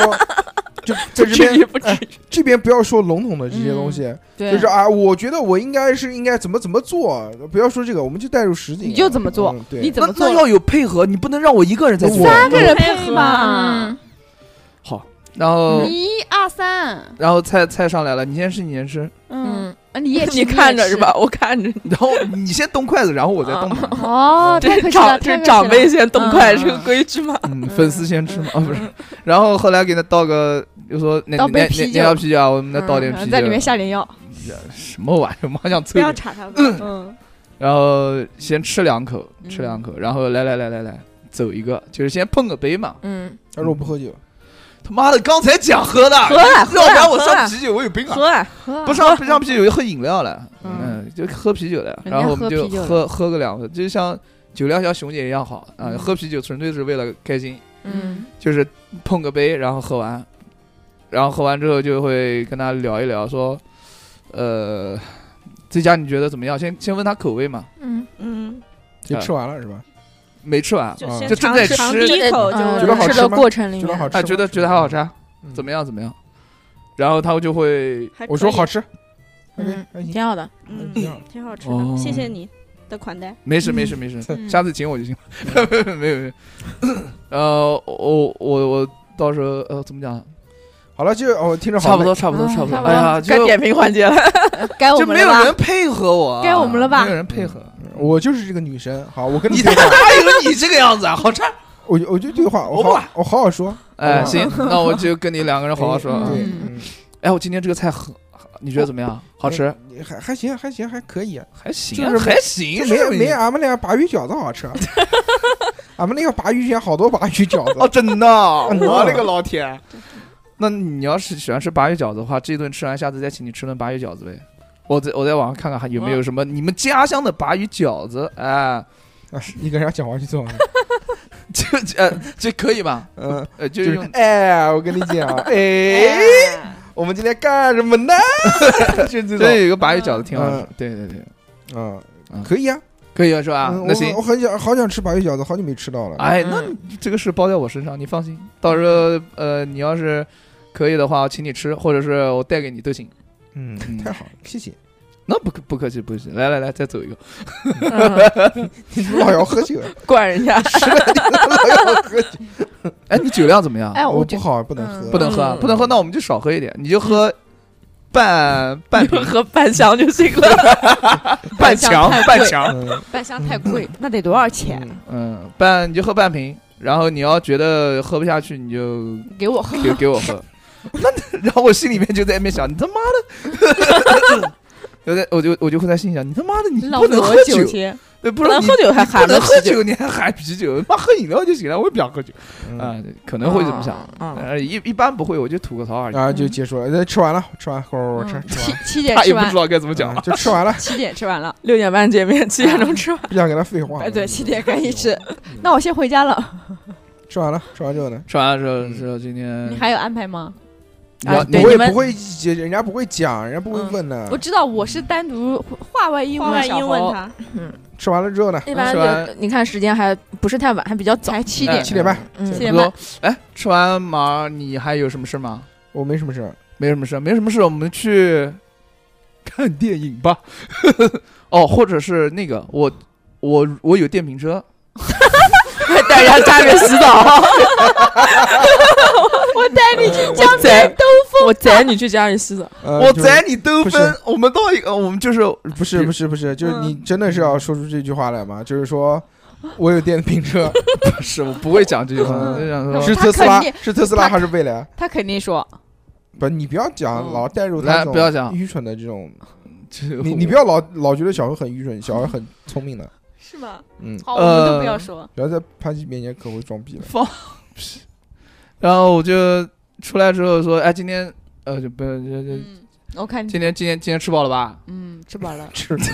S2: 就在这
S5: 至
S2: 边哎
S5: 于不至于。
S2: 这边不要说笼统的这些东西，
S4: 嗯
S8: 对
S2: 就是啊，我觉得我应该是应该怎么怎么做，不要说这个，我们就带入实景啊，
S4: 你就怎么做
S2: 嗯对，
S4: 你怎
S5: 那
S4: 么做
S5: 那
S4: 了？
S5: 要有配合，你不能让我一个人在做。
S2: 三
S4: 个人配合嘛，
S5: 好，然后
S8: 嗯
S4: 一二三，
S5: 然后菜菜上来了，你先吃，你先吃，
S4: 嗯，
S8: 嗯，
S4: 啊 你也吃
S8: 你看着
S4: 也吃
S8: 是吧？我看着你，
S5: 然后你先动筷子，然后我再动嘛。
S4: 哦，
S8: 这
S4: 太可
S8: 是
S4: 惜了，太
S8: 长这
S4: 可
S8: 是
S4: 惜
S8: 长
S4: 了
S8: 辈先动筷
S4: 嗯
S8: 这个规矩嘛。
S5: 嗯，粉丝先吃嘛，啊不是，然后后来给他倒个，就说那
S4: 倒杯
S5: 那
S4: 啤
S5: 那
S4: 酒
S5: 那要啤酒啊，我们再倒点
S4: 嗯
S5: 啤酒，
S4: 在里面下点药，
S5: 什么玩意儿，麻将
S3: 不
S5: 抽
S3: 要
S5: 你，
S3: 查他们。嗯，
S5: 然后先吃两口，
S4: 嗯
S5: 吃两口，然后来来来来来，走一个，就是先碰个杯嘛，
S8: 嗯，
S2: 他说我不喝酒，
S5: 他妈的刚才讲喝的，
S8: 喝啊喝
S5: 要不
S8: 啊
S5: 然我
S8: 喝
S5: 上
S8: 啊
S5: 啤酒我有病啊，
S8: 喝啊，
S5: 不上不上啤酒就喝饮料了，
S4: 嗯
S5: 嗯，就喝啤酒了，
S4: 人家
S5: 然后我们
S4: 喝
S5: 就
S4: 啤酒了
S5: 喝喝个两口，就像酒量像熊姐一样好啊、
S4: 嗯
S5: 喝啤酒纯粹是为了开心，
S6: 嗯
S5: 就是碰个杯，然后喝完，然后喝完之后就会跟他聊一聊，说，呃，这家你觉得怎么样？先先问他口味嘛，
S6: 嗯，
S3: 嗯，
S2: 就吃完了是吧？
S5: 没吃完，
S3: 就
S2: 啊
S3: 先
S5: 嗯就
S3: 尝
S5: 正在
S3: 尝
S5: 吃
S3: 第一口就
S6: 嗯
S2: 觉得好
S6: 吃
S2: 吃
S6: 的
S2: 吗
S6: 过程里
S2: 觉得好
S6: 面，
S2: 吃吗，
S5: 啊，觉得觉得还好吃啊，
S2: 嗯
S5: 怎么样怎么样？然后他就会
S3: 还可
S2: 我说
S3: 以
S2: 好，吃，
S6: 嗯，
S2: 还行
S6: 挺好的。
S3: 嗯，
S2: 挺好的
S3: 挺好吃
S5: 哦
S3: 的，谢谢你的款待。
S5: 没事没事没事，
S2: 嗯
S5: 下次请我就行。 没有没有，呃，我我我到时候呃怎么讲？
S2: 好了，就哦，听着好
S5: 差不多差不多
S4: 嗯
S5: 差不多。哎呀，就
S6: 该点评环节了，
S4: 该我
S5: 就
S4: 们
S5: 没
S4: 了
S5: 有
S4: 吧？
S5: 人配合我啊，
S4: 该我们了吧
S5: 没有人配合。
S2: 我就是这个女生，好，我跟你
S5: 嗯你
S2: 对
S5: 他
S2: 话，
S5: 妈有你这个样子啊，好差！
S2: 我就我就对话，我
S5: 我不
S2: 好我好好说，
S5: 哎，行，那我就跟你两个人好好说啊。
S2: 对，
S4: 嗯
S2: 嗯
S5: 哎，我今天这个菜很，你觉得怎么样？好吃？
S2: 你还还行还行还可以，
S5: 还行
S2: 哎就
S5: 啊，
S2: 是
S5: 还行
S2: 就是没没俺们那个鲅鱼饺子好吃，啊 俺们那个鲅鱼圈好多鲅鱼饺
S5: 哦，
S2: 子，
S5: 真的啊，
S2: 嗯
S5: 我勒个老天！那你要是喜欢吃鲅鱼饺子的话，这一顿吃完，下次再请你吃顿鲅鱼饺子呗。我在我在网上看看还有没
S2: 哦
S5: 有什么你们家乡的鲅鱼饺子，哎，
S2: 啊你给人家讲话去做嘛，
S5: 就呃这可以吧？
S2: 嗯，
S5: 呃，
S2: 就
S5: 就
S2: 是是
S5: 用
S2: 哎，我跟你 讲，哎，我们今天干什么呢？就这
S5: 真的
S2: 种，
S5: 有一个鲅鱼饺子挺好吃
S2: 嗯，
S5: 对对对，
S2: 嗯，
S5: 嗯
S2: 可以啊，
S5: 可以啊，是吧
S2: 嗯？
S5: 那
S2: 我
S5: 行
S2: 我，嗯很想好想吃鲅鱼饺子，好久没吃到了，
S5: 哎，那这个事包在我身上，你放心。到时候呃，你要是可以的话，我请你吃，或者是我带给你都行。
S2: 嗯
S5: 嗯，
S2: 太好了，谢谢。
S5: 那不不客气，不客气。来来来，再走一个。
S8: 嗯
S2: 你怎么老要喝酒啊？
S6: 灌人 家，
S2: 老要喝酒，
S5: 哎，你酒量怎么样？
S4: 哎，
S2: 我
S4: 我
S2: 不
S4: 觉
S2: 好，不能喝，
S5: 不能喝啊，
S7: 嗯
S5: 不能喝，那我们就少喝一点，你就喝半半 瓶
S6: 喝半箱就行了。
S5: 半强
S4: 半箱
S5: 半强，
S2: 嗯。
S4: 半箱太贵，
S11: 那得多少钱？
S2: 嗯
S5: 嗯，半你就喝半瓶，然后你要觉得喝不下去，你就
S4: 给我喝。
S5: 给给我喝。 那然后我心里面就在那边想，你他妈的，我 在我就我就会在心里想，你他妈的你
S4: 老
S5: 不能
S4: 子
S5: 喝
S4: 我
S5: 酒，
S4: 钱，
S5: 对，不
S6: 不能
S5: 你
S6: 喝酒还喊
S5: 不能
S6: 着
S5: 喝酒，你还喊啤酒，妈喝饮料就行了，我也不想喝酒啊
S2: 嗯，
S5: 可能会这么想，
S4: 啊
S6: 嗯，
S5: 呃一一般不会，我就吐个槽而已
S2: 然。啊后就结束了，那吃完了，吃完，吼吼吼吃，吃
S4: 嗯 七
S2: 完
S4: 七点
S5: 他
S4: 吃
S5: 也不
S4: 完
S5: 知，道该怎么讲
S2: 了，
S5: 了。
S2: 就吃完了，
S4: 七点吃完了，
S6: 六点半见面，七点钟吃完。
S2: 不想跟他废话
S4: 哎，
S2: 了。
S4: 对，七点赶紧吃。
S2: 嗯
S4: 那我先回家了。
S2: 吃完了，吃完之后呢？
S5: 吃完了之后，之后今天
S4: 你还有安排吗？
S5: 要
S6: 啊
S5: 你
S6: 对
S2: 我也
S6: 你们
S2: 不会，人家不会讲，人家不会问的
S4: 我。知道我是单独话外音
S3: 话
S4: 问
S3: 外
S4: 小
S3: 音问
S4: 猴，
S3: 他，
S2: 吃完了之后呢？
S6: 一般
S5: 吃
S6: 就
S5: 完
S6: 你看时间还不是太晚，还比较早。
S4: 才七点
S5: 哎
S2: 七点半，
S6: 嗯
S4: 七
S5: 我
S4: 点半
S5: 说，哎，吃完麻你还有什么事吗？
S2: 我没什么事儿。
S5: 没什么事，没什么事，我们去 看电影吧。 哦，或者是那个，我我我有电瓶车，
S6: 带人家家里面洗 澡，
S4: 我带你去江
S6: 载
S4: 边兜
S6: 我载你去家里洗澡。
S2: 呃
S5: 我
S2: 就是
S5: 载你兜
S2: 不是
S5: 风。我们到一个，我们就是
S2: 不是不是不是，就是
S3: 嗯
S2: 你真的是要说出这句话来吗？就是说我有电瓶车，
S5: 不是，我不会讲这句话，
S2: 嗯
S5: 我就想
S4: 嗯
S5: 说，
S2: 是特斯拉
S4: 他肯，定
S2: 是特斯拉还是蔚来？
S4: 他肯定说
S2: 不，你不要讲，
S4: 嗯
S2: 老带入
S5: 来
S2: 他这种
S5: 不要讲
S2: 愚蠢的这种，
S5: 这
S2: 你你不要老老觉得小孩很愚蠢，小孩很聪明的，
S4: 是吗？
S2: 嗯，
S4: 好，我们都
S5: 呃
S4: 不要说。
S2: 不要在潘西面前可会装逼了。
S5: 然后我就出来之后说，哎，今天呃，就不就就
S4: 嗯，我看
S5: 今天今天今天吃饱了吧？
S4: 嗯，吃饱了。
S2: 吃吃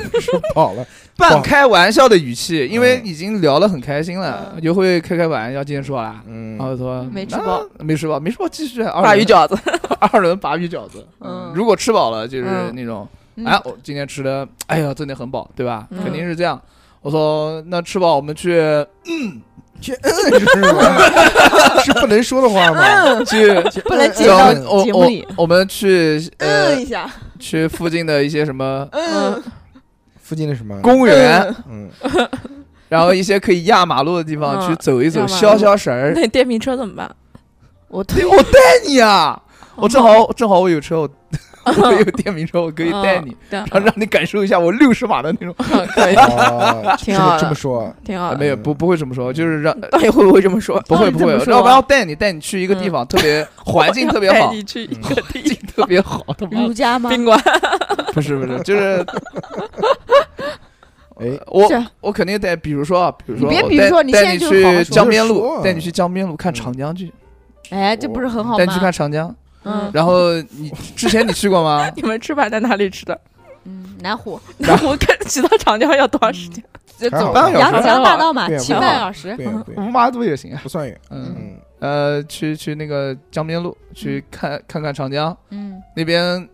S2: 饱了，
S5: 半开玩笑的语气，因为
S2: 嗯
S5: 已经聊得很开心了，
S6: 嗯
S5: 就会开开玩笑，今天吃饱啦。
S2: 嗯
S5: 啊然，
S12: 啊
S5: 后说
S4: 没吃饱，
S5: 那没吃饱，没吃饱，继续啊二
S6: 鲅鱼
S5: 轮
S6: 饺子，
S5: 二轮鲅鱼饺子。
S4: 嗯
S5: 如果吃饱了，就是
S6: 嗯
S5: 那种，
S4: 嗯
S5: 哎，我今天吃的，哎呀，真的很饱，对吧？
S6: 嗯
S5: 肯定是这样。我说那吃饱，我们去
S2: 去嗯是什么？ 是不能说的话 吗？
S6: 嗯
S5: 去，
S4: 不
S2: 嗯
S4: 能
S5: 我
S4: 接到
S5: 们我
S4: 节目
S5: 我
S4: 里
S5: 我们去呃
S8: 嗯
S4: 一下，
S5: 去附近的一些什么
S6: 嗯，
S2: 附近的什么？
S5: 公园，
S2: 嗯，
S5: 然后一些可以压马路的地方
S6: 嗯
S5: 去走一走，
S6: 压马路
S5: 消消神儿。
S6: 那你电瓶车怎么办？
S4: 我推
S5: 对，我带你啊！我正好正好我有车，我我有电瓶车，我可以带你，
S6: 这样
S5: 然后让你感受一下我六十码的那种。
S6: 嗯可以，
S2: 哦，这
S6: 挺好
S2: 么
S6: 的
S2: 这么说，
S6: 挺好
S5: 啊
S6: 的。
S5: 没有，不不会这么说，就是让
S6: 到底会不会这么说？
S5: 不会不会，
S6: 说
S5: 要不然我带你带你去一个地方，特别环境特别
S6: 我要
S5: 好
S6: 带，你去一
S2: 嗯
S6: 个地
S5: 境特别好，他妈
S4: 儒家吗？
S8: 嗯
S6: 宾馆，？
S5: 不是不是，就是
S2: 哎，
S5: 我
S4: 是
S5: 我肯定带，比如说啊，比如说
S4: 你别
S5: 我
S4: 比如
S5: 带
S4: 说你
S5: 带
S4: 现在
S5: 你
S4: 就好
S5: 去
S4: 好
S2: 说
S5: 江边
S2: 我就说
S5: 路，
S2: 啊
S5: 带你去江边路看
S2: 嗯
S5: 长江去，
S4: 哎，这不是很好
S5: 带你去看
S4: 吗？
S5: 长江。
S4: 嗯
S5: 然后你之前你去过吗
S6: 你们吃饭在哪里吃的？
S4: 嗯，南湖
S6: 那我看其他长江要多长时间？
S4: 就
S12: 还好
S4: 走
S12: 还好
S4: 扬
S12: 还好
S4: 江大道嘛，
S12: 对
S4: 骑
S12: 还
S4: 半
S12: 好
S4: 小时。
S12: 对对，
S5: 五马渡也行啊。
S12: 不算远。
S5: 嗯，
S12: 嗯，
S5: 呃，去去那个江边路去看看看长江
S4: 嗯，
S5: 那边，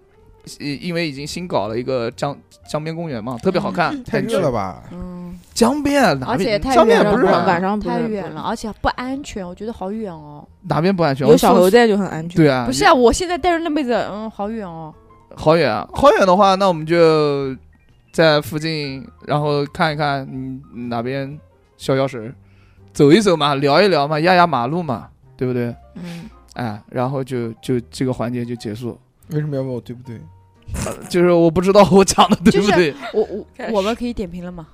S5: 因因为已经新搞了一个江江边公园嘛，特别好看。
S12: 太
S5: 感
S12: 热
S5: 觉
S12: 了吧？
S4: 嗯，
S5: 江边哪
S4: 而且
S5: 边？
S4: 太
S5: 江边
S4: 远
S5: 不是
S4: 了
S5: 很
S4: 晚
S8: 上
S4: 太远了，而且不安全，我觉得好远哦。
S5: 哪边不安全？
S8: 有小猴在就很安全。
S5: 对啊，
S4: 不是啊，我现在带着那妹子，嗯，好远哦。
S5: 好远啊！好远的话，那我们就在附近，然后看一看，嗯，哪边消消食，走一走嘛，聊一聊嘛，压压马路嘛，对不对？
S8: 嗯，
S5: 哎，然后就就这个环节就结束。
S12: 为什么要问我对不对？
S5: 就是我不知道我讲的对不对，
S4: 我我我们可以点评了吗？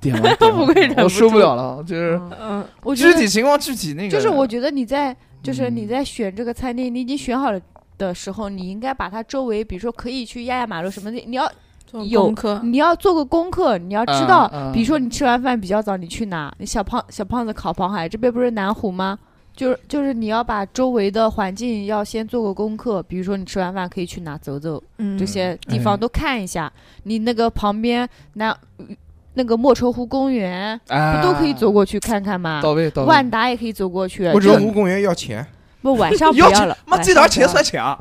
S5: 点完点
S4: 不
S5: 完
S4: 会忍
S5: 我
S4: 不
S5: 受不
S4: 住
S5: 了了，就是
S4: 嗯
S8: 嗯，
S4: 我觉
S5: 具
S4: 得
S5: 体情况具体那个，
S4: 就是我觉得你在就是
S5: 嗯
S4: 你在选这个餐厅，你已经选好了的时候，你应该把它周围，比如说可以去压压马路什么的，你要
S8: 做
S4: 有
S8: 功课
S4: 你要做个功课，你要知
S5: 嗯
S4: 道，
S5: 嗯
S4: 比如说你吃完饭比较早，你去哪？你小胖小胖子烤螃海这边不是南湖吗？就是就是你要把周围的环境要先做个功课，比如说你吃完饭可以去哪走走，
S8: 嗯
S4: 这些地方
S5: 哎
S4: 都看一下。你那个旁边南那个莫愁湖公园不
S5: 哎
S4: 都可以走过去看看吗？
S5: 到位到位，
S4: 万达也可以走过去，
S12: 我
S4: 就
S12: 这湖公园要钱，
S4: 不晚上不
S5: 要
S4: 要
S5: 钱
S4: 了，
S5: 妈
S4: 晚
S5: 这
S4: 上
S5: 点
S4: 不
S5: 钱
S4: 要
S5: 算钱啊？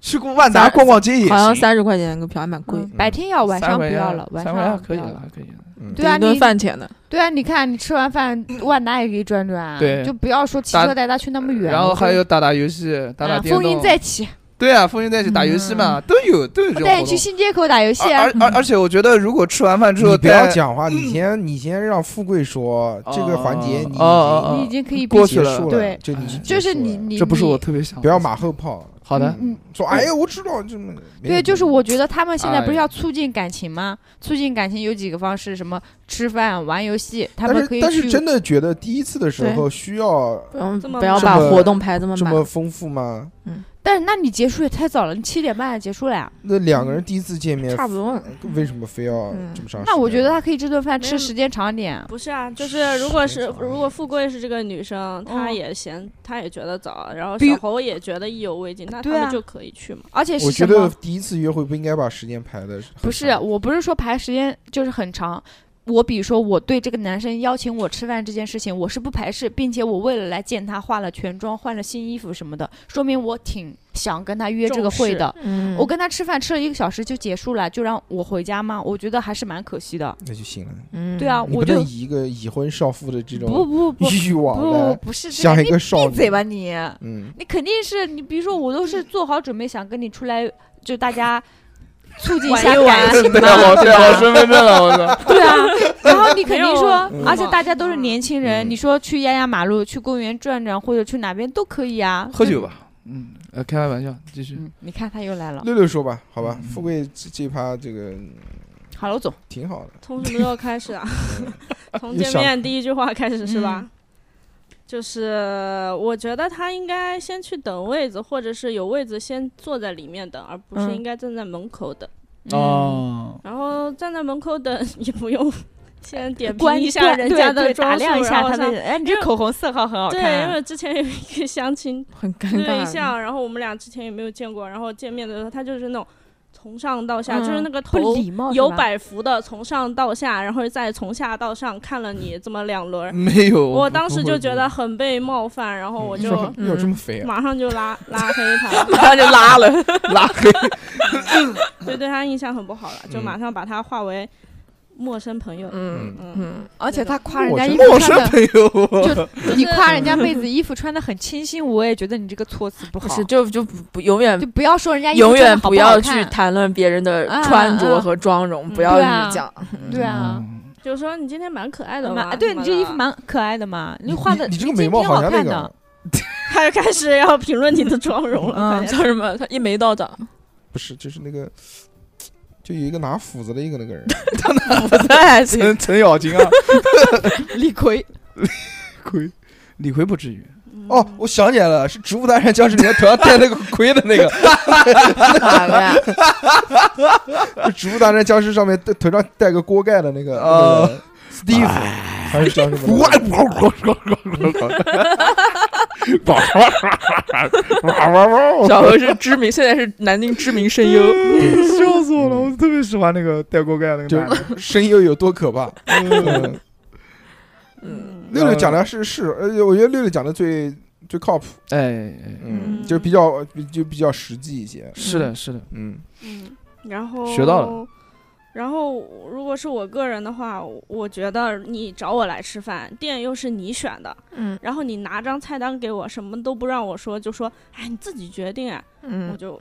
S5: 去过万达逛逛街也
S8: 好像
S5: 行
S8: 三十块钱一个票还蛮贵，
S4: 嗯白天要，晚上
S5: 三
S4: 不
S5: 块钱
S4: 要了，晚
S5: 三块钱
S4: 上
S5: 可以
S4: 不要
S5: 了，
S4: 了。
S5: 可以了。
S4: 对啊，
S8: 一顿
S4: 你
S8: 饭钱的。
S4: 对啊，你看你吃完饭，万达也可以转转啊，
S5: 对
S4: 就不要说骑
S5: 打
S4: 车带他去那么远。
S5: 然后
S4: 啊我觉
S5: 还
S4: 得
S5: 有打打游戏，打打
S4: 啊
S5: 电
S4: 风
S5: 动
S4: 云，再起，
S5: 对啊，风云在一起打游戏嘛，都有都有
S4: 我
S5: 这种
S4: 带
S5: 活
S4: 你去
S5: 动。
S4: 新街口打游戏啊
S5: 而，而而而且我觉得，如果吃完饭之后
S12: 你不要
S5: 带
S12: 讲话，你先你先让富贵说这个环节，你已
S5: 哦
S12: 经
S5: 哦
S4: 你已经可以
S5: 过
S4: 闭
S5: 去
S12: 结
S5: 了
S12: 束
S4: 对
S12: 就你已经
S4: 就
S12: 结束
S4: 是你
S12: 了
S4: 你
S5: 这不是
S4: 你
S5: 我特别想
S12: 不要马后炮，
S5: 好的，
S4: 嗯
S12: 说哎呀我知道，就没
S4: 对，就是我觉得他们现在不是
S5: 哎
S4: 要促进感情吗？促进感情有几个方式，什么吃饭、玩游戏，他
S12: 但
S4: 们
S12: 是
S4: 可以
S12: 但是
S4: 去
S12: 真的觉得第一次的时候需要
S8: 不用
S3: 这么
S8: 不要
S3: 慢
S8: 把
S12: 这么
S8: 活动排这么
S12: 这
S8: 满，
S12: 么丰富吗？
S4: 但是那你结束也太早了，你七点半结束了呀。
S12: 那两
S4: 嗯
S12: 个人第一次见面，
S8: 差不多。
S12: 为什么非要
S8: 嗯
S12: 这么长时间？
S4: 那我觉得他可以这顿饭
S3: 没
S4: 吃
S3: 有
S4: 时间长一点。
S3: 不是啊，就是如果是
S12: 是
S3: 如果富贵是这个女生，她
S4: 嗯
S3: 也嫌她也觉得早，啊然后
S4: 比
S3: 小
S4: 如
S3: 侯也觉得意犹未尽，那他
S4: 对
S3: 们
S4: 啊
S3: 就可以去嘛。
S4: 而且是
S12: 我觉
S4: 什
S12: 得
S4: 么？
S12: 第一次约会不应该把时间排的
S4: 不是，啊我不是说排时间就是很长。我比如说，我对这个男生邀请我吃饭这件事情，我是不排斥，并且我为了来见他，化了全妆，换了新衣服什么的，说明我挺想跟他约这个会的。
S8: 嗯，
S4: 我跟他吃饭吃了一个小时就结束了，就让我回家吗？我觉得还是蛮可惜的。
S12: 那就行了。
S8: 嗯
S4: 对啊，
S12: 你
S4: 我
S12: 不能
S4: 就
S12: 以一个已婚少妇的这
S4: 不
S12: 种
S4: 不不
S12: 欲望
S4: 不
S12: 来
S4: 不是这
S12: 像
S4: 个，
S12: 一
S4: 你
S12: 个少
S4: 闭
S12: 女
S4: 嘴。吧你！
S12: 嗯，
S4: 你肯定是你，比如说我都是做好准备想跟你出来，就大家促进一下感情嘛，
S5: 带
S12: 啊
S5: 好
S4: 对啊
S5: 带好
S4: 吧？
S5: 身份证了，我操！
S4: 对 啊，然后你肯定说
S3: 没有，
S4: 而且大家都是年轻人，
S12: 嗯
S4: 你说去压压马路、去公园转转，或者去哪边都可以啊。
S5: 喝酒吧，嗯，呃，开玩笑，继续。
S4: 嗯，你看他又来了。
S12: 六六说吧，好
S4: 嗯
S12: 吧，富贵这这一趴这个
S4: 好了，我走。
S12: 挺好的。
S3: 从什么时候开始啊？ 从
S12: 你
S3: 见
S12: 想
S3: 面第一句话开始是
S4: 嗯
S3: 吧？就是我觉得他应该先去等位子，或者是有位子先坐在里面等，而不是
S4: 嗯
S3: 应该站在门口等。
S4: 嗯，
S5: 哦，
S3: 然后站在门口等也不用 先点评
S4: 关
S3: 一下人家的
S4: 对对
S3: 装
S4: 打
S3: 束，
S4: 量一下
S3: 然后
S4: 他
S3: 上
S4: 的，哎，你这口红色号很好看
S3: 对，因
S4: 啊。
S3: 为之前有一个相亲
S8: 很尴
S3: 对
S8: 尬。
S3: 象，然后我们俩之前也没有见过，然后见面的时候他就是那种从上到下，就是
S4: 嗯
S3: 那个
S4: 不
S3: 头
S4: 礼貌是
S3: 有
S4: 吧
S3: 摆幅的，从上到下，然后再从下到上看了你这么两
S2: 嗯
S3: 轮儿，
S5: 没有，
S3: 我
S5: 不
S3: 当时
S5: 不
S3: 就
S5: 会
S3: 觉得很被冒犯，然后我就
S12: 嗯有这么肥啊？
S3: 马上就拉拉黑他，
S8: 他就拉了，
S5: 拉黑，
S3: 就对他印象很不好了，就马上把他化为陌生朋友。
S8: 嗯
S3: 嗯，
S8: 嗯，
S4: 而且他夸人
S12: 我
S4: 家
S12: 觉
S4: 衣
S12: 得
S4: 服
S5: 陌
S4: 穿的
S5: 生朋友，
S4: 就你夸人家妹子衣服穿的很清新，我也觉得你这个措辞不好
S8: 不。是就就不不永远
S4: 就不要说人家衣服
S8: 永
S4: 穿
S8: 远
S4: 得好好
S8: 不要去
S4: 看
S8: 谈论别人的
S4: 啊
S8: 穿着
S4: 啊
S8: 和妆容，不
S3: 嗯
S8: 要
S4: 对啊
S8: 去讲。
S4: 对啊，
S12: 嗯
S3: 就说你今天蛮可爱的
S4: 蛮
S3: 嘛，
S4: 啊对
S3: 什
S4: 你
S3: 么
S4: 这衣服
S3: 的
S4: 蛮可爱的嘛，
S12: 你
S4: 画的
S12: 你这个
S4: 挺
S12: 眉毛
S4: 挺好
S12: 好像那
S4: 看
S12: 个
S4: 的，
S3: 他就开始要评论你的妆容了，
S4: 嗯
S3: 感觉
S8: 叫什么？他一眉道长，
S12: 不是，就是那个，就有一个拿斧子的一个那个人，
S8: 不太行。
S5: 陈陈咬金啊，
S4: 李逵
S5: 亏，李逵不至于，
S12: 哦，我想起来了，是《植物大战僵尸》里面头上戴那个盔的那 个，
S8: 哪个呀？
S12: 就《植物大战僵尸》上面头头上戴个锅盖的那个，
S13: 啊
S5: 哦
S13: 哎
S12: 那个 Steve 还是叫什么来着？
S5: 我
S14: 宝
S8: 小何是知名，现在是南京知名声优。
S2: 笑死我了！我特别喜欢那个戴锅盖那个男的。
S13: 声优有多可怕？
S2: 嗯
S8: 嗯，
S2: 六六讲的是是，而且我觉得六六讲的最最靠谱，
S5: 哎，哎
S13: 嗯，
S2: 就比较就比较实际一些。
S5: 是的，是的，
S13: 嗯，
S3: 嗯，然后
S5: 学到了。
S3: 然后，如果是我个人的话，我我觉得你找我来吃饭，店又是你选的，
S8: 嗯
S3: 然后你拿张菜单给我，什么都不让我说，就说，哎，你自己决定啊，我
S8: 嗯，
S3: 就，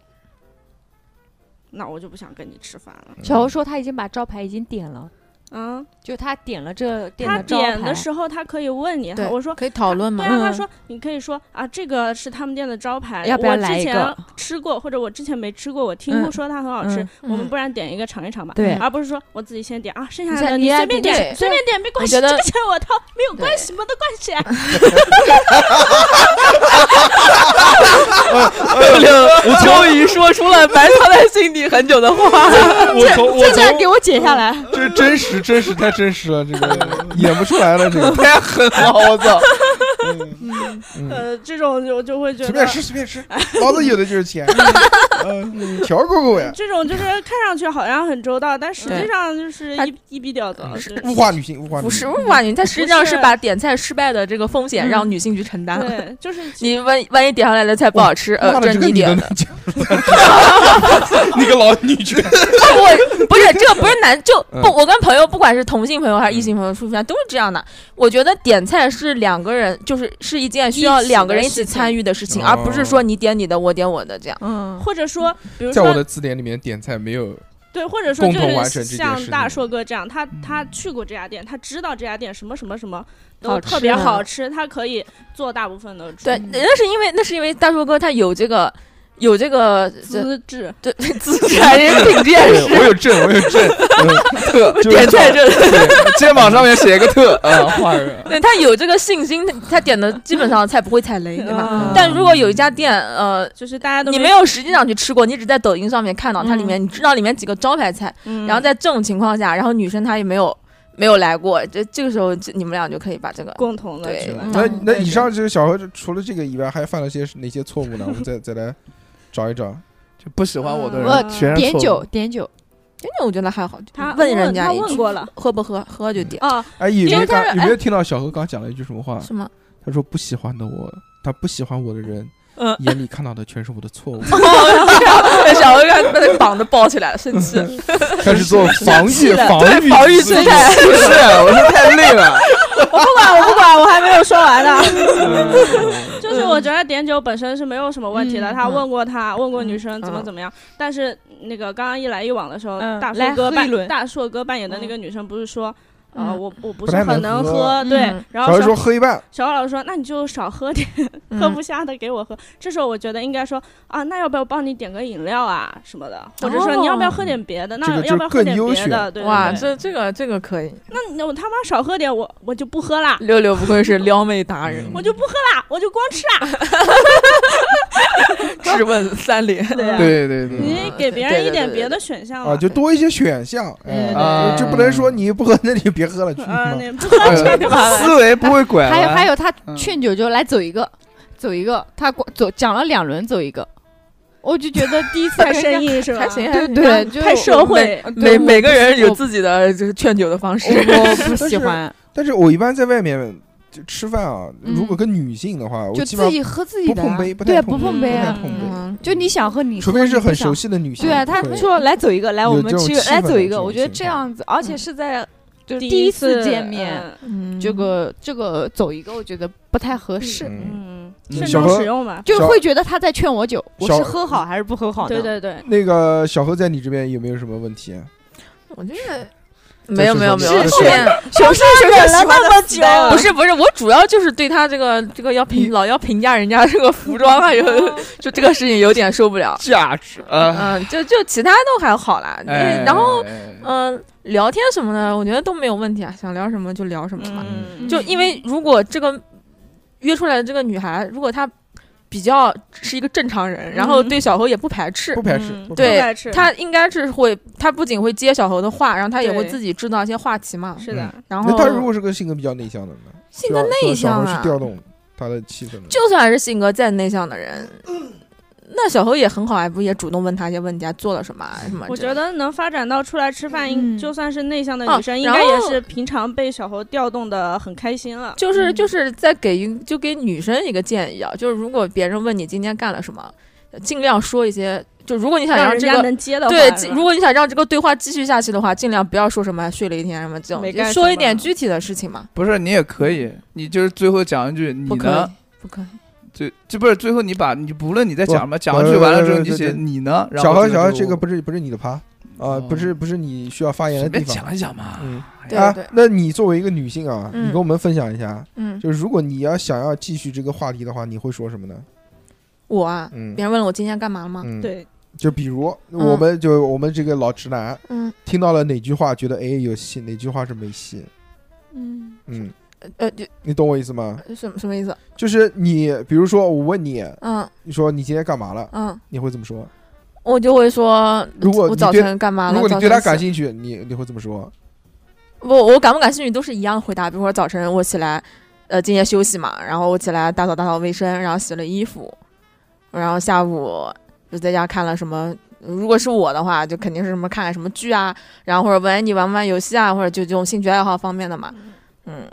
S3: 那我就不想跟你吃饭了。
S4: 小欧说他已经把招牌已经点了，
S3: 嗯，
S4: 就他点了这店
S3: 他
S4: 的招牌。
S3: 点的时候，他可以问你，
S8: 对
S3: 我说
S8: 可以讨论嘛
S3: 对？啊，他
S4: 嗯
S3: 说你可以说啊，这个是他们店的招牌，
S4: 要不要
S3: 我
S4: 来
S3: 之
S4: 一
S3: 前
S4: 个
S3: 吃过，或者我之前没吃过，我听
S4: 嗯
S3: 过说它很好吃
S4: 嗯，
S3: 我们
S8: 嗯
S3: 不然点一个尝一尝吧。嗯
S4: 对
S3: 而不是说我自己先点啊，剩下
S4: 你
S3: 的
S4: 像你
S3: 随
S4: 爱
S3: 便
S4: 点
S3: 点，
S4: 对
S3: 随便点没关系，
S8: 觉
S3: 这
S8: 得
S3: 个钱我掏，没有关系，没得关系啊。
S8: 六六，我终于说出了埋藏在心底很久的话。
S13: 我从我
S4: 这段给我剪下来，
S13: 这真实真实太真实了，这 个演不出来了，这个
S5: 太狠了，我操！
S13: 嗯
S4: 嗯
S3: 呃，这种就 就会觉
S2: 嗯随
S3: 得
S2: 便。吃随便 吃，老子有的就是钱。嗯，条狗狗呀，
S3: 这种就是看上去好像很周到，但实际
S8: 对
S3: 上就是
S8: 他
S3: 一一逼屌
S4: 嗯
S3: 的。就是
S2: 物化女性，物化女
S8: 不是
S2: 性。
S8: 婉宁，他实际上是
S3: 不是
S8: 把点菜失败的这个风险
S4: 嗯
S8: 让女性去承担了。
S3: 对，就是其
S8: 你万万一点上来的菜不好吃，呃
S2: 哇，
S8: 这
S2: 这
S8: 是
S2: 个
S8: 你
S2: 女的
S8: 点的
S2: 能，讲，
S14: 你个老 女权，
S8: 我 不是这个不是男，就
S13: 嗯
S8: 不我跟朋友，不管是同性朋友还是异性朋友出去啊，都是这样的。我觉得点菜是两个人，就是是一件需要
S3: 一起的
S8: 两个人一起
S3: 事情
S8: 参与的事情，
S13: 哦
S8: 而不是说你点你的，我点我的这样。
S4: 嗯，
S3: 或者说，比如
S13: 在
S3: 说
S13: 我的字典里面点菜没有
S3: 对，或者说
S13: 共
S3: 就
S13: 同完成这件
S3: 是像
S13: 事
S3: 大
S13: 情嗯
S3: 硕哥这样，他他去过这家店，他知道这家店什么什么什么都
S4: 好
S3: 特
S4: 吃
S3: 别
S4: 啊
S3: 好吃，他可以做大部分的
S8: 对，
S3: 主
S8: 那是因为那是因为大硕哥他有这个有这个这
S3: 资质。
S8: 对资产品鉴
S13: 对，我
S8: 识，
S13: 有证，我有证，
S8: 嗯
S5: 特
S13: 就是
S8: 点菜这
S5: 肩膀上面写一个特，
S13: 啊，画个
S8: 对他有这个信心，他点的基本上菜不会踩雷，对吧？
S3: 啊
S8: 但如果有一家店，呃，
S3: 就是大家都
S8: 你没
S3: 没，
S8: 有实际上去吃过，你只在抖音上面看到它里面，你知道里面几个招牌菜，
S3: 嗯
S8: 然后在这种情况下，然后女生她也没有没有来过，这这个时候就你们俩就可以把这个
S3: 共同的
S8: 对
S3: 去完
S8: 嗯
S3: 成
S13: 那
S8: 嗯
S13: 那
S8: 对
S13: 以
S8: 对
S13: 上就是小何除了这个以外，还犯了些哪些错误呢？我们再再来找一找。
S5: 就不喜欢我的
S3: 我
S5: 人，全是
S4: 点
S5: 错误
S4: 酒点酒，
S8: 真的哎我觉得还好，
S3: 他
S8: 问人家
S3: 他
S8: 一
S3: 问
S8: 句
S3: 过 了
S8: 喝不喝，喝就点，
S3: 哦，
S13: 哎，有没
S8: 因为
S13: 有
S8: 他
S13: 看
S8: 是
S13: 有没有听到小何刚讲了一句什么话？
S8: 是 吗？
S13: 他说不喜欢的我，他不喜欢我的人，
S8: 嗯
S13: 眼里看到的全是我的错 误，
S8: 哎小何看把那膀子抱起来了，生气了，
S2: 开始做
S13: 防御防御
S8: 防御
S13: 姿
S8: 姿
S13: 势
S8: 态。
S5: 不是，啊我说太累了，
S3: 不管我不管，我还没有说完呢。
S13: 嗯
S3: 就是我觉得点酒本身是没有什么问题的，
S8: 嗯
S3: 他
S8: 嗯
S3: 问过他，问过女生
S8: 嗯
S3: 怎么
S8: 嗯
S3: 怎么样，但是那个刚刚一来一往的时候，
S4: 嗯
S3: 大硕
S4: 来喝
S3: 哥
S4: 一
S3: 扮
S4: 轮
S3: 大硕哥扮演的那个女生不是说。啊、
S8: 嗯
S3: 我我不
S2: 不
S3: 是
S2: 太
S3: 很
S2: 能喝
S3: 喝，对。
S8: 嗯
S3: 然
S2: 小
S3: 后
S2: 何
S3: 小
S2: 说喝一半，
S3: 小奥老师说：“那你就少喝点，
S2: 嗯
S3: 喝不下的给我喝。这时候我觉得应该说：“啊，那要不要帮你点个饮料啊什么的？或者说
S8: 哦
S3: 你要不要喝点别的？
S2: 这
S3: 那
S2: 个
S3: 要不要喝点
S2: 就更优
S3: 别
S2: 选
S3: 的？”对对
S8: 哇，
S3: 对
S8: 这这个这个可以，
S3: 那你我他妈少喝点，我我就不喝
S2: 嗯
S3: 啦，
S8: 六六不愧是撩妹达人，
S3: 我就不喝啦，我就光吃啦。
S8: 质问三连，
S3: 对啊
S5: 对对
S2: 嗯
S5: 对，
S3: 你给别
S8: 对对
S3: 人一
S8: 对
S3: 点
S8: 对
S3: 别的选项
S2: 啊，
S3: 嘛
S8: 嗯
S2: 就多一些选项，
S4: 对
S2: 哎
S5: 对
S2: 就不能说你不喝那你别喝了，去你
S3: 啊，
S8: 嗯
S2: 妈！
S3: 你不喝
S2: 嗯
S3: 这个吧。
S5: 呃 思维不会拐弯。
S4: 还有还有，他
S5: 嗯
S4: 劝酒就来走一个，走一个，他过走讲了两轮走一个，我就觉得第一次
S3: 太
S4: 跟
S3: 生
S4: 人家
S3: 硬是吧？
S8: 还行，
S4: 啊对对，就
S3: 太社会，
S8: 每
S4: 对我
S8: 每个人有
S4: 我
S8: 自己的就是劝酒的方式。
S4: 我 我不喜欢，
S2: 但是我一般在外面就吃饭啊，
S4: 嗯
S2: 如果跟女性的话，我
S4: 就
S2: 基本上
S4: 自己喝自己的
S2: 不
S4: 啊
S2: 碰杯，不太
S4: 对啊，
S2: 碰
S4: 不
S2: 杯
S4: 碰杯啊，
S2: 不太碰杯
S8: 嗯
S4: 就你想喝你喝，
S2: 除非是
S4: 你不
S2: 很
S4: 想
S2: 熟。悉的女性。
S4: 对啊，他
S2: 会
S4: 说来走一个，来
S2: 有
S4: 我
S2: 这
S4: 们
S2: 种
S4: 去
S2: 气
S4: 来
S2: 氛
S4: 走
S2: 的
S4: 一
S2: 这
S4: 个，
S2: 种
S4: 我觉得
S2: 情
S4: 这
S2: 况嗯
S4: 样子，而且是在就是
S3: 第
S4: 第一
S3: 次
S4: 次见面，，
S8: 嗯
S4: 这个这个走一个，我觉得不太合适，
S2: 嗯，
S3: 嗯，
S2: 嗯
S3: 慎
S2: 小
S3: 重
S2: 何
S3: 使用吧。
S4: 就
S2: 小
S4: 会觉得他在劝我酒，我
S2: 小
S4: 是喝好还是不喝好呢？
S3: 对 对对，
S2: 那个小何在你这边有没有什么问题啊？
S8: 我觉得没有没有没有，
S2: 是
S8: 后面
S4: 熊市熊市
S8: 了
S4: 那么久，
S8: 不是不是，我主要就是对他这个这个要评老要评价人家这个服装啊，有
S3: 嗯
S8: 就这个事情有点受不了。
S5: 价值啊，
S8: 嗯，就就其他都还好啦，
S5: 哎
S8: 嗯然后
S5: 哎
S8: 嗯、聊天什么的，我觉得都没有问题啊，想聊什么就聊什么嘛。
S3: 嗯，
S8: 就因为如果这个约出来的这个女孩，如果她比较是一个正常人，然后
S3: 嗯
S8: 对小侯也不排斥
S2: 不，排斥
S3: 嗯，
S2: 不排斥
S8: 对
S3: 不排斥
S8: 她应该是会，她不仅会接小侯的话，然后她也会
S3: 对
S8: 自己制造一些话题嘛。
S3: 是的，
S8: 然后
S2: 那他如果是个性格比较内向的呢？
S8: 性格
S2: 需要
S8: 内向
S2: 小何
S8: 啊
S2: 去，调动
S15: 他的气氛呢？
S8: 就算是性格再内向的人，
S5: 嗯
S8: 那小侯也很好啊，不也主动问他一些问题，啊，做了什么啊什么之类的？
S3: 我觉得能发展到出来吃饭，应
S4: 嗯
S3: 就算是内向的
S8: 哦
S3: 女生，应
S8: 然
S3: 该也
S8: 后
S3: 是平常被小猴调动的很开心了。
S8: 就是
S4: 嗯
S8: 就是在给一就给女生一个建议啊，就是如果别人问你今天干了什么，尽量说一些，就如果你想
S3: 让
S8: 让
S3: 人
S8: 这
S3: 家
S8: 个
S3: 能接的话，
S8: 对，
S3: 是
S8: 尽
S3: 吧
S8: 如果你想让这个对话继续下去的话，尽量不要说什么睡了一天什么这种
S3: 没，
S8: 就
S3: 干
S8: 说
S3: 什
S8: 一点
S3: 么
S8: 具体的事情嘛。
S5: 不是你也可以，你就是最后讲一句你
S8: 不可
S5: 呢
S8: 以，，不可以，
S5: 最这不是最后你把你不论你在
S2: 不
S5: 讲什么，讲一句
S2: 对
S5: 完了
S2: 对
S5: 之后
S2: 对
S5: 你
S2: 对
S5: 写
S2: 对
S5: 你呢，然
S2: 小
S5: 后
S2: 豪，小豪，
S5: 就
S2: 这个不是不是你的趴啊，不是不是你需要发言的
S5: 随便
S2: 地方。
S5: 讲一讲嘛，哎
S15: 嗯
S8: 对
S2: 啊
S8: 对，
S2: 那你作为一个女性啊，
S8: 嗯
S2: 你跟我们分享一下，
S8: 嗯，
S2: 就是如果你要想要继续这个话题的话，你会说什么呢？
S8: 我啊，
S2: 嗯
S8: 别人问了我今天干嘛了吗？
S2: 嗯，，
S3: 对，
S2: 就比如我们就我们这个老直男
S8: 嗯
S2: 听到了哪句话，觉得哎有戏，哪句话是没戏？
S8: 嗯，
S2: 嗯，
S8: 呃，就
S2: 你懂我意思吗？
S8: 什么什么意思？
S2: 就是你，比如说我问你，
S8: 嗯
S2: 你说你今天干嘛了？
S8: 嗯，
S2: 你会怎么说？
S8: 我就会说，
S2: 如果
S8: 我
S2: 你
S8: 早
S2: 对
S8: 晨干嘛了？
S2: 如果你
S8: 早
S2: 对
S8: 晨
S2: 他感
S8: 起
S2: 兴趣，你你会怎么
S5: 啊
S2: 说？
S8: 我我感不感兴趣都是一样的回答，比如说早晨我起来，呃，今夜休息嘛，然后我起来打扫打扫卫生，然后洗了衣服，然后下午就在家看了什么。如果是我的话，就肯定是什么看看什么剧啊，然后或者玩你玩不玩游戏啊，或者就这种兴趣爱好方面的嘛，嗯，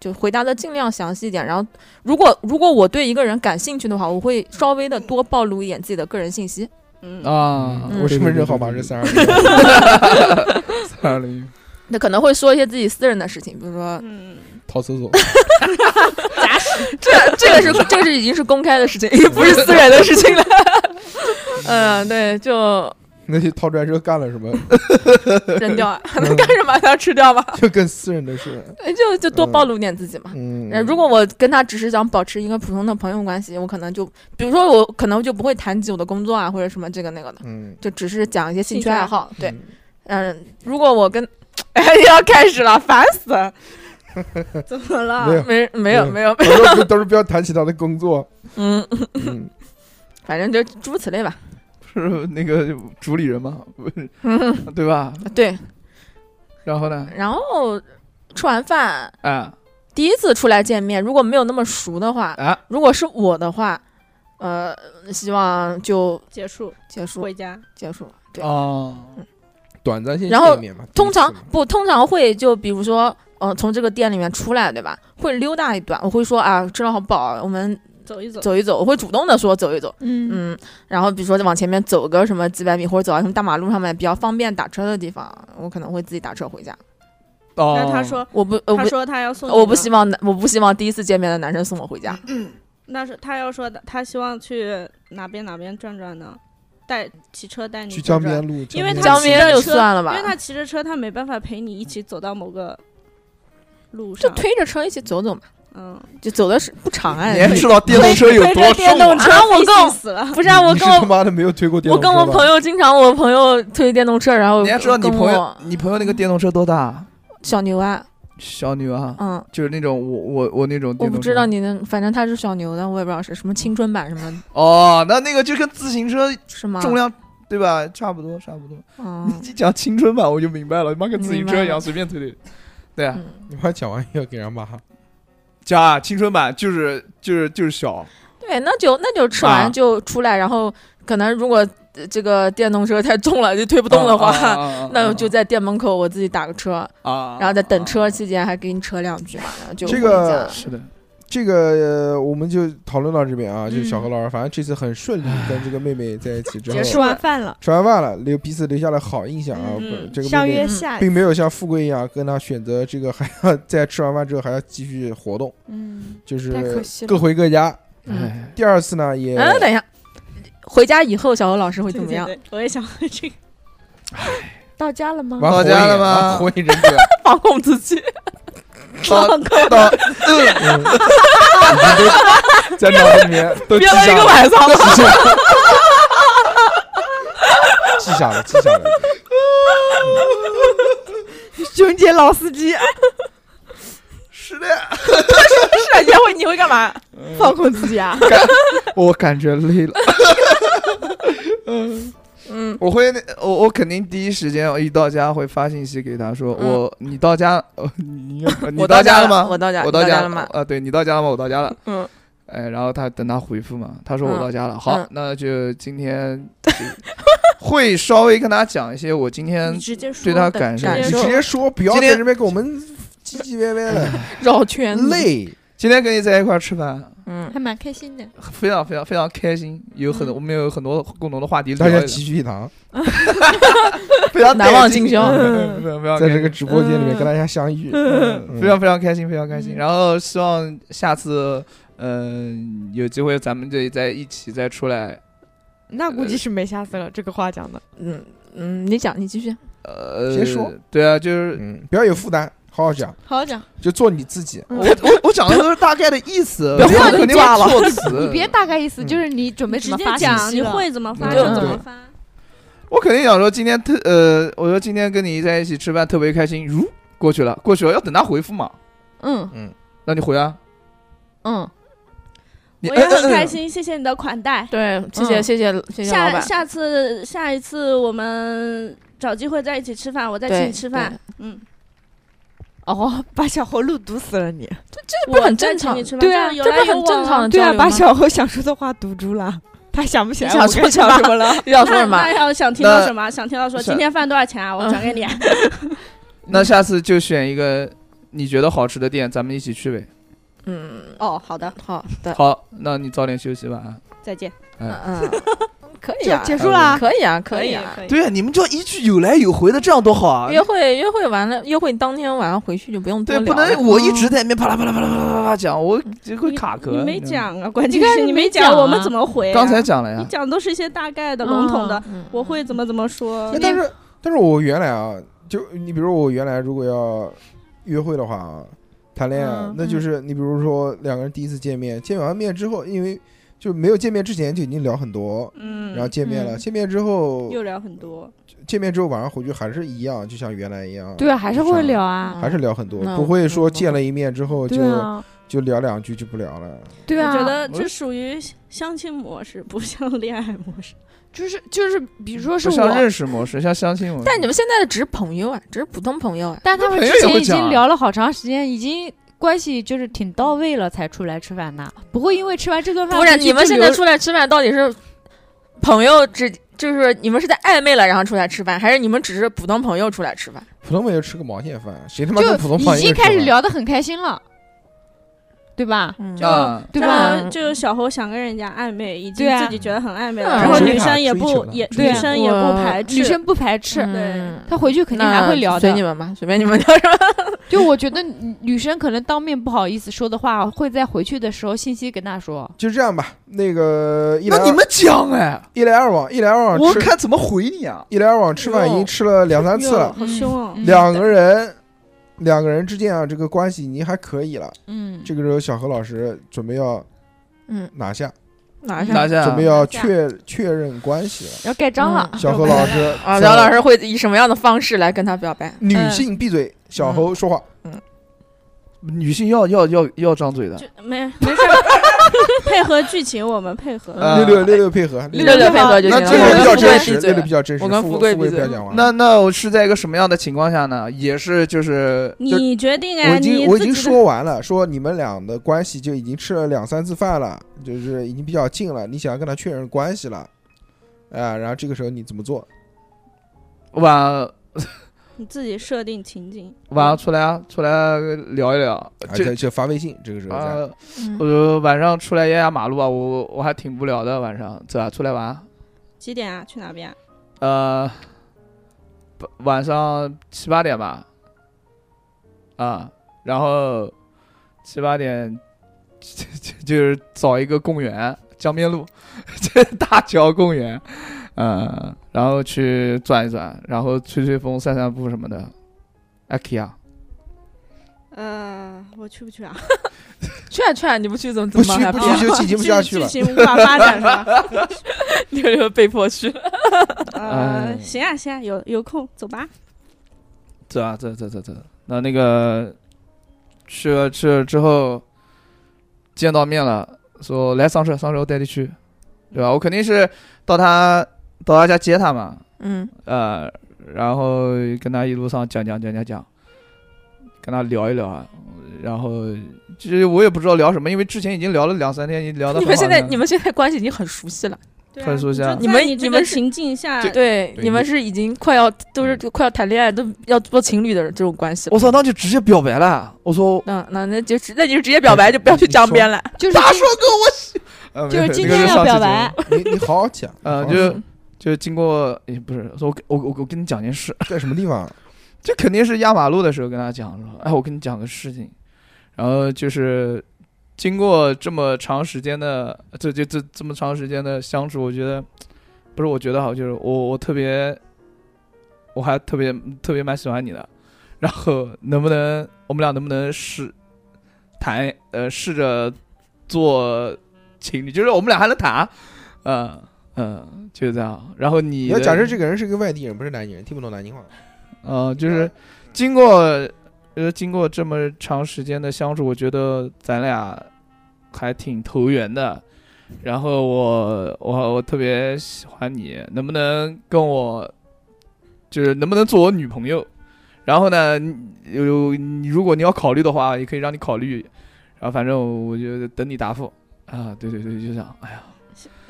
S8: 就回答的尽量详细一点。然后，如果如果我对一个人感兴趣的话，我会稍微的多暴露一点自己的个人信息。
S3: 嗯，
S8: 哦
S5: 啊，
S2: 我身份证号码
S5: 对
S2: 是
S5: 对对
S2: 三二零。
S5: 三二零
S8: 那可能会说一些自己私人的事情，比如说
S3: 嗯，
S15: 逃厕所，
S8: 这 这个是这个是已经是公开的事情，已经不是私人的事 情了。嗯，对，就
S2: 那些掏出来之后干了什 么？嗯
S8: 扔掉啊，能干什么？要吃掉吗？
S2: 就更私人的事。
S8: 哎就就多暴露点自己嘛。
S2: 嗯
S8: 呃，如果我跟他只是想保持一个普通的朋友关系，我可能就，比如说我可能就不会谈及我的工作啊，或者什么这个那个的，
S2: 嗯，
S8: 就只是讲一些兴
S3: 兴趣
S8: 趣
S3: 爱
S8: 爱好。对，
S2: 嗯
S8: 嗯，如果我跟，哎， 要开始了，烦死了，
S3: 怎么了？
S2: 没有，
S8: 没没有
S2: 嗯
S8: 没有，
S2: 我说不都是不要谈起他的工作。
S8: 嗯，
S2: 嗯，
S8: 反正就诸如此类吧。
S5: 是那个主理人 嘛，不是对吧？
S8: 啊对，
S5: 然后呢，
S8: 然后吃完饭，
S5: 啊
S8: 第一次出来见面，如果没有那么熟的话，
S5: 啊，
S8: 如果是我的话，呃，希望就
S3: 结束，
S8: 结束
S3: 回家。
S8: 结束。对，
S5: 哦，
S15: 短暂性
S8: 然后
S15: 见面嘛。
S8: 通常
S15: 第一次嘛
S8: 不通常会就比如说，嗯、从这个店里面出来，对吧？会溜达一段，我会说啊，吃了好饱，我们
S3: 走一走，
S8: 走一走，我会主动的说走一走，
S4: 嗯
S8: 嗯，然后比如说往前面走个什么几百米，或者走到什么大马路上面比较方便打车的地方，我可能会自己打车回家。
S5: 哦
S3: 那他说，
S8: 我不，呃我
S3: 他
S8: 不，
S3: 说他要送你
S8: 我不
S3: 吗
S8: 希望男，我不希望第一次见面的男生送我回家。
S3: 那是他要说的，他希望去哪边哪边转转呢？带骑车带你
S2: 去江
S3: 转转
S2: 边路，
S3: 因为他
S8: 江
S3: 骑
S8: 边
S3: 着
S8: 就
S3: 车
S8: 算了
S3: 因
S8: 吧
S3: 为他骑着车，他没办法陪你一起走到某个路
S8: 就
S3: 上。
S8: 推着车一起走走嘛，
S3: 嗯，
S8: 就走的是不长哎。
S5: 你还知道电动车有
S8: 推
S5: 多
S8: 着
S5: 重
S8: 电动
S5: 啊？
S8: 车， 我跟
S3: 气
S8: 我
S3: 死了。
S8: 不是啊，我
S2: 你是
S8: 跟
S2: 他
S8: 我
S2: 妈的没有推过电
S8: 我
S2: 动车
S8: 跟
S2: 吧，
S8: 我朋友经常，我朋友推电动车，然后
S5: 你还知道你
S8: 跟
S5: 朋友
S8: 我
S5: 你朋友那个电动车多大？
S8: 小牛啊，
S5: 小女啊，
S8: 嗯，
S5: 就是那种我我我那种
S8: 我
S5: 电
S8: 不
S5: 动车。
S8: 知道你那，反正他是小牛的，我也不知道是什么青春版什么，
S5: 哦，那那个就跟自行车
S8: 是吗？
S5: 重量对吧？差不多，差不多。
S8: 嗯，
S5: 你讲青春版我就明白了，妈跟自行车一
S8: 明白
S5: 样
S8: 了
S5: 随便推推。对啊，
S8: 嗯
S15: 你快讲完要给人骂，
S5: 讲啊，青春版就是就是就是小，
S8: 对，那就那就吃
S5: 啊
S8: 完就出来，然后可能如果呃这个电动车太重了就推不动的
S5: 啊啊
S8: 话，
S5: 啊啊啊
S8: 那我就在店门口我自己打个车，
S5: 啊，
S8: 然后在等车
S5: 啊。
S8: 期间还给你扯两句嘛，然后就
S2: 这
S8: 回
S2: 个
S8: 家
S5: 是的，
S2: 这个呃我们就讨论到这边啊，就是
S8: 嗯
S2: 小何老师，反正这次很顺利，跟这个妹妹在一起之后
S4: 结，吃完饭了，
S2: 吃完饭了，留彼此留下了好印象啊。
S3: 嗯
S2: 不这个
S4: 相
S2: 妹妹
S4: 约下一
S2: 并没有像富贵一样跟他选择这个还要在吃完饭之后还要继续活动，
S4: 嗯，
S2: 就是
S4: 太可惜了
S2: 各回各家。
S8: 嗯
S5: 哎，
S2: 第二次呢，也
S8: 嗯，等一下，回家以后小欧老师会
S3: 对
S8: 怎么样？
S3: 对对我也想问这个。
S4: 到家了吗？
S2: 玩火
S5: 到
S2: 影
S5: 家了吗
S2: 玩火影忍者，
S8: 放空自 己，
S5: 到 到，
S2: 嗯已经都在脑子里面都记
S8: 憋 了一
S2: 下
S8: 个
S2: 了。
S8: 晚上。
S2: 记下了，记下了。
S4: 熊姐老司 机，
S5: 是的，
S8: 是啊，你会你会干嘛？
S4: 放空自己啊！
S5: 我感觉累了。
S8: 嗯，
S5: 我会那我我肯定第一时间我一到家会发信息给他说
S8: 嗯
S5: 我你到家呃你你
S8: 我到
S5: 家
S8: 家
S5: 了吗？
S8: 我到家，
S5: 我
S8: 你到
S5: 家
S8: 了吗？
S5: 呃，对你到家了吗？我到家了。
S8: 嗯，
S5: 哎，然后他等他回复嘛，他说我
S8: 嗯
S5: 到家了。好
S8: 嗯，
S5: 那就今天就会稍微跟他讲一些我今天
S3: 你直接说
S5: 对他感受，
S2: 你直接说，不要
S5: 今
S2: 在
S5: 天
S2: 这边跟我们唧唧歪歪的，
S8: 绕圈子，
S2: 累。
S5: 今天跟你在一块儿吃饭，
S8: 嗯，
S4: 还蛮开心的。
S5: 非常非常非常开心，有很多我们有很多共同的话题聊
S2: 大
S5: 一
S2: 家
S5: 聊，
S2: 齐聚一堂，
S5: 非常
S8: 难忘
S5: 带劲
S8: 今宵
S5: 嗯 非常非常
S2: 在这
S5: 开心
S2: 个直播间里面跟大家相遇，嗯
S5: 非常非常开心，非常开
S8: 嗯
S5: 心。然后希望下次，嗯、有机会咱们这再一起再出来。
S16: 那
S2: 呃
S16: 估计是没下次了。这个话讲的，
S8: 嗯嗯，你讲，你继续。
S5: 呃，
S2: 先说，
S5: 对啊，就是
S2: 嗯，不要有负担，好好讲，
S4: 好好讲，
S2: 就做你自己。
S5: 我 我我讲的都是大概的意思，
S8: 不要
S5: 没有
S8: 换
S5: 肯定
S8: 架
S5: 会
S8: 了
S5: 错词，
S2: 呃
S4: 你别大概意思，就是你准
S3: 你
S4: 备
S3: 直
S4: 怎么
S3: 接
S4: 发信
S3: 讲，
S4: 息
S3: 你
S4: 了
S3: 会怎么发
S2: 嗯
S3: 就
S2: 对
S3: 怎么发。
S5: 我肯定想说今天特呃，我说今天跟你在一起吃饭特别开心，如过去了，过去了要等他回复嘛，
S4: 嗯
S5: 那你回啊，
S4: 嗯，
S5: 你
S3: 我也
S5: 嗯嗯
S3: 很
S5: 嗯
S3: 开心，谢谢你的款待。
S8: 对，谢谢
S4: 嗯
S8: 谢谢谢谢老
S3: 下
S8: 板。
S3: 下次下一次我们找机会在一起吃饭，我再请
S8: 对
S3: 你吃饭。嗯，
S16: 哦， 把小猴路堵死了你。
S8: 不是很
S3: 我再
S8: 正
S3: 请
S8: 常
S3: 你吃饭
S8: 对
S3: 这
S8: 啊
S3: 样有
S8: 这
S3: 来
S8: 不是
S3: 有
S8: 很
S3: 往
S8: 正常
S4: 嗯
S3: 啊
S8: 的
S16: 对
S8: 交
S16: 啊，
S8: 流
S16: 把
S8: 吗啊
S16: 小猴想说的话堵住了，他想不起来
S8: 你想
S16: 我
S8: 说
S16: 跟
S8: 什么
S16: 讲什么了。
S8: 要说
S3: 那
S8: 什么？
S3: 那要想听到
S5: 那
S3: 什么？想听到说
S5: 是
S3: 今天饭多少钱啊？我转给你。
S5: 那下次就选一个你觉得好吃的店，咱们一起去呗。
S8: 嗯，
S3: 哦，好的，
S8: 好的，
S5: 好，那你早点休息，晚安。
S3: 再见。
S8: 嗯嗯， 可以
S16: 就
S8: 啊，
S16: 结束啦，
S2: 嗯
S8: 可以啊，可
S3: 以
S8: 啊。
S3: 以。
S5: 对啊，你们就要一句有来有回的，这样多好啊
S8: 约会约会完了，约会当天晚上回去哎就不用多
S5: 对，
S8: 聊
S5: 不
S8: 了。
S5: 能我一直在那边啪啦啪啦啪啦啪啦啪啦讲，我就会卡壳。
S3: 你没
S5: 知道吗，
S3: 讲啊，关键
S4: 你看
S3: 是
S4: 你
S3: 你
S4: 没
S3: 没
S4: 讲啊
S3: 我们怎么回啊？
S5: 刚才讲了
S3: 你
S5: 呀。
S3: 讲的都是一些大概的、笼统的，
S8: 嗯，
S3: 我会怎么怎么说
S2: 哎。但是，但是我原来啊，就你比如我原来如果要约会的话啊，谈恋爱，
S16: 嗯
S2: 那就是你比如说两个人第一次见面，见完面之后，因为就没有见面之前就已经聊很多，
S3: 嗯，
S2: 然后见面了，
S4: 嗯
S2: 见面之后，
S3: 又聊很多，
S2: 见面之后晚上回去还是一样，就像原来一样，
S4: 对啊，还是会聊，啊。
S2: 还是聊很多，
S8: 那
S2: 不
S8: 我
S2: 会
S8: 我
S2: 说
S8: 我
S2: 见了一面之后就
S4: 对啊，
S2: 就聊两句就不聊了。
S4: 对
S3: 我
S4: 啊，
S3: 觉得这属于相亲模式，不像恋爱模式。
S4: 就是就是，比如说是
S5: 不像
S4: 我，
S5: 认识模式，像相亲模式。
S8: 但你们现在的只是朋友啊，只是普通朋友啊。
S4: 但他们
S5: 朋友
S4: 之
S5: 也
S4: 前
S5: 会
S4: 已
S5: 讲
S4: 经
S5: 啊
S4: 聊了好长时间，已经关系就是挺到位了，才出来吃饭的，不会因为吃完这顿饭
S8: 不是，
S4: 回去
S8: 你们
S4: 就
S8: 现
S4: 留
S8: 在出来吃饭到底是朋友之，就是你们是在暧昧了然后出来吃饭，还是你们只是普通朋友出来吃饭？
S2: 普通朋友吃个毛线饭，谁他妈跟普
S4: 就
S2: 通朋友
S4: 已经开始
S2: 吃饭
S4: 聊得很开心了，对吧？
S8: 嗯
S5: 啊，
S4: 对吧？
S3: 然后就小猴想跟人家暧昧，已经
S4: 对啊
S3: 自己觉得很暧昧了，
S8: 嗯
S3: 然后
S2: 追
S3: 女
S2: 他
S3: 生也
S2: 追
S3: 不
S2: 求他
S3: 也
S4: 追
S3: 女
S4: 求
S3: 生也不
S8: 我
S3: 排斥，
S4: 女生不排斥，
S8: 嗯
S4: 她回去肯定还会聊
S8: 那随你
S4: 的。
S8: 们吧，随便你们聊什 么。
S4: 就我觉得女女生可能当面不好意思说的话，会在回去的时候信息跟她说。
S2: 就这样吧，那个一来
S5: 那你
S2: 二
S5: 们讲哎，
S2: 一来二往，一来二往
S5: 我
S2: 吃
S5: 看怎么回你啊。
S2: 一来二往吃饭已经吃了两三次
S3: 哟
S2: 了，
S3: 好凶哦。
S8: 嗯
S2: 两个人两个人之间啊，这个关系已经还可以了。
S4: 嗯，
S2: 这个时候，小何老师准备要
S8: 嗯，
S2: 拿下，
S8: 拿
S2: 嗯
S5: 拿
S8: 下。
S4: 啊
S5: 下，
S2: 准备要确确认关系了。
S4: 要盖章
S5: 嗯
S4: 了。
S2: 小何老师，
S8: 啊，姚老师会以什么样的方式来跟他表白？
S2: 女性闭嘴，小何说话，
S5: 女性要要要要张嘴的
S3: 就。没没事儿， 配合剧情我们配合。
S5: 呃
S2: 六六六六配合，
S8: 六六配合就
S2: 那
S8: 行
S2: 这
S8: 了。
S2: 六六
S8: 我跟
S2: 比较
S8: 富贵
S2: 真
S8: 闭
S2: 实，
S8: 嘴
S2: 六六
S8: 了
S2: 比。较真实，
S8: 我跟
S2: 富
S8: 富贵
S2: 富贵
S8: 闭
S2: 不要
S8: 嘴
S2: 讲完了。
S5: 那那我是在一个什么样的情况下呢？也是就是就
S3: 你决定啊，
S2: 我已
S3: 你
S2: 经我已
S3: 自
S2: 经
S3: 己的
S2: 说完了，说你们俩的关系就已经吃了两三次饭了，就是已经比较近了，你想要跟他确认关系了，啊，然后这个时候你怎么做？
S5: 晚
S3: 你自己设定情景。
S5: 晚上出来啊，出来聊一聊。
S2: 啊
S5: 这
S2: 就就发微信，这个时候再、
S5: 啊，
S8: 嗯
S5: 我说晚上出来压压马路吧，我我还挺无聊的，晚上走啊，出来玩啊。
S3: 几点啊？去哪边啊？
S5: 呃，不晚上七八点吧，啊，然后七八点就就就是找一个公园，江边路， 这大桥公园，嗯，然后去转一转，然后吹吹风、散散步什么的。阿 k 啊，
S3: 呃，我去不去啊？
S8: 劝啊劝你不去怎么怎
S2: 不
S8: 么
S2: 去
S8: 还
S2: 不
S8: 要
S2: 去就进行不下去了
S3: 剧。情无法发展 是吧？
S8: 六六被迫去了。
S3: 呃
S5: 哎，
S3: 行啊行啊，有有空走吧。
S5: 走啊，走走走走。那那个去了去了之后，见到面了，说来上车，上车我带你去，对吧？我肯定是到他到他家接他嘛，
S8: 嗯，
S5: 呃，然后跟他一路上讲讲讲讲讲，跟他聊一聊啊，然后其实我也不知道聊什么，因为之前已经聊了两三天，已经聊的
S8: 你们现在你们现在关系已经很熟悉了，
S3: 对啊
S5: 很熟悉
S3: 就
S5: 啊
S3: 在
S8: 你们
S3: 你这
S8: 你
S3: 个
S8: 们是
S3: 情境下，
S8: 对，你嗯们是已经快要都是快要谈恋爱，都要做情侣的这种关系了。
S5: 我操，那就直接表白了，我说
S8: 那那那就直那你就直接表白，就不要去江边了。
S4: 就是今
S5: 呃
S4: 就是
S5: 没事
S4: 今
S5: 那个
S4: 天要
S5: 上期
S4: 表
S5: 节目
S4: 白，
S12: 你你好好讲，
S5: 呃，
S8: 嗯
S5: 就就经过，也不是，说我我我我跟你讲件事，
S12: 在什么地方？
S2: 啊
S5: 这肯定是压马路的时候跟他讲说，哎，我跟你讲个事情，然后就是经过这么长时间的，这这这这么长时间的相处，我觉得不是我觉得好，就是我我特别，我还特别特别蛮喜欢你的，然后能不能我们俩能不能试谈呃试着做情侣，就是我们俩还能谈，嗯、嗯、就是这样，然后你
S12: 你要
S5: 的
S12: 假设这个人是一个外地人，不是南京人，听不懂南京话。
S5: 呃，就是经过呃经过这么长时间的相处，我觉得咱俩还挺投缘的。然后我我我特别喜欢你，能不能跟我就是能不能做我女朋友？然后呢，你有你如果你要考虑的话，也可以让你考虑。然后反正我就等你答复啊，对对对，就这样。哎呀，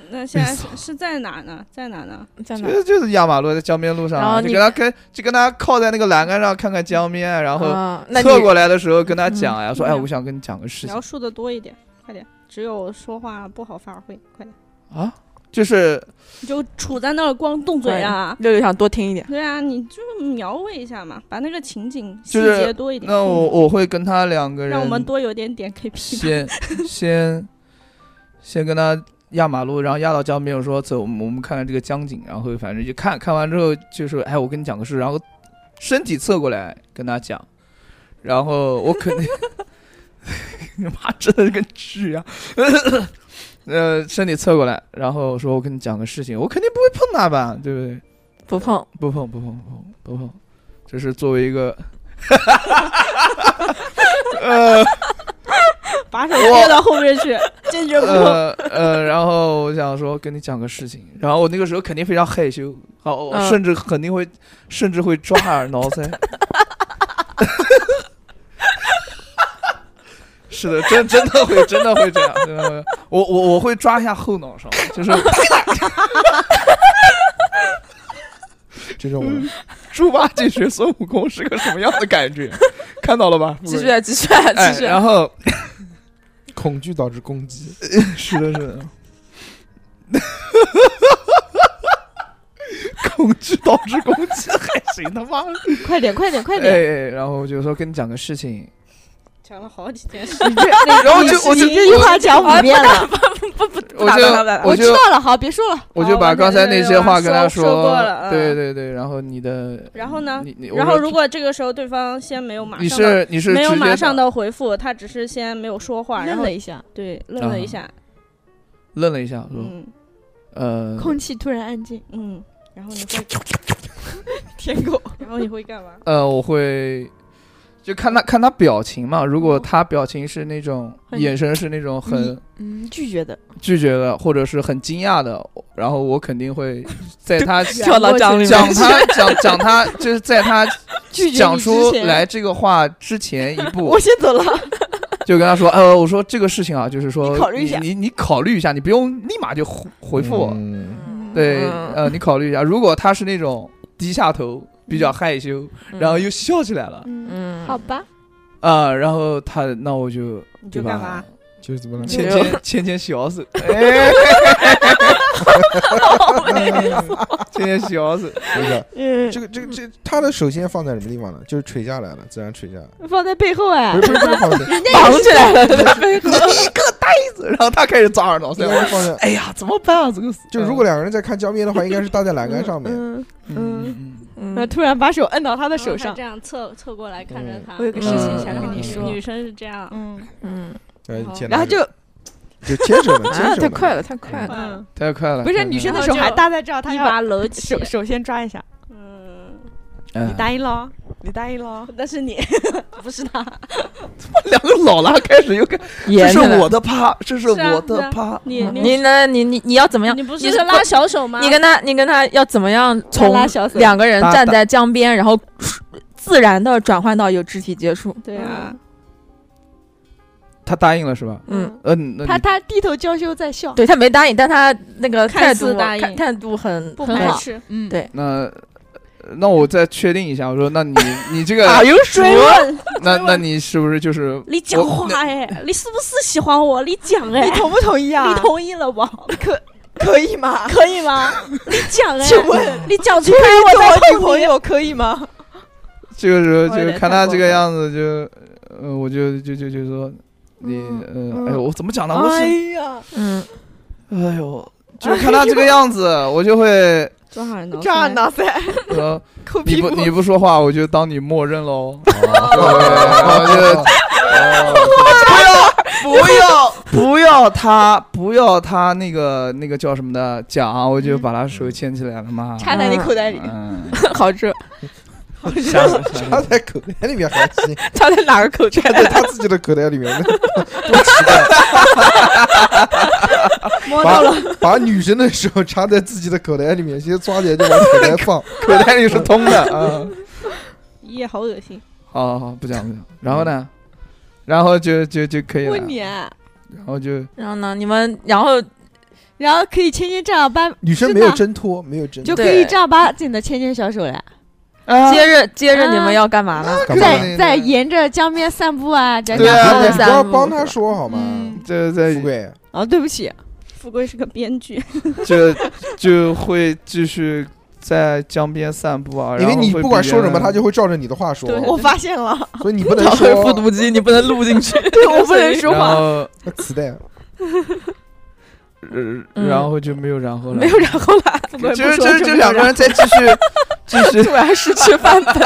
S3: 那现在是是在哪呢？在哪呢？
S8: 在哪？
S5: 就就是压马路，在江边路
S8: 然后
S5: 上，就
S8: 你
S5: 跟他跟就跟他靠在那个栏杆上看看江边，然后
S8: 啊，那
S5: 侧
S8: 你
S5: 过来的时候跟他讲呀，说哎，
S3: 嗯
S5: 我想跟你讲个事情
S3: 描述的多一点，快点。只有说话不好发挥，快点，
S5: 啊，就是
S3: 你就杵在那儿光动嘴啊。
S8: 六六想多听一点。
S3: 对啊，你就是描绘一下嘛，把那个情景细
S5: 就是
S3: 节多一点。嗯
S5: 那我我会跟他两个人，
S3: 让我们多有点点 KP 吧。
S5: 先先先跟他压马路，然后压到江边，我说走，我们我们看看这个江景，然后反正就看看完之后就说哎，我跟你讲个事，然后身体侧过来跟他讲，然后我肯定， 你妈真的是跟剧一样。呃，身体侧过来，然后说：“我跟你讲个事情，我肯定不会碰他吧，对不对？
S8: 不碰，
S5: 不碰不碰不碰不碰，这是作为一个，呃
S3: 把手贴到后面去，坚决不碰。
S5: 呃呃，然后我想说跟你讲个事情，然后我那个时候肯定非常害羞，好，我
S8: 嗯
S5: 甚至肯定会，甚至会抓耳挠腮。 是的，真真的会，真的会这样，真的会。我我我会抓一下后脑勺，就是
S12: 这种人
S5: 猪八戒学孙悟空是个什么样的感觉，看到了吧？
S8: 继续，啊，继续，啊，
S5: 哎，
S8: 继续。
S5: 然后
S12: 恐惧导致攻击，
S5: 是的，是的。 恐惧导致攻击，还行他妈的！
S4: 快点快点快
S5: 哎，
S4: 点，
S5: 哎然后我就说跟你讲个事情，
S3: 讲了好几件事，
S5: 然后就 我就
S4: 你这句话讲五遍 了，
S5: 我
S8: 打
S5: 就
S8: 断他打断
S5: 我
S4: 我知
S5: 就
S4: 道了，好，别说了。
S5: 我
S3: 哦
S5: 就把刚才那些话跟他
S3: 说说过了嗯
S5: 对对对，然后你的，
S3: 然后呢？
S5: 你你，
S3: 然
S5: 我
S3: 后
S5: 说
S3: 如果这个时候对方先没有马
S5: 你
S3: 上的
S5: 是你是
S3: 没有
S5: 直接
S3: 马上
S5: 的
S3: 的回复，他只是先没有说话，然
S4: 愣
S3: 后
S4: 了一下，
S3: 对愣了一
S5: 啊
S3: 下，
S5: 愣了一下，说
S3: 嗯
S5: 呃，
S4: 空气突然安静。
S3: 嗯，然后你会 舔狗，然后你会干嘛？
S5: 呃，我会就看他看他表情嘛，如
S3: 哦
S5: 果他表情是那种
S4: 很
S5: 眼神是那种很
S8: 嗯，拒绝的，
S5: 拒绝的，或者是很惊讶的，然后我肯定会在他
S8: 跳到江里面
S5: 讲 他讲讲他，就是在他
S4: 拒绝你
S5: 讲出
S4: 之前
S5: 来这个话之前一步
S4: 我，先走了，
S5: 就跟他说，呃，我说这个事情啊，就是说
S4: 你考虑一下
S5: 你你考虑一下，你不用立马就回回复我，
S12: 嗯
S5: 对，
S8: 嗯
S5: 呃，你考虑一下，如果他是那种低下头。比较害羞，然后又笑起来了
S4: 嗯，
S8: 嗯，
S4: 好吧，
S5: 啊、然后他那我就
S3: 你就
S5: 对吧
S3: 干嘛？
S12: 就是怎么了？
S5: 牵
S8: 没有
S5: 牵牵牵小 手，哎，牵牵小手，
S12: 不是
S4: 嗯，
S12: 这个这个这他的手先放在什么地方了？就是垂下来了，自然垂下来。
S4: 放在背后哎
S3: 啊
S12: 不，是不是不是放在，
S8: 绑起来了，
S5: 然后他开始抓耳挠
S12: 应
S5: 腮。
S12: 该是放在。
S5: 哎呀，怎么办啊？这个死
S12: 就如果两个人在看江边的话，应该是搭在栏杆上面。
S4: 嗯，
S5: 嗯，
S8: 嗯
S4: 然后突然把手摁到他的
S3: 在
S4: 手上
S3: 这，样侧侧过来看着
S12: 嗯
S3: 他。
S4: 我有个事情
S5: 想跟你
S4: 说
S3: 女生是这样，
S4: 嗯，
S8: 嗯，
S12: 对，呃牵
S4: 然后就
S12: 就牵手嘛，
S8: 啊，
S12: 牵手嘛。
S8: 太 快了，太快了，
S3: 嗯，
S5: 太快了，
S4: 不是女生的手还搭在这儿，他
S3: 一
S4: 要
S3: 把搂起
S4: 手，手先抓一下，
S3: 嗯，
S5: 嗯
S4: 你答应了哦，你答应了哦，
S3: 那是你，不是他，
S5: 两个老拉开始又 开，嗯这
S8: 严
S5: 是
S8: 的了
S5: 我的趴，这是
S3: 是啊
S5: 我
S3: 是
S5: 的
S3: 啊
S5: 趴。
S3: 你
S8: 嗯你呢？你你你要怎么样？
S3: 你不
S8: 你
S3: 是拉小手吗？
S8: 你跟他，你跟他要怎么样从
S3: 拉小手
S8: 两个人
S5: 搭
S8: 站在江边，然后自然的转换到有肢体接触？
S3: 对啊，
S5: 他答应了是吧？
S8: 嗯，
S5: 嗯，那
S4: 他
S5: 你
S4: 他低头娇羞在笑，
S8: 对他没答应，但他那个
S3: 看
S8: 态
S3: 似
S8: 度
S3: 答应
S8: 看态度很
S3: 不
S8: 很
S3: 排
S8: 好。
S3: 斥。
S4: 嗯，
S8: 对
S5: 那那我再确定一下，我说那你你 这个，
S8: 有水
S3: 问，
S5: 那那你是不是就是
S3: 你讲话哎，你是不是喜欢我？你讲哎
S17: 你，同不同意啊？
S3: 你同意了不？
S17: 可以吗？
S3: 可以吗？你讲哎，
S17: 请问
S3: 你讲出
S17: 你
S3: 来，
S17: 愿意
S3: 我
S17: 做
S3: 再
S17: 我
S3: 碰
S17: 女朋
S3: 你。
S17: 友可以吗？
S5: 这个时候
S3: 有
S5: 就
S3: 点
S5: 看
S3: 太
S5: 他
S3: 过
S5: 这个
S3: 分
S5: 样子就，呃，我就就就就说你呃，哎呦，我怎么讲呢？我是
S17: 呀，
S8: 嗯，
S5: 哎呦，就看他这个样子，我就会
S3: 抓耳
S8: 嗯
S3: 挠
S17: 这样，呢噻，
S5: 呃。
S17: 抠
S5: 你
S17: 屁
S5: 不
S17: 股。
S5: 你不说话，我就当你默认喽。哎
S2: 哦
S5: 不要不要他不要他那个那个叫什么的讲，啊我就把他手牵起来了嘛。
S17: 插在你口袋里，
S5: 嗯，
S8: 好吃，
S2: 吓死插在口袋里面还行，
S8: 插在哪个口
S2: 插
S8: 袋？
S2: 在他自己的口袋里面，
S3: 摸到了，
S2: 把 把女生的手插在自己的口袋里面，先抓起来就往口袋放。
S5: 口袋里是通的啊。
S3: 耶，好恶心！
S5: 好好好，不讲不讲。然后
S2: 嗯
S5: 呢？然后就就就可以了
S3: 问。你啊，
S5: 然后就
S8: 然后呢？你们然后
S4: 然后可以牵牵正儿八，
S2: 女生没有挣脱，没有挣脱
S4: 就，可以正儿八经的牵牵小手了，
S5: 啊
S8: 接着接着
S4: 啊
S8: 你们要干嘛呢？
S2: 干嘛呢？
S4: 在在沿着江边散步啊，讲
S2: 对
S4: 讲
S2: 啊，
S4: 话
S2: 你
S4: 啊
S2: 不要帮他说好吗？
S4: 嗯
S5: 就
S2: 富
S5: 在
S2: 贵，
S4: 哦，对不起，
S3: 富贵是个编剧，
S5: 就就会继续在江边散步啊。
S2: 因为
S5: 然后
S2: 你
S5: 会
S2: 不管
S5: 比
S2: 说什么，
S5: 人
S2: 他就会照着你的话说，
S3: 对
S17: 我发现了，
S2: 所以你不能
S8: 他会复
S2: 说
S8: 读机，你不能录进去。
S17: 对我不能说
S5: 然
S17: 话，
S5: 后
S2: 磁带。
S5: 呃然后就没有然后了。
S8: 嗯没有然后了，
S3: 富贵不
S5: 就
S3: 说
S5: 是就是
S3: 就
S5: 就
S3: 没有
S5: 两个人再继续 继续
S8: 突然失去范本，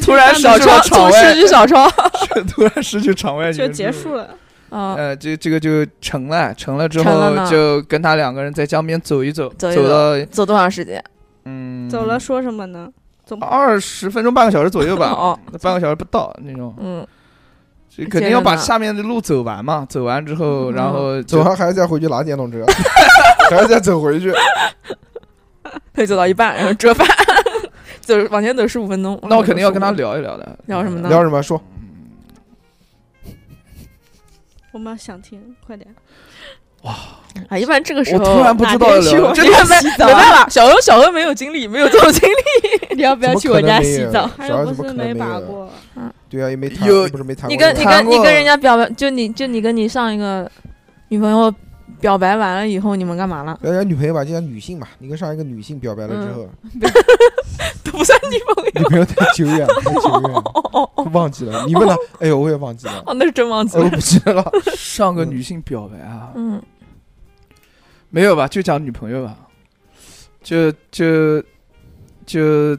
S5: 突然少
S8: 小哎
S5: 超
S8: 超
S5: 场
S8: 从失
S5: 外，
S8: 去 小超
S5: 突然失去场 外
S3: 就
S5: 女
S3: 结
S5: 生
S3: 束。了。
S8: 啊，
S5: 呃，这这个就成了，成了之
S8: 成了
S5: 后
S8: 呢
S5: 就跟他两个人在江边走一走，
S8: 走一
S5: 走
S8: 走
S5: 到
S8: 走多长时间？
S5: 嗯
S3: 走了说什么呢？总
S5: 二十分钟半个小时左右吧，
S8: 哦，
S5: 半个小时不到那 种，
S8: 嗯，
S5: 就肯定要把下面的路走完嘛，走完之后，
S8: 嗯
S5: 然后
S2: 走
S5: 就
S2: 完还要再回去拿电动 车，还要再走回去。
S8: 可以走到一半，然后 折返，走往前走十五分钟。
S5: 那我肯定要跟他聊一聊的，嗯
S8: 聊什么呢？
S2: 聊什么？说
S3: 我们要想听，快点。
S8: 啊，一般这个时
S5: 我
S8: 候
S5: 突然不知道
S8: 哪
S5: 要
S8: 边去
S5: 聊
S8: 我
S5: 这
S8: 没
S5: 个
S8: 办法，没办法，小欧小欧没有经历，没有这种经历。
S4: 你要不
S2: 怎
S4: 要
S2: 么
S4: 去
S2: 可
S4: 我
S2: 能
S4: 家
S2: 没
S4: 洗
S2: 有
S4: 澡？
S3: 还
S2: 小孩
S3: 有
S2: 怎
S3: 不
S2: 么
S3: 是
S2: 可能
S3: 没
S2: 有
S3: 把过？
S2: 对啊，也没谈，
S5: 有
S2: 又不是没谈
S8: 你
S2: 过
S8: 跟
S2: 恋
S8: 你
S2: 爱。
S5: 谈
S8: 跟你
S5: 过
S8: 跟人家表白，就你就你跟你上一个女朋友表白完了以后，你们干嘛了？
S2: 聊聊女朋友吧，就像女性嘛，你跟上一个女性表白了之后，
S8: 都 不算女朋
S2: 女
S8: 友。
S2: 朋友太久远了，太久远了，
S8: 哦哦哦，
S2: 忘记了。你问他，哎呦，我也忘记 了，哎
S8: 哦，那是真忘记
S2: 我
S8: 了。
S2: 不记得了。
S5: 上个女性表白啊，
S8: 嗯，
S5: 没有吧？就讲女朋友吧，就就就，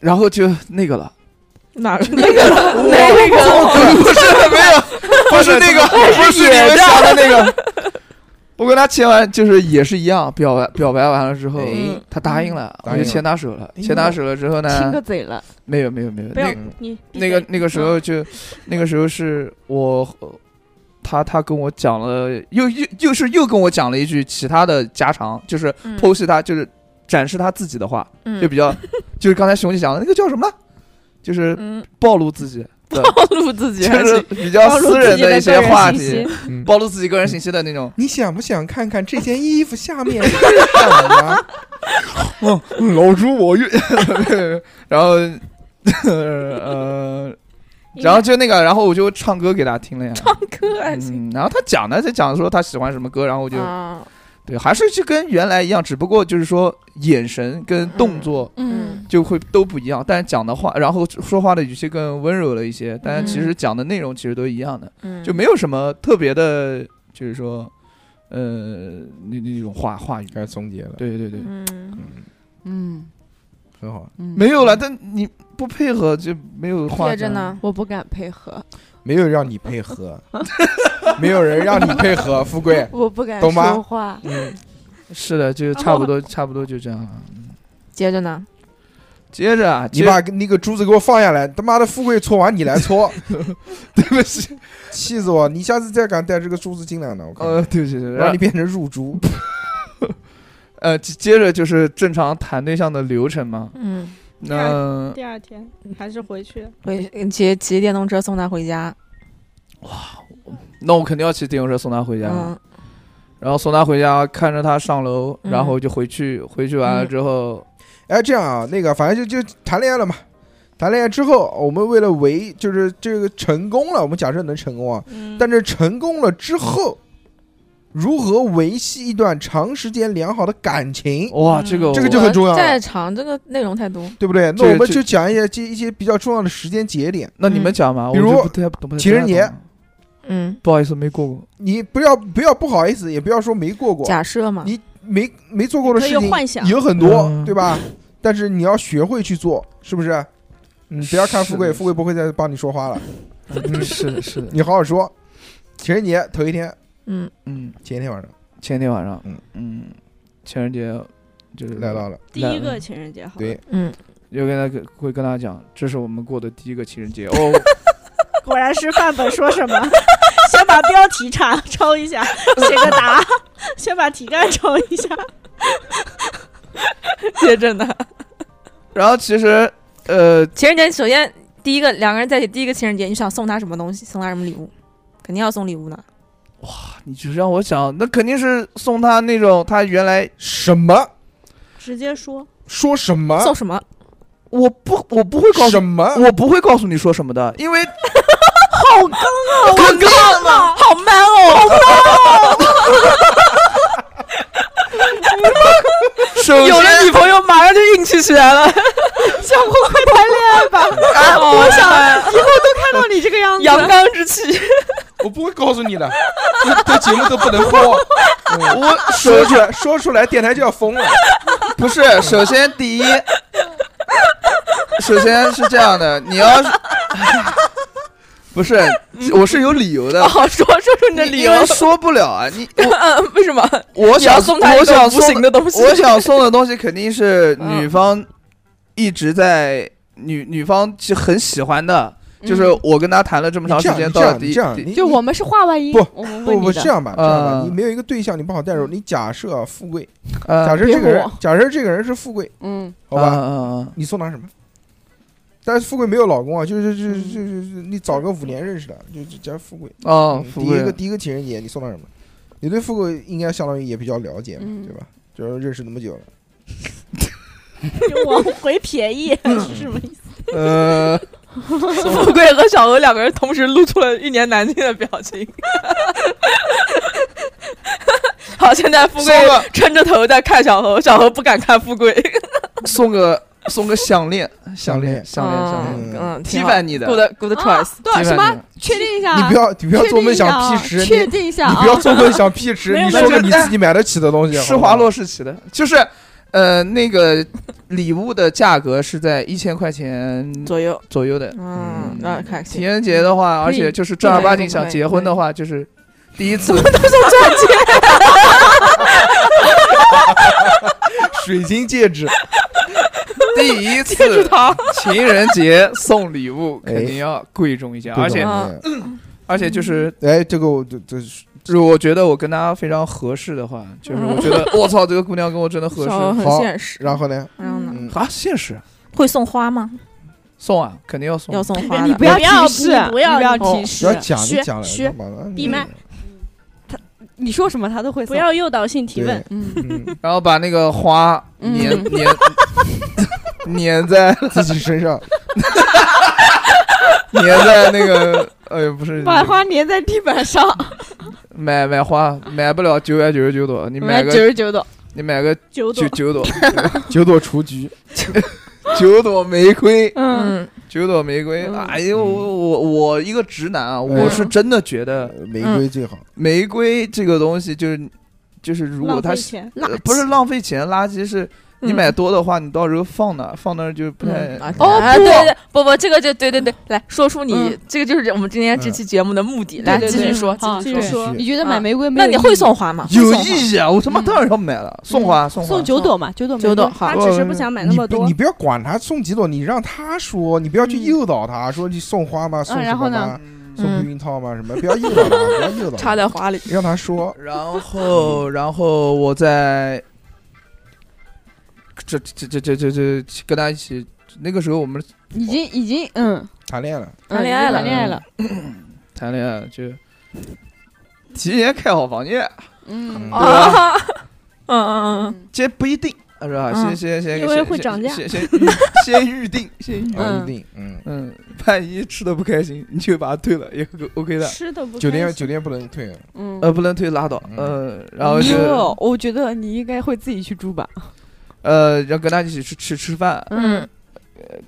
S5: 然后就那个了，
S8: 哪个那个了？那个
S5: 不是没有， 不是那个，不是你们想的那个。 我跟他签完，就是也是一样，表白表白完了之后
S2: 哎，
S5: 他答应了，
S2: 答
S5: 我就
S2: 应
S5: 牵他手了。
S2: 哎呦
S5: 牵他手了之
S4: 亲
S5: 后呢
S4: 个，嘴了，
S5: 没有没有没有，
S3: 不要
S5: 那
S3: 你
S5: 那个那个时候就，那个时候是我，他他跟我讲了，又又又是又跟我讲了一句其他的家常，就是
S8: 嗯
S5: 剖析他，就是展示他自己的话，就
S8: 嗯
S5: 比较， 就是刚才熊姐讲的那个叫什么，就是
S8: 嗯，
S5: 暴露自己的，
S8: 暴露自己还
S5: 就是
S8: 是
S5: 比较私人一些话题，，
S2: 嗯
S5: 暴露自己个人信息的那种。
S2: 你想不想看看这件衣服下面是什么？ 哦
S5: 老朱我愿，然后 呃，然后就那个，然后我就唱歌给他听了呀。
S8: 可爱型。
S5: 嗯，然后他讲呢，就讲说他喜欢什么歌，然后我就、
S8: 啊，
S5: 对，还是就跟原来一样，只不过就是说眼神跟动作
S8: 嗯
S5: 就会都不一样，但是讲的话，然后说话的语气更温柔了一些，但是其实讲的内容其实都一样的，
S8: 嗯，
S5: 就没有什么特别的，就是说，呃，那那种话话语，
S2: 开始总结了，
S5: 对对对，
S8: 嗯，
S4: 嗯
S2: 很好。
S4: 嗯，
S5: 没有了，但你不配合就没有话
S8: 接着
S5: 讲
S8: 呢，
S4: 我不敢配合，
S2: 没有让你配合， 没有人让你配 合，富贵。
S4: 我不敢
S2: 懂吗
S4: 说话，
S5: 是的，就差不多，差不多就这样了。
S8: 接着呢，
S5: 接着啊，
S2: 你把那个珠子给我放下来，他妈的富贵搓完你来 搓，对不起，气死我！你下次再敢带这个珠子进来呢，我看
S5: 呃，对对对，
S2: 让你变成入珠。
S5: 呃，接接着就是正常谈对象的流程嘛。
S8: 嗯，
S5: 那
S3: 第二天还是回去，
S8: 回骑骑电动车送他回家。
S5: 那我肯定要骑电动车送她回家，
S8: 嗯
S5: 然后送她回家，看着她上楼，
S8: 嗯
S5: 然后就回去。回去完了之后，
S2: 哎，这样啊，那个反正就就谈恋爱了嘛。谈恋爱之后，我们为了维就是这个成功了，我们假设能成功啊，
S3: 嗯，
S2: 但是成功了之后，如何维系一段长时间良好的感情，
S5: 哇，
S3: 嗯
S5: 这个
S2: 这个就很重要了
S8: 在场这个内容太多，
S2: 对不对？
S5: 这
S2: 那
S5: 个
S2: 我们
S5: 这
S2: 就讲一些这一些比较重要的时间节点。
S5: 那你们讲吧，我
S2: 比如
S5: 就不太懂不太
S2: 情人节，
S8: 嗯，
S5: 不好意思没 过过。
S2: 你不要不要不好意思，也不要说没过过，
S8: 假设嘛
S2: 你，没没做过的
S3: 可以
S2: 事情
S3: 幻想
S2: 有很多，
S5: 嗯
S2: 对吧？但是你要学会去做，是不是？嗯，不要看富
S5: 是
S2: 贵，
S5: 的
S2: 富贵不会再帮你说话了。
S5: 嗯，是的，是的，
S2: 你好好说。情人节头一天，
S8: 嗯，
S5: 嗯，
S2: 前一天晚上
S5: 前天晚上，
S2: 嗯
S5: 嗯嗯，情人节就是
S2: 来到了，
S3: 第一个情人节好，
S2: 对，
S8: 嗯
S5: 就跟他跟会跟他讲，这是我们过的第一个情人节。 哦，
S3: 果然是范本说什么， 先把标题查抄 一下，写个答， 先把题干抄一下，
S8: 接着呢，
S5: 然后其实呃，
S8: 情人节首先第一个两个人在一起，第一个情人节你想送他什么东西，送他什么礼物，肯定要送礼物呢。
S5: 你就是让我想，那肯定是送他那种他原来
S2: 什么
S3: 直接说，
S2: 说什么
S8: 送什么？
S5: 我不我不会告诉
S2: 什么，
S5: 我不会告诉你说什么的，因为
S8: 好刚啊，好刚啊，好 man 哦！
S5: 首先
S8: 有了女朋友马上就运气起来了， 小红快谈恋爱吧！
S5: 啊
S8: 我想以后都看到你这个样子，阳刚之气。
S2: 我不会告诉你的，这这节目都不能播。
S5: 我
S2: 说出来，说出来，电台就要疯了。
S5: 不是，首先第一，首先是这样的，你要是 不是，我是有理由的。
S8: 好，哦说说出你的
S5: 你
S8: 理
S5: 因
S8: 由
S5: 为。说不了啊！你
S8: 嗯 为什么？
S5: 我
S8: 你要
S5: 想
S8: 送他一
S5: 我
S8: 个
S5: 想
S8: 无
S5: 送
S8: 形的东西？ 嗯
S5: 我想送的东西肯定是女方一直在女女方其实很喜欢的，
S4: 嗯
S5: 就是
S8: 嗯
S5: 我跟她谈了这么
S2: 你
S5: 长
S2: 这
S5: 时
S2: 样，
S5: 间，
S2: 你
S5: 到
S2: 这
S5: 了
S2: 样，
S5: 第
S2: 你这样，
S5: 第
S2: 你
S4: 就我们是话外音，
S2: 不
S4: 我们
S2: 不
S4: 问
S2: 不
S4: 你
S2: 这
S4: 的。
S2: 样吧，这样吧，
S5: 嗯
S2: 你没有一个对象，你不好带入。你假设啊富贵，
S5: 呃
S2: 假设这个
S4: 别
S2: 人
S4: 我，
S2: 假设这个人是富贵，
S4: 嗯，
S2: 好吧？
S5: 嗯嗯
S2: 你送他什么？但是富贵没有老公啊，就是就是就是就是你早个五年认识的，就就叫富贵。
S5: 嗯，哦
S2: 嗯，
S5: 富
S2: 第一个
S5: 贵，
S2: 第一个情人节你送他什么？你对富贵应该相当于也比较了解嘛，
S4: 嗯
S2: 对吧？就是认识那么久了，
S3: 就往回便宜是什么意思？
S5: 呃，
S8: 富贵和小鹅两个人同时露出了一言难尽的表 情。好，现在富
S5: 送
S8: 贵
S5: 个
S8: 撑着头在看小猴，小猴不敢看富贵。
S5: 送个送个项 链，项链，项链，项链。
S2: 嗯
S8: 嗯，
S5: 提
S8: 挺好
S5: 反你的
S8: Good good
S4: 啊
S8: choice，
S4: 多少
S5: 基
S4: 什
S5: 本
S4: 么
S5: 上？
S4: 确定一下
S2: 你
S4: 啊，
S2: 不要你不
S4: 不
S2: 要做梦想屁吃，
S4: 确
S2: 你
S4: 定一下
S2: 你
S4: 啊，
S2: 不要做梦想屁 吃，你
S5: 没有
S2: 送
S5: 没
S2: 个
S5: 有
S2: 你自己买得起的东西。
S5: 施
S2: 好不好
S5: 华洛世奇的，就是呃，那个礼物的价格是在一千块钱
S8: 左右。
S5: 左右的。
S8: 嗯
S5: 嗯，
S8: 那看
S5: 情人节的话，而
S4: 可以
S5: 且就是正儿八经想结婚的话，就是第一次都是
S2: 水晶戒 指，
S5: 第一次
S8: 戒指糖，
S5: 情人节送礼 物，
S2: 哎
S5: 肯定要贵重一下，
S2: 对
S5: 而且
S2: 吧
S8: 啊
S5: 而且就是，
S2: 哎，这个我这这
S5: 如果我觉得我跟她非常合适的话，就是我觉得我操，这个姑娘跟我真的合
S8: 小猴
S5: 适
S8: 很
S2: 好
S8: 现实。
S2: 然后呢？
S8: 然后呢？
S2: 嗯，
S5: 啊，现实
S8: 会送花吗？
S5: 送啊，肯定要送
S8: 要，送花
S18: 你
S8: 的
S18: 不。要
S3: 不要
S18: 提示，
S3: 你不要
S18: 你不要
S3: 你
S18: 提
S2: 不
S18: 示，
S2: 要讲
S3: 虚
S2: 哦你讲了，
S3: 虚
S2: 干嘛呢
S3: 闭麦。
S4: 你说什么他都会
S3: 不
S4: 送
S3: 要诱导性提问，
S2: 嗯
S4: 嗯，
S2: 对 嗯
S5: 然后把那个花
S4: 嗯
S5: 粘 粘粘在
S2: 自己身上，
S5: 粘在那个，哎呦，不是
S4: 把花粘在地板上，
S5: 买买花买不了九百九十九朵，你买
S4: 买
S5: 个
S4: 九十九朵，
S5: 你买个
S3: 九朵
S5: 九九朵
S2: 九朵雏菊，
S5: 九朵 玫瑰，
S4: 嗯，
S8: 嗯，
S5: 九朵玫瑰。
S4: 嗯
S5: 哎呦，我我我一个直男啊，我
S2: 嗯
S5: 是真的觉得
S2: 呃玫瑰最好。
S5: 玫瑰这个东西就是就是如果
S3: 浪
S5: 它
S3: 费
S5: 是
S3: 钱。
S5: 呃不是浪费钱，垃圾是你买多的话，你到时候放那儿，放那儿就不太
S8: 啊啊对对，不嗯不，这个就对对对，来说出你这个就是我们今
S5: 嗯
S8: 天这期节目的目的。来，
S5: 对对
S8: 继
S5: 对
S8: 续说，
S5: 好
S8: 继
S5: 继
S8: 续
S5: 续
S8: 说
S5: 说。
S4: 你觉得买
S8: 啊
S4: 玫瑰没
S8: 那
S4: 有
S8: 你
S4: 意
S8: 会
S4: 义
S8: 送花吗？
S5: 有
S8: 会送花
S5: 意义啊！我他妈当然要买了，送花送花
S4: 送九朵嘛，九朵玫
S8: 九朵
S4: 瑰
S8: 好
S3: 他只是不想买那
S2: 呃你
S3: 么
S2: 不
S3: 多嗯
S5: 呃
S2: 你。不要管他送几朵，你让他说，你不要去诱导他说你送花吗？送
S4: 然
S2: 什
S4: 后
S2: 么
S4: 呢
S2: 吗？送避孕套吗？什么？不要诱导他，不要诱导
S8: 插
S2: 他，
S8: 在花里。
S2: 让他说。
S5: 然后，然后我再这这这这这这跟他一起，那个时候我们
S4: 已经已经嗯，
S2: 谈恋爱了，
S4: 嗯
S8: 谈恋爱
S4: 已经
S8: 了
S4: 谈恋爱了，
S5: 谈恋爱就提前开好房间，
S4: 嗯，
S2: 嗯
S3: 哦
S8: 啊，嗯嗯嗯
S5: 这不一定啊是吧？
S8: 嗯
S5: 先先先
S3: 因为
S5: 先
S3: 会涨价
S5: 先先先预先预定，先预定。
S2: 啊，一定，嗯，
S5: 嗯，万一吃的不开心，你就把它退了，也 OK 的。
S3: 吃的不
S2: 酒店
S3: 开心
S2: 酒店不能退，
S4: 嗯
S5: 呃，不能退拉倒。呃，然后就
S4: 哟我觉得你应该会自己去住吧。
S5: 呃，要跟他一起去吃吃饭，
S8: 嗯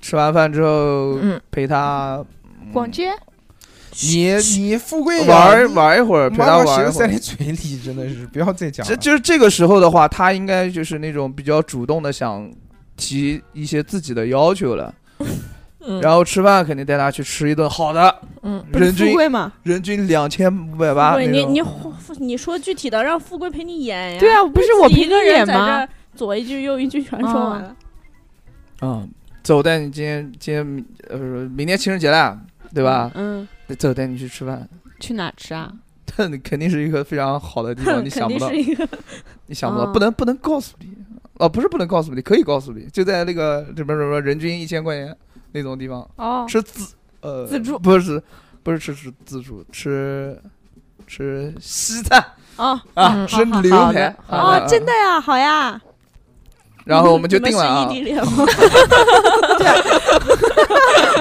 S5: 吃完饭之后
S8: 嗯
S5: 陪他
S4: 逛街，
S2: 你你富贵呀
S5: 玩儿
S2: 你
S5: 玩一会儿，陪
S2: 妈
S5: 他
S2: 妈
S5: 嗯玩
S2: 舌
S5: 一会
S2: 塞
S5: 儿。
S2: 你嘴里，真的是不要再讲
S5: 这
S2: 了。
S5: 就是这个时候的话，他应该就是那种比较主动的想提一些自己的要求了。
S8: 嗯，
S5: 然后吃饭肯定带他去吃一顿好的，
S8: 嗯
S4: 不是
S5: 人
S4: 富
S5: 均
S4: 贵嘛？
S5: 人均两千五百八
S3: 对你
S5: 那
S3: 你
S5: 种。
S3: 胡你说具体的，让富贵陪你演哎呀。
S4: 对啊，不是我
S3: 自己
S4: 陪
S3: 一
S4: 你
S3: 个人
S4: 演
S3: 在
S4: 吗？
S3: 这左一句右一句全说完了。
S5: 嗯，走，带你今天今天呃明天情人节啦，对吧？
S4: 嗯，
S5: 走，带你去吃饭，
S4: 去哪吃啊？
S5: 但肯定是一个非常好的地方，哦 你
S3: 肯
S5: 想不
S3: 定
S5: 到
S3: 是，一个
S5: 你想不到，
S4: 啊
S5: 不能不能告诉你，哦，不是不能告诉你，可以告诉你，就在那个什么什么人均一千块钱那种地方，
S4: 哦，
S5: 吃自呃
S4: 自助
S5: 不是不是吃吃自助，吃吃西餐
S4: 哦
S5: 啊，
S8: 嗯
S5: 吃
S4: 好好
S5: 牛
S4: 好
S5: 排
S4: 的
S5: 啊
S4: 哦
S5: 啊，
S4: 真的呀，好呀，
S5: 然后我们就
S3: 你
S5: 定了啊
S3: 是异，地恋 吗？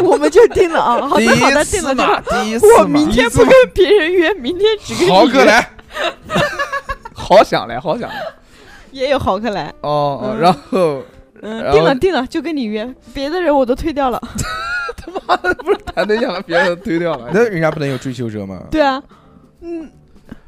S4: 我们就定了啊，好
S5: 第
S4: 的好的，
S5: 一
S4: 定
S5: 次
S4: 了定
S5: 嘛
S4: 了。，
S5: 第一次
S4: 我
S5: 嘛
S4: 明天不跟别人约，明天只跟
S2: 豪
S4: 你
S2: 哥
S4: 约。
S2: 来，
S5: 好想来，好想来
S4: 也有豪客来，
S5: 哦，哦
S4: 嗯
S5: 然后 然
S4: 嗯，
S5: 后
S4: 定了定了，就跟你约，别的人我都推掉了。
S5: 不是谈对象了，别人都推掉了，
S2: 那人家不能有追求者吗？
S4: 对啊，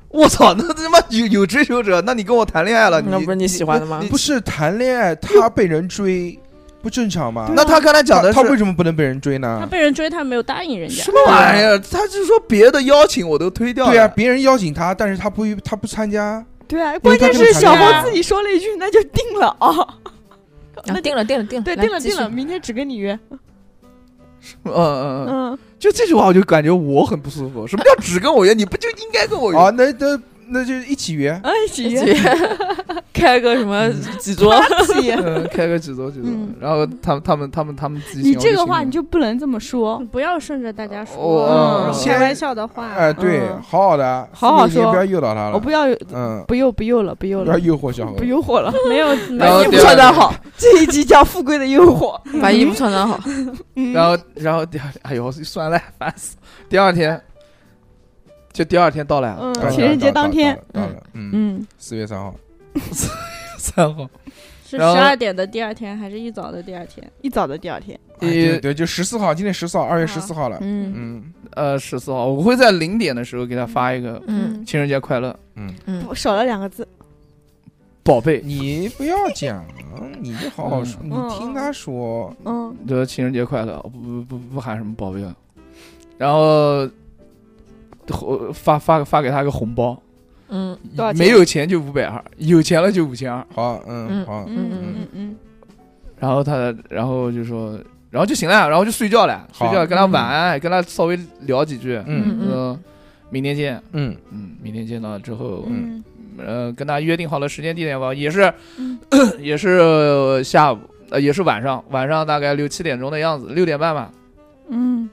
S5: 我操，那他妈有有追求者，那你跟我谈恋爱了，
S8: 那不是你喜欢的
S4: 啊
S8: 吗
S5: 你
S2: 不是谈恋爱，他被人追，不正常
S8: 啊
S2: 吗？
S4: 啊
S5: 那他刚才讲的
S2: 他他为
S5: 是
S2: 什么不能被人追
S3: 他
S2: 呢？
S3: 被人追，他没有答应人家
S5: 什。么
S8: 啊
S5: 玩意儿？哎他是说别的邀请我都推掉了，
S2: 对啊，别人邀请他，但是他不他不参加，
S4: 对啊，
S2: 为
S4: 关
S2: 他
S4: 键
S2: 这个
S4: 是
S2: 谈
S4: 小
S2: 恋爱啊
S4: 豪自己说了一句，那就定了啊。
S8: 啊定了定了定了，
S4: 对，
S8: 来
S4: 定了
S8: 继续
S4: 定了，明天只跟你约。
S5: 嗯嗯嗯，
S4: 嗯，
S5: 就这句话我就感觉我很不舒服。什么叫只跟我约？你不就应该跟我约？
S4: 哦
S2: 啊，那那那就一起约。
S4: 哎，一起约，
S8: 姐开个什么呃几桌？
S4: 一起。
S5: 嗯，开个几桌几桌
S4: 嗯，
S5: 然后他们他们他们他们自己
S4: 你
S5: 喜欢
S4: 这个
S5: 群
S4: 话
S5: 里
S4: 你就不能这 么说，
S3: 不要顺着大家
S5: 哦
S3: 说
S5: 哦
S3: 嗯开玩笑的话，
S2: 哎，对，
S4: 嗯
S2: 好好的，
S4: 好好
S2: 四个月
S4: 说
S2: 不要诱导他了。
S4: 我不要，
S2: 嗯，
S4: 不诱，不诱了，不诱
S2: 不要
S4: 了，
S2: 诱惑小何
S4: 不。诱惑了。
S3: 没有没
S5: 然 后
S3: 有
S5: 第二
S4: 穿
S5: 天
S4: 的好，这一集叫《富贵的诱惑》。
S2: 嗯
S8: 把衣服穿穿好。
S5: 然后然后第二天，哎呦，算了，烦死了。第二天，就第二天到了，
S4: 嗯
S2: 到了
S4: 情人节
S2: 到了
S4: 当天
S2: 到了，到了嗯，
S4: 嗯，
S2: 四月三号，
S5: 三号，
S3: 是十
S5: 然后
S3: 二点的第二天还是一早的第二天？
S4: 一早的第二天，
S2: 哎
S5: 一
S2: 对对，就十四号，今天十四号，二月十四号了。
S4: 嗯
S2: 嗯
S5: 呃十四号，我会在零点的时候给他发一个
S8: 嗯，
S5: 情人节快乐，
S2: 嗯，
S8: 嗯
S4: 我少了两个字，
S5: 宝贝，
S2: 你不要讲，你就好好说，你
S4: 嗯
S2: 听他说。
S4: 嗯，
S5: 说情人节快乐，哦不不不喊什么宝贝了，然后。呃发发发给他个红包，
S8: 嗯
S4: 多少钱
S5: 没有钱就五百二，有钱了就五千二。
S2: 好，嗯
S8: 嗯
S2: 好，
S4: 嗯嗯嗯
S5: 然后他，然后就说，然后就行了，然后就睡觉了，
S2: 好
S5: 睡觉跟他晚安，跟他稍微聊几句，
S2: 嗯
S5: 嗯、明天见，
S2: 嗯
S5: 嗯，明天见到之后，
S4: 嗯
S5: 呃，跟他约定好了时间地点吧，也是， 也是、呃下午，呃，也是晚上，晚上大概六七点钟的样子，六点半吧，
S4: 嗯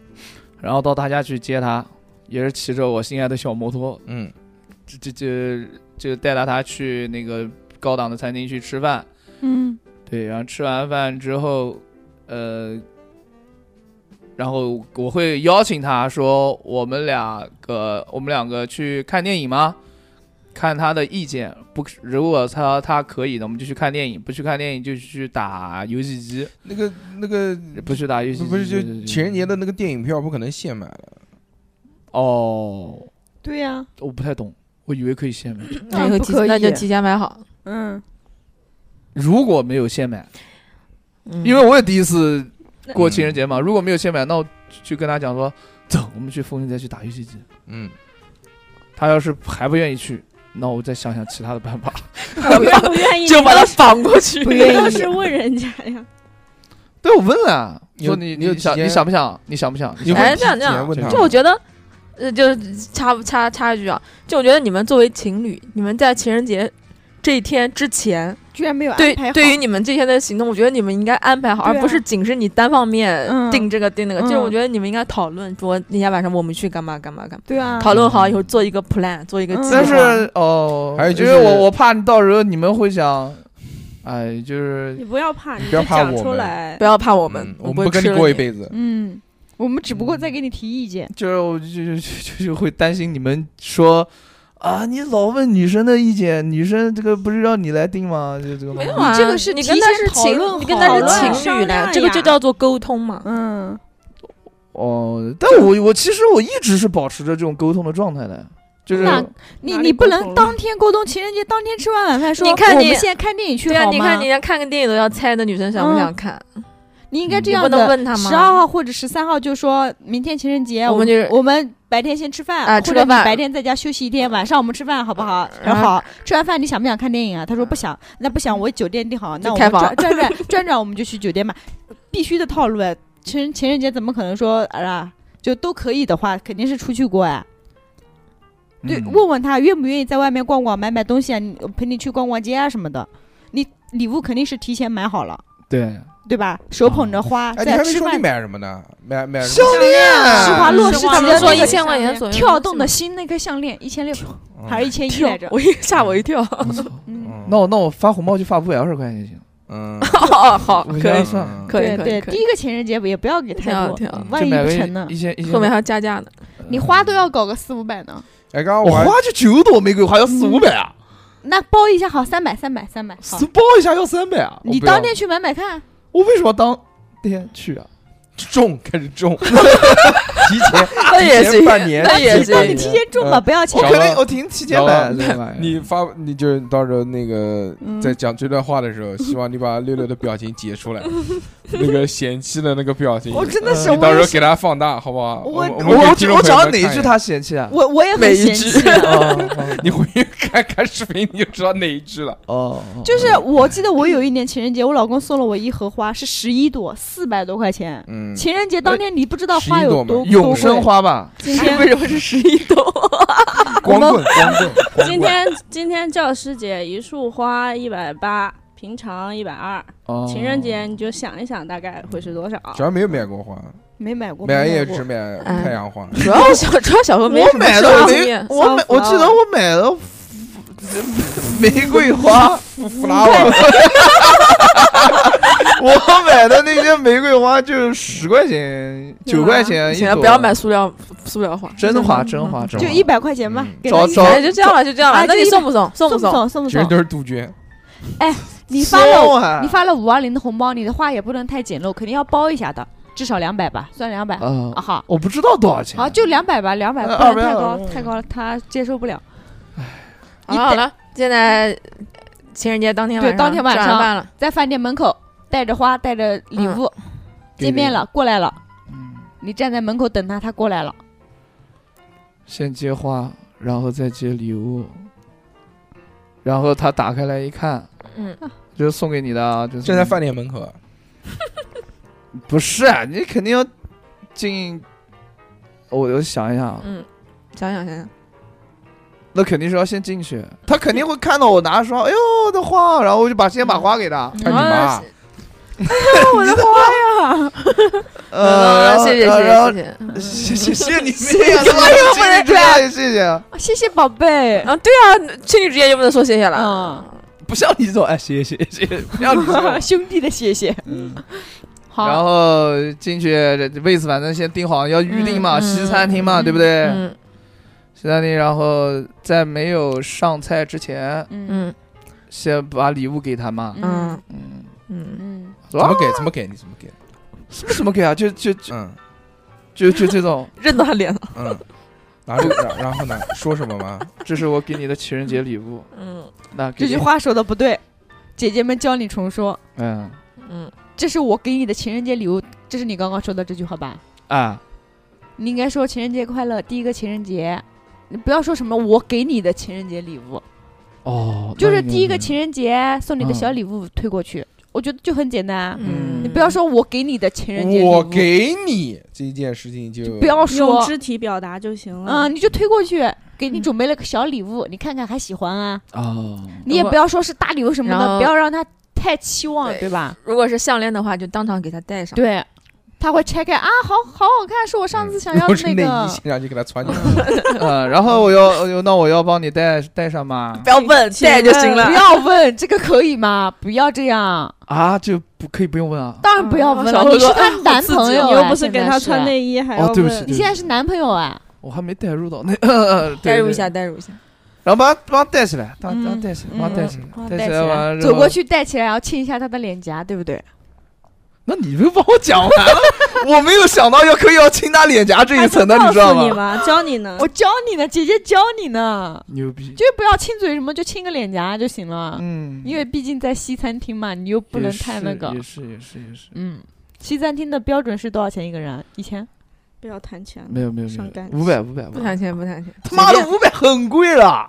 S5: 然后到他家去接他，也是骑着我心爱的小摩托，
S2: 嗯
S5: 这这这就带着他去那个高档的餐厅去吃饭，
S4: 嗯
S5: 对，然后吃完饭之后，呃，然后我会邀请他说，我们两个，我们两个去看电影吗？看他的意见，不，如果他他可以的，我们就去看电影；不去看电影就去打游戏机，
S2: 那个那个
S5: 不去打游戏机
S2: 不是
S5: 对对
S2: 就
S5: 对
S2: 情人节的那个电影票不可能现买的，
S5: 哦，
S4: 对呀，
S3: 嗯
S5: 我不太懂，我以为可以现买。
S8: 那以后
S4: 不
S8: 提
S4: 可以
S8: 那就提前买好。
S4: 嗯
S5: 如果没有现买，
S8: 嗯
S5: 因为我也第一次过
S2: 嗯
S5: 情人节嘛，如果没有现买，那我去跟他讲说，走，我们去风云再去打游戏机。
S19: 嗯，
S5: 他要是还不愿意去，那我再想想其他的办法。
S3: 不愿不愿意，
S5: 就把他绑过去
S3: 嗯不愿意是问人家呀。
S5: 对，我问了，
S19: 你有
S5: 说你
S19: 你有
S5: 你想
S19: 提前
S5: 你想不想？你想不想？
S19: 你会
S5: 哎
S8: 哎，这样这样，
S19: 问他
S8: 就我觉得，呃，就是插插插一句啊，就我觉得你们作为情侣，你们在情人节这一天之前，
S4: 居然没有
S8: 对
S4: 安排好
S8: 对于你们这些的行动，我觉得你们应该安排好，
S4: 对啊
S8: 而不是仅是你单方面
S4: 嗯
S8: 定这个定那个。
S4: 嗯
S8: 就是我觉得你们应该讨论说那天晚上我们去干嘛干嘛干嘛，
S4: 对啊，
S8: 讨论好以后做一个 plan，做一个计划。
S5: 但是哦，
S2: 还有就是
S5: 因为我我怕你到时候你们会想，哎，就是
S3: 你不要怕，
S2: 不
S3: 就
S2: 要怕
S3: 讲
S2: 我
S3: 出
S2: 们
S3: 来
S8: 不。要怕我们，
S2: 嗯我
S8: 不
S2: 们
S8: 会
S2: 不跟你
S8: 吃了
S2: 过一辈子。
S4: 嗯，我们只不过在给你提意见。
S5: 就是我就就就就会担心你们说。啊！你老问女生的意见，女生这个不是让你来定吗？就这个
S8: 没有
S5: 问题
S8: 啊，
S4: 这个是
S8: 你
S4: 提
S8: 跟他
S4: 前
S8: 是
S4: 讨论
S8: 情，你跟他
S4: 好了
S8: 是情
S3: 商
S8: 侣
S3: 量
S8: 嘞，这个
S3: 呀
S8: 就叫做沟通嘛。
S4: 嗯，
S5: 哦。但我我其实我一直是保持着这种沟通的状态的，就是
S4: 那你
S3: 哪里
S4: 你不
S3: 沟
S4: 能
S3: 通
S4: 当天沟通情人节当天吃完晚饭说，
S8: 你看
S4: 我
S8: 你
S4: 们现在看电影去
S8: 对啊，
S4: 好
S8: 你
S4: 吗
S8: 看你，连看个电影都要猜那女生想不想看，
S4: 你应该这
S8: 你
S4: 样
S8: 不
S4: 子
S8: 能问他吗？
S4: 十二号或者十三号就说明天情人节，
S8: 我
S4: 我
S8: 们就是
S4: 我们白天先吃饭，
S8: 啊
S4: 或
S8: 吃
S4: 者
S8: 个
S4: 你
S8: 饭嗯
S4: 白天在家休息一天，晚上我们吃饭好不好？
S8: 然
S4: 然
S8: 后
S4: 后好，吃完饭你想不想看电影啊？他说不想，那不想我酒店订好，那我
S8: 嗯开
S4: 们
S8: 房
S4: 转转 转转转，我们就去酒店买，必须的套路哎。情人情人节怎么可能说啊？就都可以的话，肯定是出去过哎。对，
S5: 嗯
S4: 问问他愿不愿意在外面逛逛、买买东西啊，你我陪你去逛逛街啊什么的。你礼物肯定是提前买好了，
S5: 对
S4: 对吧？手捧着
S8: 啊
S4: 花，
S2: 哎，你还
S4: 在
S2: 没
S4: 吃
S2: 说你
S4: 饭
S2: 买什么呢？买买什
S5: 项
S2: 么？
S5: 链，
S4: 施华
S8: 嗯
S4: 洛世
S3: 施华
S4: 奇
S3: 洛
S4: 的
S3: 世
S8: 说
S3: 奇
S4: 那
S8: 一
S4: 个
S8: 千块钱左右，
S20: 跳动的心那颗项链一千六
S2: 嗯
S4: 还是一千一
S8: 跳
S4: 来着，
S8: 我一吓我一 跳。
S4: 嗯，
S5: 那我那我发红包就发五百二十块钱就行，
S2: 嗯，
S8: 哦，好，
S5: 我
S8: 可
S5: 先
S8: 以，
S5: 算
S2: 嗯
S8: 可以，
S4: 对
S8: 可以，哦啊
S4: 对，
S8: 可
S4: 第
S8: 以。
S4: 一个情人节也不要给太
S8: 挺好
S4: 多
S8: 挺好，
S4: 万
S5: 就
S4: 一
S5: 买
S4: 不
S5: 个
S4: 成呢
S5: 一？千一千，
S8: 后面还要加价呢，
S20: 你花都要搞个四五百呢，
S2: 哎，刚刚
S5: 我
S2: 还
S5: 哦花就九朵玫瑰花要四五百啊，
S20: 那包一下好三百三百三百，好
S5: 死，包一下要三百啊！
S20: 你
S5: 我不要
S20: 当天去买买看，
S5: 我为什么要当天去啊？
S2: 种开始 种，提前
S8: 那也
S2: 提前
S8: 行，
S2: 半年，
S8: 那也
S2: 提前半
S8: 行
S4: 你提前中吧，
S2: 嗯
S4: 不要钱
S5: 我
S2: 小。
S5: 肯定
S2: 王
S5: 我停提前买
S2: 小
S5: 这个玩意儿，
S2: 你发你就是到时候那个
S4: 嗯
S2: 在讲这段话的时候，希望你把六六的表情截 出来，那个嫌弃的那个表情，
S4: 我真的是，
S5: 你
S2: 你到时
S4: 我也
S2: 候
S4: 是
S2: 给他放大，好不好？
S4: 我
S2: 我
S5: 我
S2: 我
S5: 我
S2: 给听
S5: 只
S2: 众
S5: 我
S2: 朋友
S5: 讲
S2: 们
S5: 哪一
S2: 看
S5: 句
S2: 下
S5: 他嫌 弃啊？
S4: 我我也
S8: 每
S4: 很
S8: 一
S4: 嫌
S8: 句
S4: 弃的。
S5: 哦
S2: 你回去看看视频，你就知道哪一句了。
S5: 哦，
S4: 就是我记得我有一年情人节，我老公送了我一盒花，是十一朵，四百多块钱。
S2: 嗯，
S4: 情人节当天你不知道花
S2: 11朵
S4: 有
S2: 嘛
S4: 多
S5: 永生。花吧，
S4: 多贵今
S8: 为
S4: 天
S8: 什么是十一朵？
S2: 光棍，光棍，光
S3: 今
S2: 棍。
S3: 天今天教师节，一束花一百八，平常一百二。
S5: 哦
S3: 情人节你就想一想，大概会是多少？
S2: 小孩没有买过花，
S4: 没买过，
S2: 买
S4: 没
S2: 也
S4: 过
S2: 只买
S8: 哎
S2: 太阳花。
S8: 主要小主要小何没
S5: 我
S8: 什么
S5: 买
S8: 社
S5: 的
S8: 会经
S5: 玫
S8: 验，，
S5: 我买我记得我买的玫瑰花，
S2: 弗拉瓦，
S5: 我买的那些玫瑰花就是十块钱、九块钱一
S8: 行了，啊
S5: 朵，
S8: 不要买塑料塑料花。
S5: 真花，真花，真花，
S4: 就一百块钱吧
S2: 嗯，
S4: 给
S5: 找
S4: 他一
S5: 找
S8: 哎，就这样了，就这样了
S4: 哎。
S8: 那
S4: 就
S8: 你
S4: 一
S8: 送不送？送
S4: 送
S8: 不
S4: 不
S8: 送？
S4: 送？送不
S2: 其实
S4: 送？
S2: 都是杜鹃。
S20: 你发了
S5: 了
S20: 你发了五二零的红包，你的花也不能太简陋，肯定要包一下的，至少两百吧，算两百啊
S5: 啊，
S20: 好。
S5: 我不知道多少钱，
S20: 好，就两百吧，两百
S5: 呃
S20: 不能太
S5: 200
S20: 高，
S5: 200
S20: 太高了他接受不了。
S8: 好了好了，现在情人节当天晚
S20: 对
S8: 上，
S20: 当天晚上
S8: 吃完饭了，
S20: 在饭店门口带着花，带着礼物，
S5: 嗯
S20: 见面了，过来了，你站在门口等他，他过来了，
S5: 先接花，然后再接礼物，然后他打开来一看，
S8: 嗯，
S5: 就是送给你的啊，就是
S2: 站在饭店门口，
S5: 不是啊你肯定要进，我我想一想啊，
S8: 嗯，想想想想，
S5: 那肯定是要先进去，他肯定会看到我拿着说，哎呦我的花，然后我就把先把花给他，
S2: 看你妈，啊
S5: 我的花呀，呃，然后
S8: 嗯谢谢谢
S5: 然后
S8: 谢谢
S5: 谢
S8: 谢。
S5: 谢谢你，谢谢，哎呦
S8: 不能这
S5: 样，谢谢，
S20: 啊谢谢宝贝。
S8: 啊，对啊，情侣之间就不能说谢谢了。
S20: 嗯，。
S5: 不像你这种，哎，谢谢谢谢，不像你这种
S20: 兄弟的谢谢。
S5: 然
S20: 好，
S5: 后进去这这位置，反正先定好，要预定嘛，
S8: 嗯嗯
S5: 西餐厅嘛，
S20: 嗯
S5: 对不对？
S8: 嗯
S5: 西餐厅，然后在没有上菜之前，
S20: 嗯
S8: 嗯
S5: 先把礼物给他嘛。
S8: 嗯
S5: 嗯，
S8: 嗯，
S20: 嗯，
S5: 怎
S2: 怎么给？怎么给？你怎么给？
S5: 什么怎么给啊？就就就
S2: 嗯
S5: 就就这种，
S8: 认到他脸了。
S2: 嗯，拿这个，然然后呢？说什么吗？
S5: 这是我给你的情人节礼物。
S8: 嗯，
S5: 那给
S4: 这
S5: 你
S4: 句话说的不对，姐姐们教你重说，
S5: 嗯
S8: 嗯，
S4: 这是我给你的情人节礼物，这是你刚刚说的这句话吧？
S5: 啊，
S4: 你应该说情人节快乐，第一个情人节，你不要说什么我给你的情人节礼物，
S5: 哦，
S4: 就是第一
S5: 那
S4: 个
S5: 你
S4: 情人节送你个
S5: 嗯
S4: 小礼物推过去，我觉得就很简单。
S5: 嗯
S4: 你不要说我给你的情人节礼物，
S2: 我给你这件事情就
S4: 不要说
S3: 用肢体表达就行了。
S4: 嗯，你就推过去，给你准备了个小礼物，你看看还喜欢啊？
S5: 哦，
S4: 你也不要说是大礼物什么
S8: 然
S4: 的，
S8: 后
S4: 不要让他太期望，对吧？
S8: 如果是项链的话，就当场给他戴上。
S4: 对，他会拆开啊，好好好看，是我上次想要
S2: 都
S4: 的
S2: 嗯是
S4: 那
S2: 内
S4: 个
S2: 衣，。现场就给他穿进去。
S5: 呃，然后我要，我那我要帮你带带 上吗？
S8: 不要问，戴就行了
S4: 不。要问这个可以吗？不要这样，
S5: 啊，这不可以不用问啊？
S4: 当然不要问了，
S8: 小何
S4: 你是
S8: 说
S4: 她男朋友啊，
S3: 哦你又不是给他
S4: 她
S3: 穿内衣，还要
S5: 哦，对不起，
S3: 问
S5: 对不
S4: 你
S5: 起
S4: 现在是男朋友啊？
S5: 我还没带入到那，呃 对
S8: 代入
S5: 对
S8: 一下，代入一下。
S5: 然后把它把它带起来，把它把它
S4: 嗯
S5: 带起来，
S4: 嗯
S5: 把它带起
S4: 把它
S5: 来，带
S4: 带起
S5: 起来
S4: 来
S5: 完了
S4: 走过。去带起来，然后亲一下她的脸颊，对不对？
S5: 然后那你就帮我讲完 了，我没有想到要可以要亲他脸颊这一层 的，
S3: 还
S5: 你
S3: 不
S5: 知道
S3: 告诉你
S5: 吗？
S3: 吗？教你呢。
S4: 我教你呢，姐姐教你呢，
S5: 牛逼，
S4: 就不要亲嘴什么，就亲个脸颊就行了。
S5: 嗯，
S4: 因为毕竟在西餐厅嘛，你又不
S5: 也
S4: 能太那
S5: 是
S4: 个
S5: 也。是也是也是，
S4: 嗯，西餐厅的标准是多少钱一个人啊？一千？
S3: 不要谈钱了，
S5: 没有没有没
S3: 伤
S5: 有
S3: 感，情
S5: 五百五百，
S8: 不谈钱，不谈钱。
S5: 他妈的五百很贵了，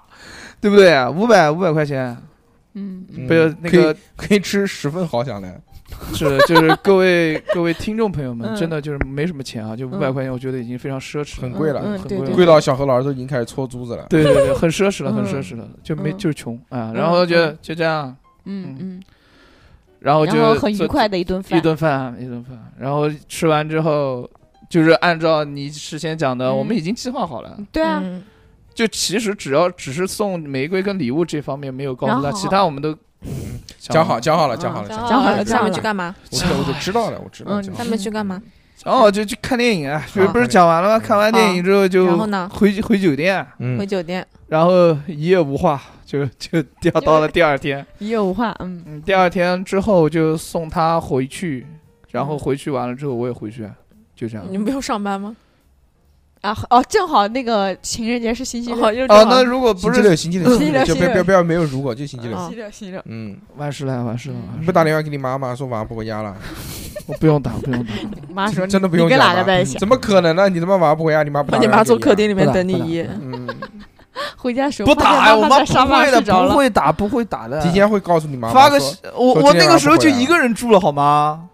S5: 对不对？五百五百块钱，
S4: 嗯，
S2: 嗯
S5: 不是那
S2: 可以
S5: 个
S2: 可以吃十份好想来，
S5: 是就是各位 各位听众朋友们，
S4: 嗯
S5: 真的就是没什么钱啊，就五百块钱，我觉得已经非常奢侈了，
S2: 很贵了
S4: 嗯嗯
S5: 很
S4: 对
S5: 贵
S4: 对
S5: 了
S2: 贵到小何老师都已经开始搓珠子了。
S5: 对对对，很奢侈了，
S4: 嗯
S5: 很奢侈了，就没
S4: 嗯
S5: 就是穷啊，
S4: 嗯
S5: 然后就就这样，
S4: 嗯嗯，
S5: 然后就
S4: 然后很愉
S5: 做
S4: 快的一顿饭
S5: 一。顿饭一顿饭，然后吃完之后就是按照你事先讲的，
S4: 嗯
S5: 我们已经计划好了，
S4: 对啊，
S8: 嗯
S5: 就其实只要只是送玫瑰跟礼物这方面没有告
S4: 然
S5: 诉
S4: 后
S5: 他，其他我们都
S2: 嗯讲好，讲好了，讲好了，
S4: 嗯
S2: 讲
S4: 讲好了
S8: 下面
S4: 讲好
S8: 去
S4: 了
S8: 干嘛？
S2: 我就我就知道了，我知道。
S4: 嗯
S2: 讲好
S8: 下
S2: 了
S8: 面去干嘛？
S5: 讲好就去看电影啊，就
S8: 好
S5: 不是讲完了吗？看完电影之后就
S8: 然后呢
S5: 回回酒店，
S8: 回
S2: 嗯，
S8: 酒店。
S5: 然后一夜无话，就就掉到了第二天。
S4: 一夜无话，嗯，
S5: 嗯，第二天之后就送他回去，然后回去完了之后我也回去，啊就这样。
S8: 你们不用上班吗？
S4: 啊哦，正好那个情人节是星期六
S8: 哦，，又
S5: 哦，那如果不
S2: 星期
S5: 是
S2: 六，星期六，
S4: 星期六
S2: 就
S4: 嗯星期
S2: 别
S4: 六哦
S2: 别不要没有如果，就星期六。
S8: 啊
S4: 星期六，星期六，
S2: 嗯，
S5: 万事来，万事来，万事
S2: 不
S5: 来
S2: 打电话给你妈妈说晚上把我压了，
S5: 我不用打，不用打，
S4: 妈说
S2: 真的不
S4: 你
S2: 用
S4: 跟
S2: 讲
S4: 哪个
S2: 了
S4: 在一起？
S2: 怎么可能呢？你他妈晚上不回家，你妈不打
S8: 把你
S2: 电
S8: 妈
S2: 话给
S8: 坐
S2: 你啊
S8: 客厅里面等你
S5: 不打
S8: 一夜。
S2: 嗯，
S4: 回家的时候
S5: 不打呀！我
S4: 妈
S5: 妈
S4: 在沙
S5: 不
S4: 发
S5: 会的，
S4: 睡着
S5: 不
S4: 了，
S5: 会打，不会打的。
S2: 提前会告诉你妈妈
S5: 发个
S2: 说
S5: 我
S2: 说
S5: 我
S2: 今天
S5: 那
S2: 晚
S5: 个
S2: 上
S5: 时候
S2: 不
S5: 就
S2: 回
S5: 一
S2: 来
S5: 个人住了，好吗？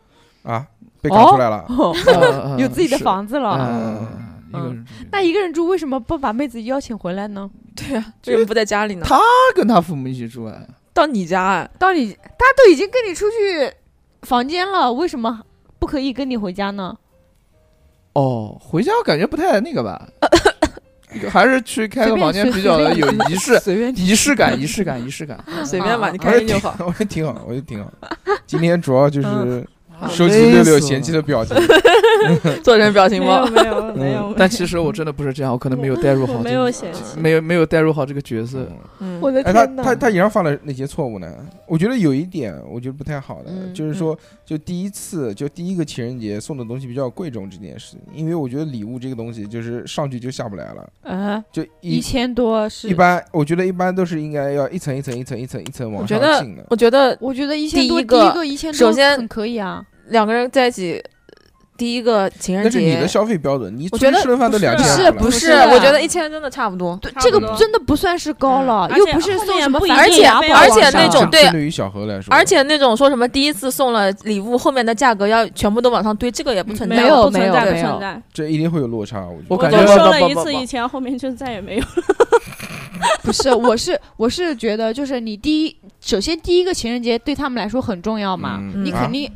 S5: 嗯
S2: 啊，被赶出来了。
S4: 哦有自己的
S5: 子
S4: 房子啊了。
S5: 嗯，一个人住。
S4: 那一个人住为什么不把妹子邀请回来呢？
S8: 对啊，为什么不在家里呢？
S5: 他他跟他父母一起住啊？
S8: 到你家啊？
S4: 到底他都已经跟你出去房间了，为什么不可以跟你回家呢？
S5: 哦，回家感觉不太那 个吧，还是去开个
S4: 随便
S5: 房间
S4: 随
S5: 比较的
S4: 随
S5: 有
S4: 便，
S5: 仪式
S4: 随便
S5: 仪式感，仪式感，仪式感。
S8: 随便吧，
S4: 啊
S8: 你
S2: 我
S8: 开
S2: 也
S8: 心
S2: 挺
S8: 就好。，
S2: 我也挺好，我也挺好。今天主要
S4: 嗯
S2: 就是
S5: 啊
S2: 收集六六嫌弃。的表情，嗯
S8: 做成表情
S3: 没
S8: 包
S3: 有。没有没
S5: 累死我
S3: 有
S5: 了，但其实我真的不是这哦样，我可能没有代入好
S3: 我
S5: 这个，
S3: 没有嫌弃。
S5: 没有没有代入好这个角色。
S8: 嗯
S4: 我的
S2: 哎，他
S4: 天
S2: 他
S4: 哪！
S2: 他也上犯了哪些错误呢？我觉得有一点，我觉得不太好的，
S4: 嗯
S2: 就是说，就第一次，就第一个情人节送的东西比较贵重这件事，因为我觉得礼物这个东西就是上去就下不来了，
S4: 啊，
S2: 就
S4: 一
S2: 一
S4: 千多是
S2: 一，般，我觉得一般都是应该要一层一层一层一层一层往
S8: 我觉
S2: 上
S8: 得
S2: 进的，。
S8: 我觉得
S4: 我觉得一千多，
S8: 第
S4: 一
S8: 一个
S4: 一千多，
S8: 首先
S4: 很可以啊。
S8: 两个人在一起，第一个情人
S2: 那是你
S8: 节
S2: 的，消费标准，你
S8: 我觉
S2: 出
S8: 得
S2: 去吃顿饭都两
S3: 不
S2: 千
S3: 是
S2: 二了，
S8: 不
S4: 是
S8: 是？我觉得一千真的差不多。
S4: 对
S3: 差，不
S4: 这
S3: 多
S4: 个真的不算是高了，
S3: 嗯
S4: 又
S3: 而且
S4: 不是送什么
S3: 后面
S4: 反
S3: 不一
S4: 正
S3: 定
S4: 也要
S8: 而且
S4: 往上
S8: 那种
S2: 针
S8: 对
S2: 对于小何来说，
S8: 而且那种说什么第一次送了礼物，后面的价格要全部都往上堆，这个也不存在。
S4: 没有
S3: 不存
S4: 没
S3: 在
S4: 有
S3: 不
S4: 没有
S3: 存在。
S2: 这一定会有落差，我觉得。
S3: 我
S5: 我感
S3: 就
S5: 觉
S3: 收了一次一千，后面就再也没有。
S4: 不是，我是我是觉得，就是你第一，首先第一个情人节对他们来说很重要嘛，
S2: 嗯
S4: 你
S2: 啊
S4: 肯定，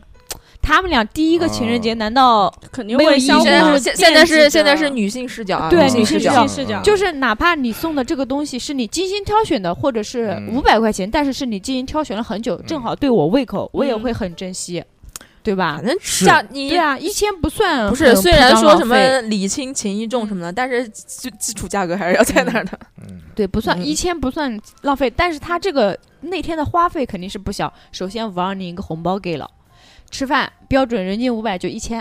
S4: 他们两第一个情人节
S8: 哦
S2: 啊
S4: 难道
S3: 肯定
S4: 没有
S3: 会
S4: 意义
S3: 相互
S8: 现在
S4: 嗯
S8: 是现现在
S3: 惦记
S8: 是
S3: 着
S8: 现在是女性视角啊，
S4: 对
S8: 女性
S4: 女
S8: 视
S4: 性
S8: 角
S4: 视角
S3: 视角
S4: 就是哪怕你送的这个东西是你精心挑选的，或者是
S2: 嗯
S4: 五百块钱，但是是你精心挑选了很久，正好对我胃口，我也
S8: 嗯
S4: 会很珍惜，对吧
S8: 反？正价你
S4: 对啊，一千不算
S8: 不
S4: 很
S8: 是，
S4: 铺
S8: 虽然
S4: 张
S8: 说
S4: 浪
S8: 什
S4: 费
S8: 么礼轻情意重什么的，但是基基础价格还是要在那儿的。
S2: 嗯
S4: 对不算
S8: 嗯
S4: 一千不算浪费，但是他这个那天的花费肯定是不小。首先我让你一个红包给了，吃饭标准人均五百就一千，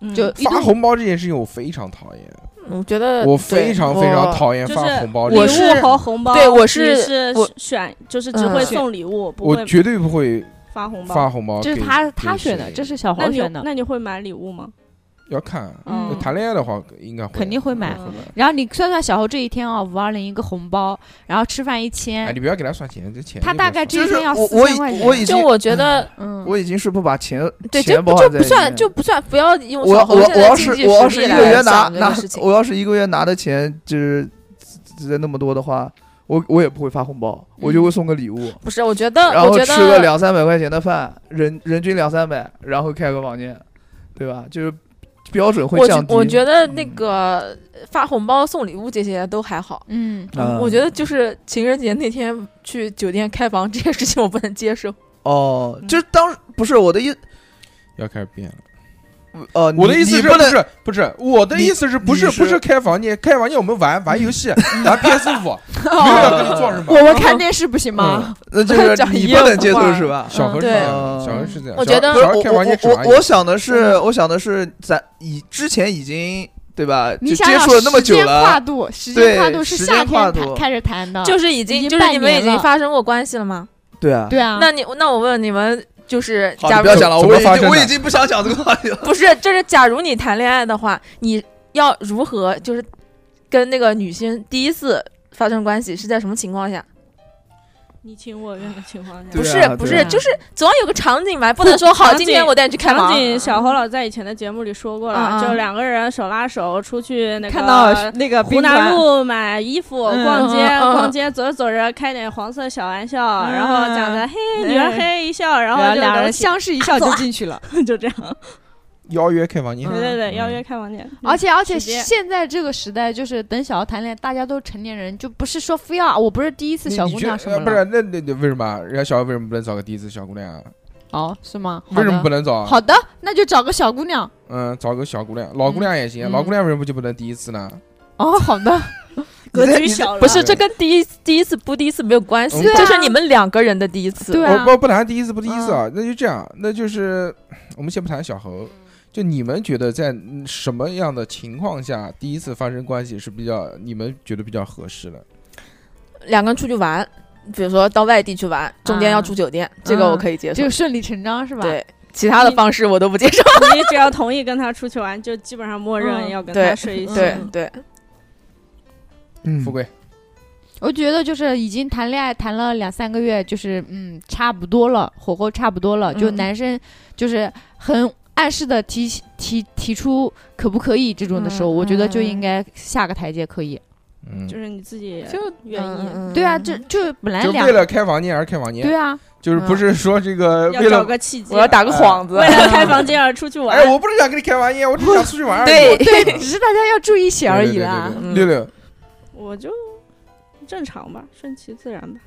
S3: 嗯
S8: 嗯
S4: 就
S8: 哦
S4: 一
S2: 发
S4: 顿
S2: 红包这件事情我非常讨厌，
S8: 我觉得
S2: 我非常
S8: 呃
S2: 非
S8: 对
S2: 常
S8: 我
S2: 讨厌发红包这
S3: 礼
S2: 件事。
S3: 物和红包，
S8: 对我
S3: 你
S8: 是
S3: 是
S8: 我
S3: 选，就是只
S8: 嗯
S3: 会送礼物，不
S2: 我
S3: 会
S2: 绝对不会
S3: 发红包。
S2: 发红包给，给谁
S4: 是小
S3: 那
S4: 豪
S3: 你
S4: 选的
S3: 那你会买礼物吗？
S2: 要看啊
S4: 嗯
S2: 谈恋爱的话应该会嗯
S4: 肯定会买
S2: 会
S3: 嗯
S2: 买。
S4: 然后你算算小侯这一天哦，五二零一个红包，然后吃饭一
S2: 哎，
S4: 千
S2: 你，不要给他算钱，这钱
S4: 他
S2: 就
S4: 大
S2: 是
S4: 概
S2: 算
S4: 这一天要
S21: 我
S4: 四
S21: 我
S4: 千
S21: 已
S4: 块
S21: 我
S4: 钱。
S21: 已
S8: 就
S21: 经
S8: 我觉得，
S4: 嗯，
S21: 我已经是不把钱
S8: 对，就
S21: 钱
S8: 不
S21: 包
S8: 就
S21: 含在
S8: 不
S21: 里面
S8: 算，就不算，不要用
S21: 我
S8: 小
S21: 要
S8: 红
S21: 我我
S8: 现在
S21: 要
S8: 经
S21: 是
S8: 济
S21: 我要
S8: 实
S21: 是
S8: 力
S21: 一个月拿
S8: 来想这
S21: 拿
S8: 个事，情。
S21: 我要是一个月拿的钱就是这那么多的话，我我也不会发红包，我就会送个礼物，
S8: 不是，我觉得，
S21: 然
S8: 嗯我
S21: 后
S8: 觉
S21: 吃个
S8: 得，
S21: 两三百块钱的饭，人人均两三百，然后开个房间，对吧？就是标准会
S8: 我
S21: 降
S8: 觉
S21: 低。
S8: 我觉得那个发红包送礼物这些都还好。
S4: 嗯，
S21: 嗯
S8: 我觉得就是情人节那天去酒店开房 这件事情，我不能接受。
S21: 哦，
S8: 嗯
S21: 就是当不是我的意，
S2: 要开始变了。
S21: 呃，
S2: 我的
S21: 你
S2: 意思
S21: 你
S2: 是
S21: 不能
S2: 是不是我的
S21: 你
S2: 意思是不
S21: 你
S2: 是不
S21: 是
S2: 是嗯开房间开房间我们玩玩游戏玩 PS 五，没有要跟你做什么。
S4: 我们看电视不行吗？
S21: 那就是
S8: 讲
S21: 你
S8: 业
S21: 不能
S8: 务
S21: 接受
S8: 啊
S21: 是吧？
S2: 小何是
S8: 对
S2: 这样
S21: 嗯
S2: 的，小何是这样。
S8: 我
S2: 小
S8: 觉得
S21: 不是
S2: 小
S21: 我
S2: 何开房间哎只
S21: 我
S2: 玩游
S21: 我我
S2: 戏
S21: 想的
S8: 嗯
S21: 是，我想的是，咱以之前已经对吧，
S4: 你
S21: 就
S4: 想
S21: 接
S4: 想
S21: 触了那么
S4: 时
S21: 久
S4: 间跨
S21: 了，
S4: 度，时
S21: 对
S4: 间跨度是
S21: 时
S4: 夏
S21: 间
S4: 天
S21: 跨
S4: 谈
S21: 度
S4: 开始谈的，
S8: 就是已
S4: 已
S8: 经
S4: 经
S8: 就是你
S4: 半
S8: 们已
S4: 年
S8: 经
S4: 了
S8: 发生过关系了吗？
S21: 对啊，
S4: 对啊，
S8: 那你那我问你们，就是
S21: 好，你
S8: 假如
S21: 不要讲了，
S2: 怎
S21: 我
S2: 么
S21: 已
S2: 发
S21: 经
S2: 生
S21: 我
S2: 的
S21: 已经不想讲这个话题了。
S8: 不是，就是假如你谈恋爱的话，你要如何就是跟那个女性第一次发生关系是在什么情况下？
S3: 你情我愿的情况下，
S21: 对
S8: 不
S21: 啊
S8: 是、不
S21: 对
S8: 是
S21: 啊，
S8: 就是总要有个场景吧，不能说好
S3: 场景
S8: 今天我带你去开
S3: 场
S8: 房。
S3: 景小何老在以前的节目里说过
S8: 嗯
S3: 了，
S8: 嗯
S3: 就两个人手拉手出去那个
S11: 看到那个
S3: 湖
S11: 宾
S3: 南
S11: 馆，
S3: 路买衣服、
S11: 嗯
S3: 逛街、
S8: 嗯嗯
S3: 逛街，走着走着开点黄色小玩笑，
S11: 嗯
S3: 然后讲的嘿，
S11: 嗯
S3: 女儿嘿一笑，然后就
S11: 两
S3: 走
S11: 人
S3: 起
S11: 相视一笑
S4: 啊
S11: 就进去了。
S3: 就这样，
S2: 邀约开房间，
S3: 对对对，
S2: 嗯
S3: 邀约开房间，
S4: 而且而且
S3: 直接
S4: 现在这个时代，就是等小姚谈恋爱，大家都成年人，就不是说非要我不是第一次
S2: 你
S4: 小
S2: 你
S4: 姑
S2: 觉
S4: 娘
S2: 得
S4: 什
S2: 呃
S4: 么
S2: 不是
S4: 了
S2: 那那那为什么啊人家小何为什么不能找个第一次小姑娘啊？
S4: 哦，是吗？好
S2: 为什么
S4: 的
S2: 不能找啊？
S4: 好的，那就找个小姑娘。
S2: 嗯，找个小姑娘，老姑
S4: 嗯
S2: 娘也行，
S4: 嗯
S2: 老姑娘为什么就不能第一次呢？
S4: 哦，好 的，
S3: 格
S21: 你在
S3: 局
S21: 你
S3: 小了，
S8: 不是，这跟第一第一次不第一次没有关系，
S2: 对
S4: 啊
S8: 这是你们两个人的第一次。
S4: 对
S2: 我哦
S4: 啊，
S2: 不不谈第一次不第一次啊，那就这样，那就是我们先不谈小猴，就你们觉得在嗯什么样的情况下第一次发生关系是比较你们觉得比较合适的？
S8: 两个人出去玩，比如说到外地去玩，中间要住酒店，这个我可以接受。
S4: 这个顺理成章是吧？，
S8: 对，其他的方式我都不接受。
S3: 你只要同意跟他出去玩，就基本上默认
S4: 嗯
S3: 要跟
S8: 对
S3: 他睡一起。
S8: 对对，
S21: 嗯
S2: 富贵，
S4: 我觉得就是已经谈恋爱谈了两三个月，就是嗯，差不多了，火候差不多了，就
S8: 嗯
S4: 男生就是很暗示的提提提出可不可以这种的时候，
S8: 嗯
S4: 我觉得就
S8: 嗯
S4: 应该下个台阶可以。
S2: 嗯，
S3: 就是你自己
S8: 就
S3: 愿
S8: 嗯
S3: 意。
S4: 对啊，就就本来
S2: 就
S4: 两
S2: 为了开房间而开房间，
S4: 对 啊，
S2: 就是不是说这个
S3: 要
S2: 为
S3: 找
S2: 了
S3: 个契机，
S8: 我要打个幌子
S3: 为。了开房间而出去玩
S2: 哎，。我不是想跟你开房间，我只是想出去玩而已。
S8: 对
S4: 对，只是大家要注意些
S2: 对
S4: 而
S2: 对
S4: 已
S2: 对
S4: 啦。
S2: 对
S8: 嗯
S2: 六六
S3: 我就正常吧，顺其自然吧，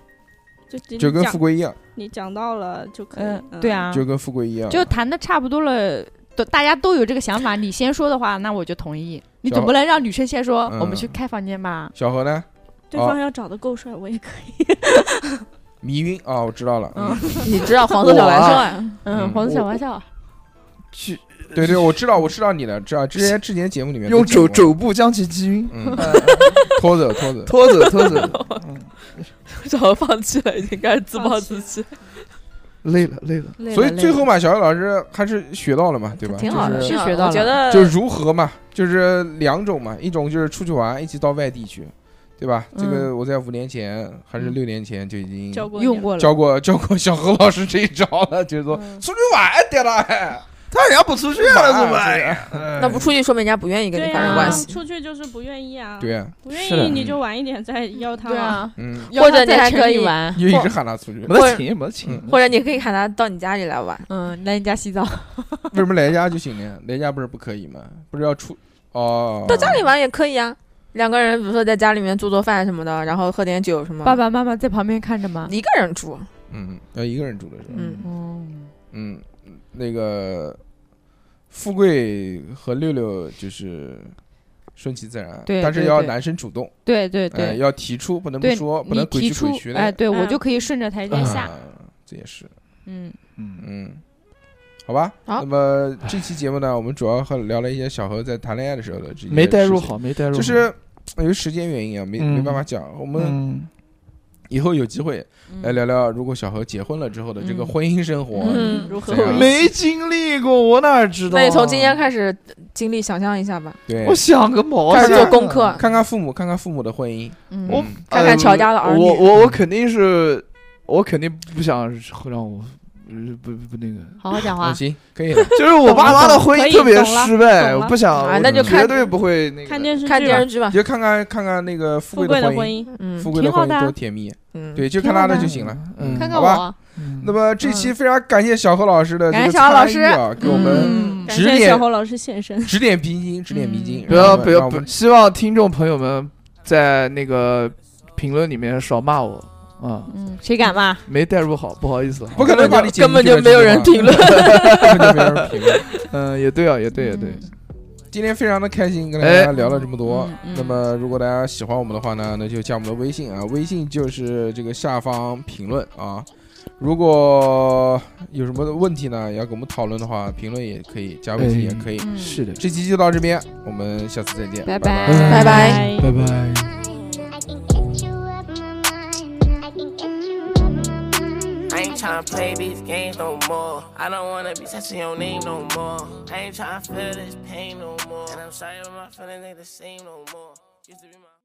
S3: 就你
S2: 就跟
S3: 讲
S2: 富贵一样，
S3: 你讲到了就可以。
S4: 嗯，对，啊，
S2: 就跟富贵一样，
S4: 就谈的差不多了，都大家都有这个想法，你先说的话，那我就同意。你
S2: 小
S4: 总不能让女生先说，我们
S2: 嗯
S4: 去开房间吧？
S2: 小何呢？
S3: 对
S2: 哦
S3: 方要长得够帅，我也可以。
S2: 迷晕啊，我知道了，嗯，
S8: 你知道黄色小玩笑啊？
S4: 嗯，
S2: 嗯
S4: 黄色小
S21: 我
S4: 玩笑，
S21: 去
S2: 对对，我知道，我知道你的，知道之前之前节目里面
S21: 用
S2: 都讲
S21: 肘
S2: 过，
S21: 肘部将其击晕，
S2: 嗯，
S21: 呃
S2: 拖走拖走，
S21: 拖走拖走，
S8: 然后放弃了，已经开始
S4: 哦
S8: 自暴自弃。
S21: 累了累了。
S2: 所以最后嘛，小叶老师还是学到了嘛，对吧？
S8: 挺好的，
S2: 就是
S8: 挺好的
S4: 学到
S8: 我觉
S4: 了
S8: 得
S2: 就是如何嘛，就是两种嘛，一种就是出去玩，一起到外地去，对吧？这
S8: 嗯
S2: 个我在五年前还是六年前就已经
S3: 教过你
S4: 用过了。
S2: 教过教过小何老师这一招了，就是说
S4: 嗯
S2: 出去玩得了，哎
S21: 他人家不出去
S2: 啊
S21: 了怎么办呀？
S2: 办
S8: 那不出去，说明人家不愿意跟
S3: 对
S8: 你
S3: 呀、
S8: 发生关系，
S3: 出去就是不愿意啊，
S2: 对啊，
S3: 不
S21: 是
S3: 愿
S21: 的
S3: 意你就晚一点再邀他
S4: 对
S3: 嘛。
S4: 啊，
S2: 嗯，
S4: 要
S8: 或者
S4: 他在
S8: 你还
S4: 城
S8: 可
S4: 里
S8: 以
S4: 玩，
S2: 就一直喊他出去。
S21: 没得请没得请
S2: 嗯，
S8: 或者你可以喊他到你家里来玩。
S4: 嗯，来你家洗澡，
S2: 为什么来家就行呢？来家不是不可以吗？不是要出哦？
S8: 到家里玩也可以啊。两个人比如说在家里面做做饭什么的，然后喝点酒什么。
S4: 爸爸妈妈在旁边看着吗？
S8: 一个人住，
S2: 嗯，要一个人住的时候，
S8: 嗯，
S4: 嗯，
S2: 嗯，那个富贵和六六就是顺其自然，
S4: 对
S2: 但是
S4: 对
S2: 要
S4: 对
S2: 男生主动，
S4: 对对
S2: 哎，
S4: 对
S2: 要提出，不能不
S4: 对，
S2: 说，不
S4: 你
S2: 能鬼
S4: 提
S2: 去
S4: 出哎
S2: 鬼去，的，
S4: 哎，对我
S3: 嗯
S4: 就可以顺着台阶
S2: 啊
S4: 下，
S2: 这也是，
S4: 嗯，
S21: 嗯，
S2: 嗯，好吧，
S8: 好
S2: 那么这期节目呢，我们主要和聊了一些小何在谈恋爱的时候的这些
S5: 嗯没带入
S2: 事情
S5: 好，没带入好，
S2: 就是呃由于时间原因啊，没
S5: 嗯
S2: 没办法讲。我们
S5: 嗯，
S2: 以后有机会
S4: 嗯
S2: 来聊聊，如果小何结婚了之后的这个
S5: 嗯
S2: 婚姻生活
S8: 嗯
S2: 怎
S8: 如何
S21: 啊
S2: 样
S5: 没经历过，我哪知道啊？
S8: 那你从今天开始呃经历想象一下吧，
S2: 对，
S5: 我想个毛啊
S8: 开
S5: 线
S8: 始做功课，
S2: 看看父母，看看父母的婚姻，嗯
S4: 嗯
S5: 我
S8: 看看乔家的儿女
S5: 嗯我我我肯定是，我肯定不想让我呃不不不那个，
S4: 好好讲
S2: 嗯
S4: 话。
S2: 行，可以了。
S5: 就是我爸妈的婚
S3: 可
S5: 姻
S3: 以
S5: 特别
S3: 懂了
S5: 失败，
S3: 懂了
S5: 我不想，
S8: 啊
S5: 我
S8: 那就
S5: 绝
S8: 看
S5: 对不会那个。
S3: 看电视剧吧，
S8: 看电视剧吧
S2: 你，就看看看看那个富
S3: 富
S2: 贵
S3: 贵
S2: 的
S3: 的婚姻，
S8: 嗯
S2: 富贵的
S3: 挺好
S2: 婚
S3: 的
S2: 姻
S3: 啊
S2: 多甜蜜，
S8: 嗯，
S2: 对，就看他的就行了。嗯，
S4: 看看
S2: 好吧。
S4: 我，
S2: 那么这期非常感谢小何老师的这
S8: 感
S2: 个
S8: 谢小何老师
S2: 参与啊，给我们
S4: 嗯，
S3: 感
S2: 指
S3: 谢
S2: 点
S3: 小侯老师现身。
S2: 指点迷津，指点迷津。
S5: 不要不
S2: 让
S5: 要
S2: 我
S5: 不
S2: 们，
S5: 希望听众朋友们在那个评论里面少骂我啊、
S4: 嗯，谁敢骂？
S5: 没带入好，不好意思啊。
S2: 不可能把你剪
S8: 根本
S2: 进
S8: 就
S2: 这个
S8: 没有人
S2: 节目
S8: 评论。
S2: 啊，根本就没有人评论。
S5: 嗯，也对啊，也对，也对。
S2: 今天非常的开心，跟大
S5: 哎
S2: 家聊了这么多
S4: 嗯。嗯
S2: 那么，如果大家喜欢我们的话呢，那就加我们的微信啊，微信就是这个下方评论啊。如果有什么问题呢，要跟我们讨论的话，评论也可以，加微信也
S5: 哎
S2: 可以。
S4: 嗯
S5: 是的，
S2: 这期就到这边，我们下次再见，
S4: 拜
S2: 拜
S4: 拜
S8: 拜拜。
S5: 拜拜。
S22: I ain't tryna play these games no more. I don't wanna be touching your name no more. I ain't tryna feel this pain no more. And I'm sorry, but my feelings ain't the same no more. Used to be my